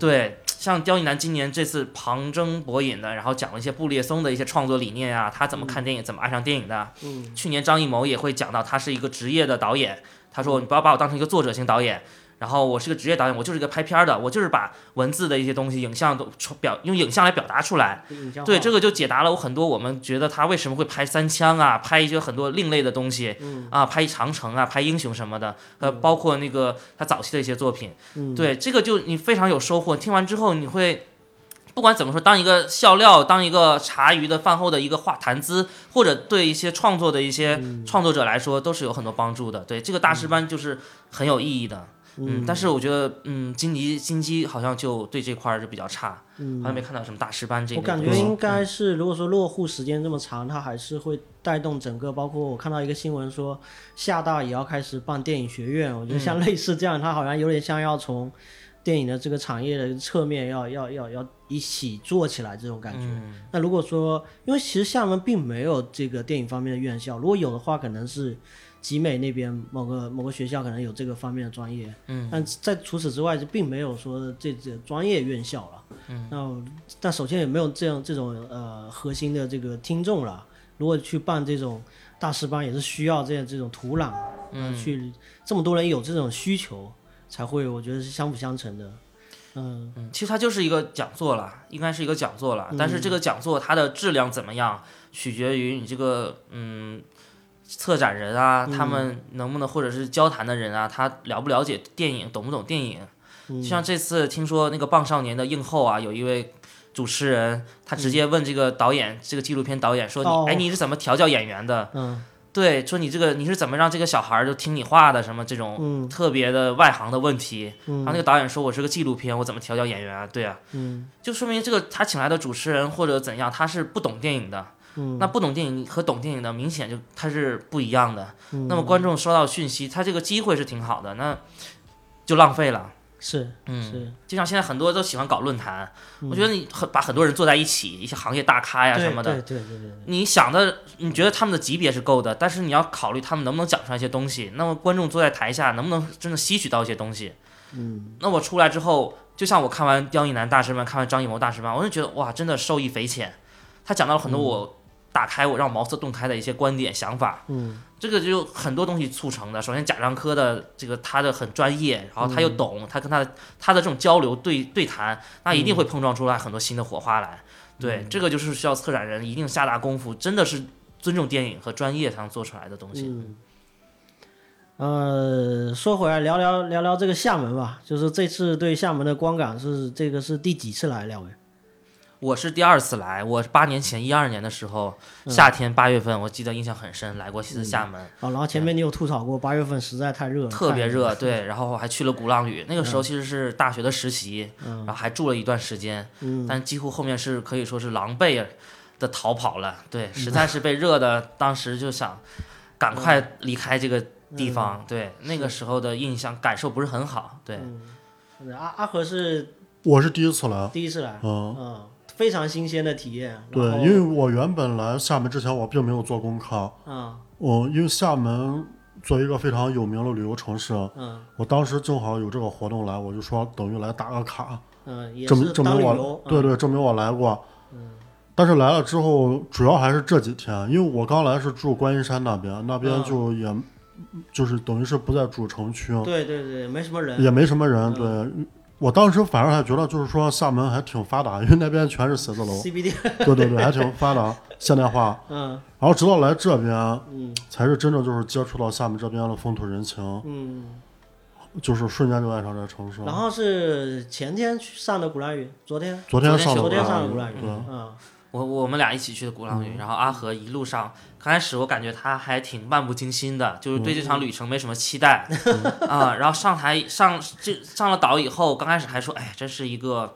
Speaker 2: 对，像刁亦男今年这次旁征博引的，然后讲了一些布列松的一些创作理念啊，他怎么看电影，怎么爱上电影的。
Speaker 1: 嗯
Speaker 2: 去年张艺谋也会讲到，他是一个职业的导演，他说你不要把我当成一个作者型导演，然后我是个职业导演，我就是一个拍片儿的，我就是把文字的一些东西、影像都出表用影像来表达出来。对，这
Speaker 1: 个
Speaker 2: 个就解答了我很多我们觉得他为什么会拍三枪啊，拍一些很多另类的东西，
Speaker 1: 嗯
Speaker 2: 啊，拍长城啊，拍英雄什么的，呃，包括那个他早期的一些作品，
Speaker 1: 嗯
Speaker 2: 对，这个就你非常有收获。听完之后，你会不管怎么说，当一个笑料，当一个茶余的饭后的一个话谈资，或者对一些创作的一些
Speaker 1: 嗯
Speaker 2: 创作者来说，都是有很多帮助的。对，这个大师班就是很有意义的。嗯，但是我觉得，嗯，金鸡金鸡好像就对这块儿就比较差，好像没看到什么大师班这
Speaker 1: 嗯
Speaker 2: 个
Speaker 1: 我
Speaker 2: 东
Speaker 1: 感
Speaker 2: 西。
Speaker 1: 觉应该是，如果说落户时间这么长，它还是会带动整个，包括我看到一个新闻说，厦大也要开始办电影学院。我觉得像类似这样，它好像有点像要从电影的这个产业的侧面要要要要一起做起来这种感觉。那如果说，因为其实厦门并没有这个电影方面的院校，如果有的话，可能是集美那边某个某个学校可能有这个方面的专业，嗯，但在除此之外就并没有说这这专业院校了，嗯，那但首先也没有这样这种呃核心的这个听众了，如果去办这种大师班也是需要这样这种土壤，嗯，去这么多人有这种需求才会，我觉得是相辅相成的，嗯
Speaker 2: 嗯，其实它就是一个讲座啦，应该是一个讲座啦。但是这个讲座它的质量怎么样，取决于你这个嗯策展人啊，
Speaker 1: 嗯
Speaker 2: 他们能不能或者是交谈的人啊，他了不了解电影，懂不懂电影。
Speaker 1: 嗯
Speaker 2: 就像这次听说那个《棒少年》的映后啊，有一位主持人，他直接问这个导演，这个纪录片导演说：“
Speaker 1: 哦
Speaker 2: 你哎，你是怎么调教演员的？”
Speaker 1: 嗯
Speaker 2: 对，说你这个你是怎么让这个小孩儿就听你话的？什么这种
Speaker 1: 嗯
Speaker 2: 特别的外行的问题？然后那个导演说：“我是个纪录片，我怎么调教演员啊？”对啊，
Speaker 1: 嗯
Speaker 2: 就说明这个他请来的主持人或者怎样，他是不懂电影的。
Speaker 1: 嗯
Speaker 2: 那不懂电影和懂电影的明显就他是不一样的。
Speaker 1: 嗯
Speaker 2: 那么观众收到讯息，他这个机会是挺好的，那就浪费了。
Speaker 1: 是
Speaker 2: 嗯，
Speaker 1: 是嗯
Speaker 2: 就像现在很多都喜欢搞论坛，我觉得你很把很多人坐在一起，一些行业大咖呀什么的，
Speaker 1: 对对对对对。
Speaker 2: 你想的，你觉得他们的级别是够的，但是你要考虑他们能不能讲出来一些东西。那么观众坐在台下，能不能真的吸取到一些东西？嗯，那我出来之后，就像我看完刁亦男大师班，看完张艺谋大师班，我就觉得哇，真的受益匪浅。他讲到了很多我打开我让我茅塞顿开的一些观点想法。
Speaker 1: 嗯，
Speaker 2: 这个就有很多东西促成的。首先，贾樟柯的这个他的很专业，然后他又懂，他跟他的他的这种交流对对谈，那
Speaker 1: 嗯
Speaker 2: 一定会碰撞出来很多新的火花来。对，这个就是需要策展人一定下大功夫，真的是尊重电影和专业才能做出来的东西。
Speaker 1: 嗯呃，说回来聊聊聊聊这个厦门吧，就是这次对厦门的观感是这个是第几次来两位？
Speaker 2: 嗯我是第二次来，我八年前一二年的时候，
Speaker 1: 嗯
Speaker 2: 夏天八月份，我记得印象很深，来过一次厦门，
Speaker 1: 哦，然后前面你有吐槽过八月份实在太嗯热了，嗯
Speaker 2: 特
Speaker 1: 太
Speaker 2: 别热，对，然后我还去了鼓浪屿，那个时候其实是大
Speaker 1: 嗯
Speaker 2: 学的实习，然后还住了一段时间，但几乎后面是可以说是狼狈的逃跑了。
Speaker 1: 嗯
Speaker 2: 对，实在是被热的，当时就想赶快离开这个地
Speaker 1: 嗯
Speaker 2: 方。对，那个时候的印象感受不是很好。对，
Speaker 1: 是的阿阿和是
Speaker 5: 我是第一次来，
Speaker 1: 第一次来，
Speaker 5: 嗯，
Speaker 1: 嗯，非常新鲜的体验。
Speaker 5: 对
Speaker 1: 然后，
Speaker 5: 因为我原本来厦门之前我并没有做功课，
Speaker 1: 嗯
Speaker 5: 嗯，因为厦门作为一个非常有名的旅游城市，
Speaker 1: 嗯
Speaker 5: 我当时正好有这个活动来，我就说等于来打个卡，
Speaker 1: 嗯，也
Speaker 5: 证明
Speaker 1: 是
Speaker 5: 证
Speaker 1: 当
Speaker 5: 明
Speaker 1: 旅
Speaker 5: 我
Speaker 1: 游，，嗯
Speaker 5: 对对，证明我来过。但是来了之后，主要还是这几天，因为我刚来是住观音山那边，那边
Speaker 1: 嗯
Speaker 5: 就也，就是等于是不在主城区，
Speaker 1: 嗯对对对，嗯没什么人，
Speaker 5: 也没什么人。对我当时反而还觉得，就是说厦门还挺发达，因为那边全是 写字楼，
Speaker 1: CBD，
Speaker 5: 对对对，还挺发达，现代化。
Speaker 1: 嗯
Speaker 5: 然后直到来这边，
Speaker 1: 嗯
Speaker 5: 才是真正就是接触到厦门这边的风土人情，
Speaker 1: 嗯。
Speaker 5: 就是瞬间就爱上这城市。
Speaker 1: 然后是前天去上的鼓浪屿，昨天
Speaker 5: 昨天上
Speaker 2: 上
Speaker 5: 的
Speaker 1: 昨
Speaker 5: 鼓
Speaker 1: 天上
Speaker 5: 浪
Speaker 1: 的
Speaker 5: 屿
Speaker 1: 鼓浪屿，
Speaker 5: 对，
Speaker 1: 嗯
Speaker 2: 我我们俩一起去的鼓浪屿，然后阿和一路上刚开始我感觉他还挺漫不经心的，就是对这
Speaker 1: 嗯
Speaker 2: 场旅程没什么期待 啊。然后上台上这上了岛以后，刚开始还说哎，真是一个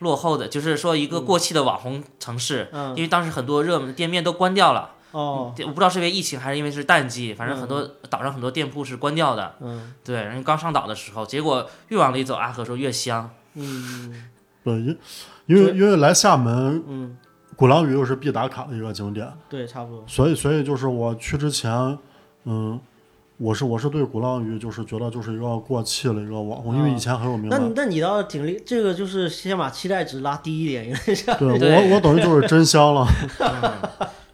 Speaker 2: 落后的，就是说一个过气的网红城市，
Speaker 1: 嗯
Speaker 2: 因为当时很多热门的店面都关掉了，
Speaker 1: 哦
Speaker 2: 我不知道是因为疫情还是因为是淡季，反正很多岛上很多店铺是关掉的。
Speaker 1: 嗯
Speaker 2: 对，然后刚上岛的时候，结果越往里走，阿和说越香，
Speaker 1: 嗯
Speaker 5: 对，因因为因为来厦门，
Speaker 1: 嗯，
Speaker 5: 鼓浪屿又是必打卡的一个景点，
Speaker 1: 对，差不多，
Speaker 5: 所以所以就是我去之前，嗯，我是我是对鼓浪屿就是觉得就是一个过气了一个网红，因为
Speaker 1: 啊
Speaker 5: 以前很有名
Speaker 1: 那
Speaker 5: 的
Speaker 1: 你。那你倒挺厉，这个就是先把期待值拉低一点， 因为像
Speaker 5: 对
Speaker 2: 对
Speaker 5: 我我等于就是真 香了，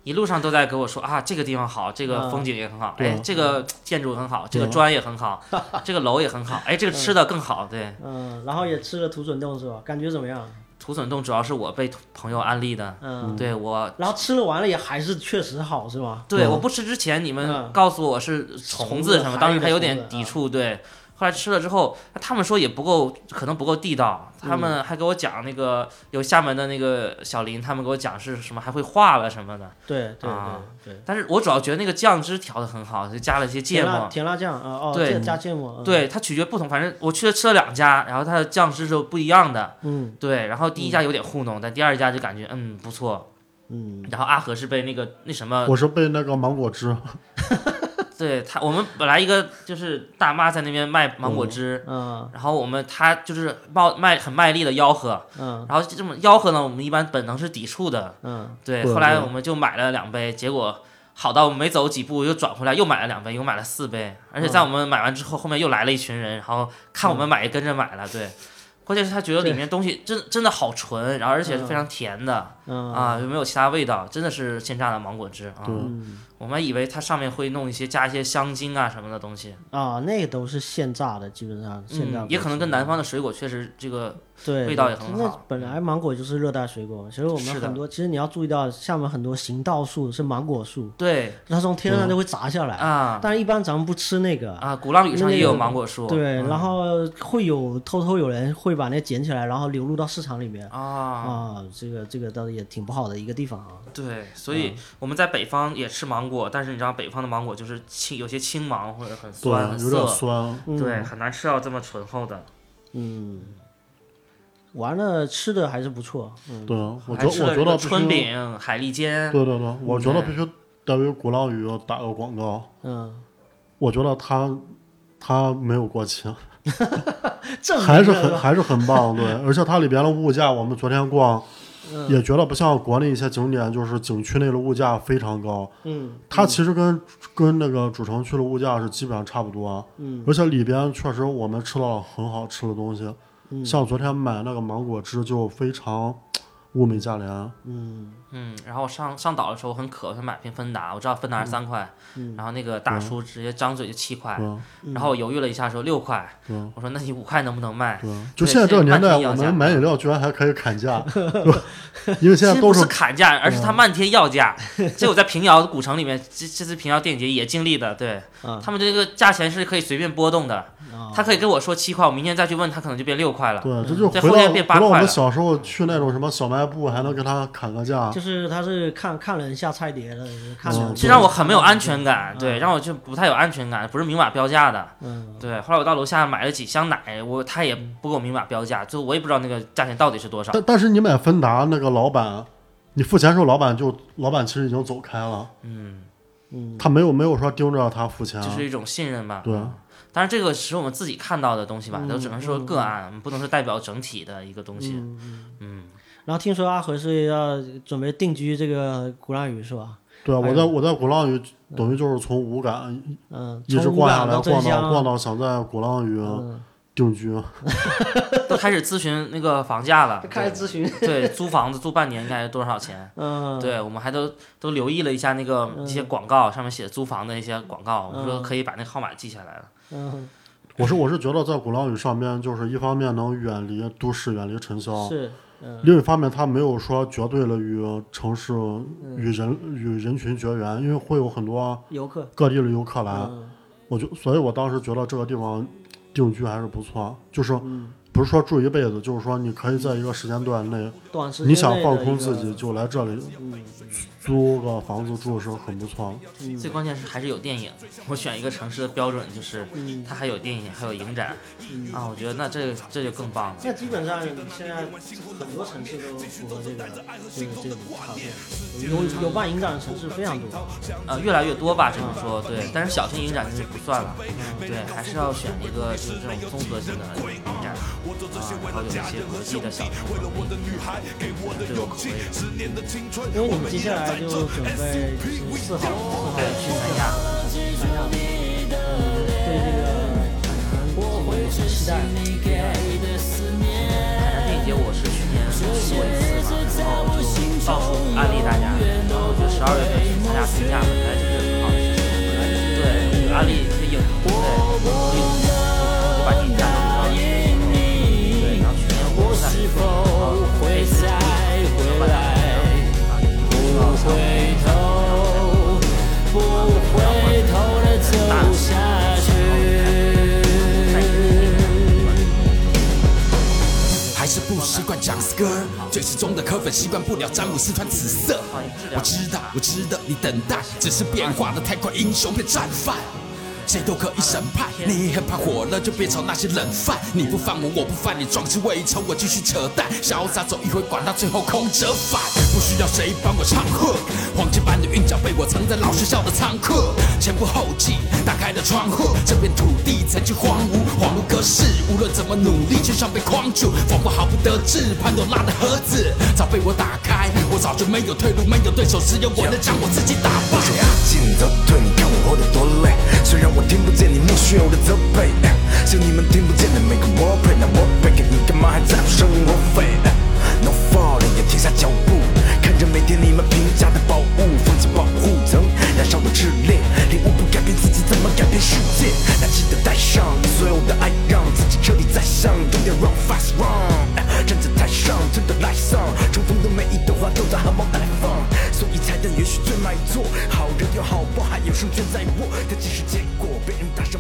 Speaker 2: 一路上都在给我说啊，这个地方好，这个
Speaker 1: 嗯
Speaker 2: 风景也很好，
Speaker 5: 对
Speaker 2: 哎，这个建筑很好，这个
Speaker 5: 对
Speaker 2: 砖也很好， 这个楼也很好，哎，这个吃的更好。对，
Speaker 1: 嗯，然后也吃了土笋冻是吧？感觉怎么样？
Speaker 2: 土笋冻主要是我被朋友安利的，
Speaker 1: 嗯，
Speaker 2: 对我。
Speaker 1: 然后吃了完了也还是确实好是吧？
Speaker 2: 对，我不吃之前你们
Speaker 1: 嗯
Speaker 2: 告诉我是虫子什
Speaker 1: 虫
Speaker 2: 么，
Speaker 1: 子
Speaker 2: 当时还有
Speaker 1: 还有
Speaker 2: 点
Speaker 1: 一个虫子嗯
Speaker 2: 抵触，对。后来吃了之后，他们说也不够，可能不够地道。他们
Speaker 1: 嗯
Speaker 2: 还给我讲那个有厦门的那个小林，他们给我讲是什么还会化了什么的。
Speaker 1: 对对
Speaker 2: 啊
Speaker 1: 对对，
Speaker 2: 但是我主要觉得那个酱汁调的很好，就加了一些芥
Speaker 1: 甜辣
Speaker 2: 末，
Speaker 1: 甜辣酱啊哦，
Speaker 2: 对
Speaker 1: 芥加芥末，嗯，
Speaker 2: 对它取决不同，反正我去了吃了两家，然后它的酱汁是不一样的。
Speaker 1: 嗯
Speaker 2: 对，然后第一家有点糊弄，但第二家就感觉嗯不错。
Speaker 1: 嗯
Speaker 2: 然后阿和是被那个那什么，
Speaker 5: 我是被那个芒果汁，
Speaker 2: 对他我们本来一个就是大妈在那边卖芒果汁，
Speaker 1: 嗯
Speaker 2: 然后我们她就是冒卖很卖力的吆喝，
Speaker 1: 嗯
Speaker 2: 然后这么吆喝呢，我们一般本能是抵触的。
Speaker 1: 嗯，
Speaker 2: 对，
Speaker 5: 对
Speaker 2: 后来
Speaker 5: 对
Speaker 2: 我们就买了两杯，结果。好到我们没走几步，又转回来，又买了两杯，又买了四杯。而且在我们买完之后，后面又来了一群人，然后看我们买也跟着买了。对，关键是他觉得里面东西真真的好纯，然后而且是非常甜的、
Speaker 1: 嗯
Speaker 2: 啊，又没有其他味道，真的是鲜榨的芒果汁啊。
Speaker 5: 对
Speaker 2: 我们以为它上面会弄一些加一些香精啊什么的东西，
Speaker 1: 啊，那个都是现榨的，基本上现榨
Speaker 2: 嗯
Speaker 1: 果，汁，
Speaker 2: 也可能跟南方的水果确实这个
Speaker 1: 对
Speaker 2: 味道也很
Speaker 1: 那
Speaker 2: 好
Speaker 1: 本来芒果就是热带水果，其实我
Speaker 2: 是
Speaker 1: 们
Speaker 2: 的
Speaker 1: 很多，其实你要注意到，厦门很多行道树是芒果树，
Speaker 2: 对
Speaker 1: 它从天上就会砸下来，
Speaker 2: 嗯啊
Speaker 1: 但是一般咱们不吃那个。
Speaker 2: 啊，鼓浪屿上也有芒果树，
Speaker 1: 对，
Speaker 2: 嗯
Speaker 1: 然后会有偷偷有人会把那捡起来，然后流入到市场里面
Speaker 2: 啊，
Speaker 1: 啊，这个这个倒是也挺不好的一个地方啊。
Speaker 5: 嗯
Speaker 2: 对，所以我们在北方也吃芒果，但是你知道北方的芒果就是青，有些青芒或者很
Speaker 5: 对
Speaker 2: 酸、很，
Speaker 5: 有点
Speaker 2: 涩，
Speaker 5: 酸，嗯
Speaker 2: 对，很难吃到这么醇厚的。
Speaker 1: 嗯，完了吃的还是不错，嗯
Speaker 5: 对，我觉
Speaker 2: 还吃
Speaker 5: 我
Speaker 2: 了这
Speaker 5: 觉得
Speaker 2: 个
Speaker 5: 必须，
Speaker 2: 春饼、海蛎煎，
Speaker 5: 对对对，我觉得必须得为鼓浪屿打个广告，
Speaker 1: 嗯，
Speaker 5: 我觉得它它没有过期，
Speaker 1: 证明
Speaker 5: 还是
Speaker 1: 了
Speaker 5: 很还是很 棒，对，而且它里边的物价，我们昨天逛
Speaker 1: 嗯
Speaker 5: 也觉得不像国内一些景点，就是景区内的物价非常高，
Speaker 1: 嗯
Speaker 5: 它其实跟跟那个主城区的物价是基本上差不多，啊
Speaker 1: 嗯
Speaker 5: 而且里边确实我们吃到了很好吃的东西，
Speaker 1: 嗯
Speaker 5: 像昨天买那个芒果汁就非常物美价廉，
Speaker 1: 嗯
Speaker 2: 嗯，然后上上岛的时候我很渴，我想买瓶芬达，我知道芬达是三块，
Speaker 1: 嗯
Speaker 2: 然后那个大叔直接张嘴就七块，
Speaker 5: 对
Speaker 1: 嗯
Speaker 2: 然后我犹豫了一下说六块，
Speaker 5: 对。
Speaker 2: 我说那你五块能不能卖？
Speaker 5: 对，就
Speaker 2: 对
Speaker 5: 现在这个年代，
Speaker 2: 现在
Speaker 5: 我
Speaker 2: 漫天要价
Speaker 5: 们买饮料居然还可以砍价，对因为现
Speaker 2: 其
Speaker 5: 在
Speaker 2: 实
Speaker 5: 都
Speaker 2: 不
Speaker 5: 是
Speaker 2: 是砍价，而是他漫天要价。这我在平遥古城里面，这这次平遥电影节也经历的，对
Speaker 1: 啊
Speaker 2: 他们这个价钱是可以随便波动的。
Speaker 1: 啊
Speaker 2: 他可以跟我说七块，我明天再去问他，可能就变六块了。
Speaker 5: 对，这就
Speaker 2: 嗯在
Speaker 5: 回
Speaker 2: 后
Speaker 5: 到
Speaker 2: 面
Speaker 5: 回
Speaker 2: 变八
Speaker 5: 到我
Speaker 2: 块
Speaker 5: 们
Speaker 2: 了
Speaker 5: 小时候去那种什么小卖部，还能跟他砍个价
Speaker 1: 就。是他是看看人下菜碟了，看人
Speaker 5: 嗯
Speaker 2: 这让我很没有安全感，
Speaker 1: 嗯
Speaker 2: 对，让我就不太有安全感，不是明码标价的，
Speaker 1: 嗯
Speaker 2: 对。后来我到楼下买了几箱奶，我他也不给我明码标价，最后我也不知道那个价钱到底是多少。
Speaker 5: 但但是你买芬达那个老板，你付钱时候，老板就老板其实已经走开了，
Speaker 2: 嗯，
Speaker 5: 他没有没有说盯着他付钱啊，
Speaker 2: 就是一种信任吧。
Speaker 5: 对，啊
Speaker 2: 当然这个是我们自己看到的东西吧，
Speaker 1: 嗯
Speaker 2: 都只能说个案，不能说代表整体的一个东西。嗯，
Speaker 1: 然后听说阿和是要准备定居这个鼓浪屿是吧？
Speaker 5: 对啊，
Speaker 1: 还
Speaker 2: 哎
Speaker 1: 有
Speaker 5: 我在我在鼓浪屿
Speaker 2: 嗯
Speaker 5: 等于就是从武感
Speaker 1: 嗯，
Speaker 5: 一直
Speaker 1: 从
Speaker 5: 逛下
Speaker 1: 港
Speaker 5: 来，
Speaker 1: 真
Speaker 5: 逛
Speaker 1: 香
Speaker 5: 到逛到想在鼓浪屿
Speaker 1: 嗯，
Speaker 5: 定居，
Speaker 2: 都开始咨询那个房价了
Speaker 1: 开始咨询，
Speaker 2: 对，租房子租半年应该多少钱？
Speaker 1: 嗯，
Speaker 2: 对，我们还都都留意了一下那个一些广告，上面写租房的一些广告，我们说
Speaker 1: 嗯
Speaker 2: 可以把那个号码记下来了。
Speaker 1: 嗯，
Speaker 5: 我是我是觉得在鼓浪屿上边，就是一方面能远离都市，远离尘嚣，
Speaker 1: 是，嗯
Speaker 5: 另一方面它没有说绝对的与城市
Speaker 1: 嗯
Speaker 5: 与人与人群绝缘，因为会有很多
Speaker 1: 游客，
Speaker 5: 各地的游客来，
Speaker 1: 嗯
Speaker 5: 我就所以我当时觉得这个地方定居还是不错，就是
Speaker 1: 嗯，
Speaker 5: 不是说住一辈子，就是说你可以在一个时间段内，
Speaker 1: 短时间
Speaker 5: 你想
Speaker 1: 内的
Speaker 5: 放
Speaker 1: 一
Speaker 5: 空
Speaker 1: 个
Speaker 5: 自己，就来这里
Speaker 1: 嗯
Speaker 5: 租个房子住是很不错的。
Speaker 2: 最关键是还是有电影。我选一个城市的标准就是，
Speaker 1: 嗯，
Speaker 2: 它还有电影，还有影展啊，我觉得那这这就更棒了。
Speaker 1: 那基本上现在很多城市都符合这个这个这个条件，有有办影展的城市非常多。
Speaker 2: 呃，越来越多吧，只能说
Speaker 1: 嗯
Speaker 2: 对。但是小型影展就是不算了，对，还是要选一个就是这种综合性的影展啊，然后有一些国际的小众的对我口味的。
Speaker 1: 因为你们接下来就准备就是四号，四号
Speaker 2: 对去三亚
Speaker 1: 去三亚，嗯对这个海南有什么期待？
Speaker 2: 海南电影节我是去年去过一次嘛，然后就到处安利大家，然后就十二月份去参加评价，本来就是很好的事情，对，就安利这影，对，所以我就把电影价都给到了，对，然后去年我在，然后这次我把它啊，不回头，不回头的走下去。
Speaker 6: 还是不习惯讲 skr，最始终的科粉习惯不了詹姆斯穿紫色。
Speaker 2: 嗯
Speaker 6: 我知道，我知道你等待，只是变化的太快，英雄变战犯。谁都可以审判，你很怕火了就别炒那些冷饭。你不犯我，我不犯你，壮志未酬，我继续扯淡，潇洒走一回，管他最后空折返。不需要谁帮我唱和，黄金般的韵脚被我藏在老学校的仓库，前赴后继，打开了窗户，这片土地曾经荒芜，恍如隔世，无论怎么努力，就像被框住，仿佛毫不得志。潘多拉的盒子早被我打开，我早就没有退路，没有对手，只有我能将我自己打败。
Speaker 7: 尽责对，你看我活得多累。虽然我听不见你默许我的责备，哎是你们听不见的每个我配。那我背给你干嘛还在乎生活费哎？No falling，也停下脚步，看着每天你们评价的宝物，放弃保护层，燃烧的炽烈，领悟不改变自己怎么改变世界。那记得带上你所有的爱，让自己彻底再上，终点 run fast run。哎站在台上，真的来上，重逢的每一朵花都在含苞待放，所以才能允许最卖座。好人有好报，还有胜券在握，但即使结果被人打伤，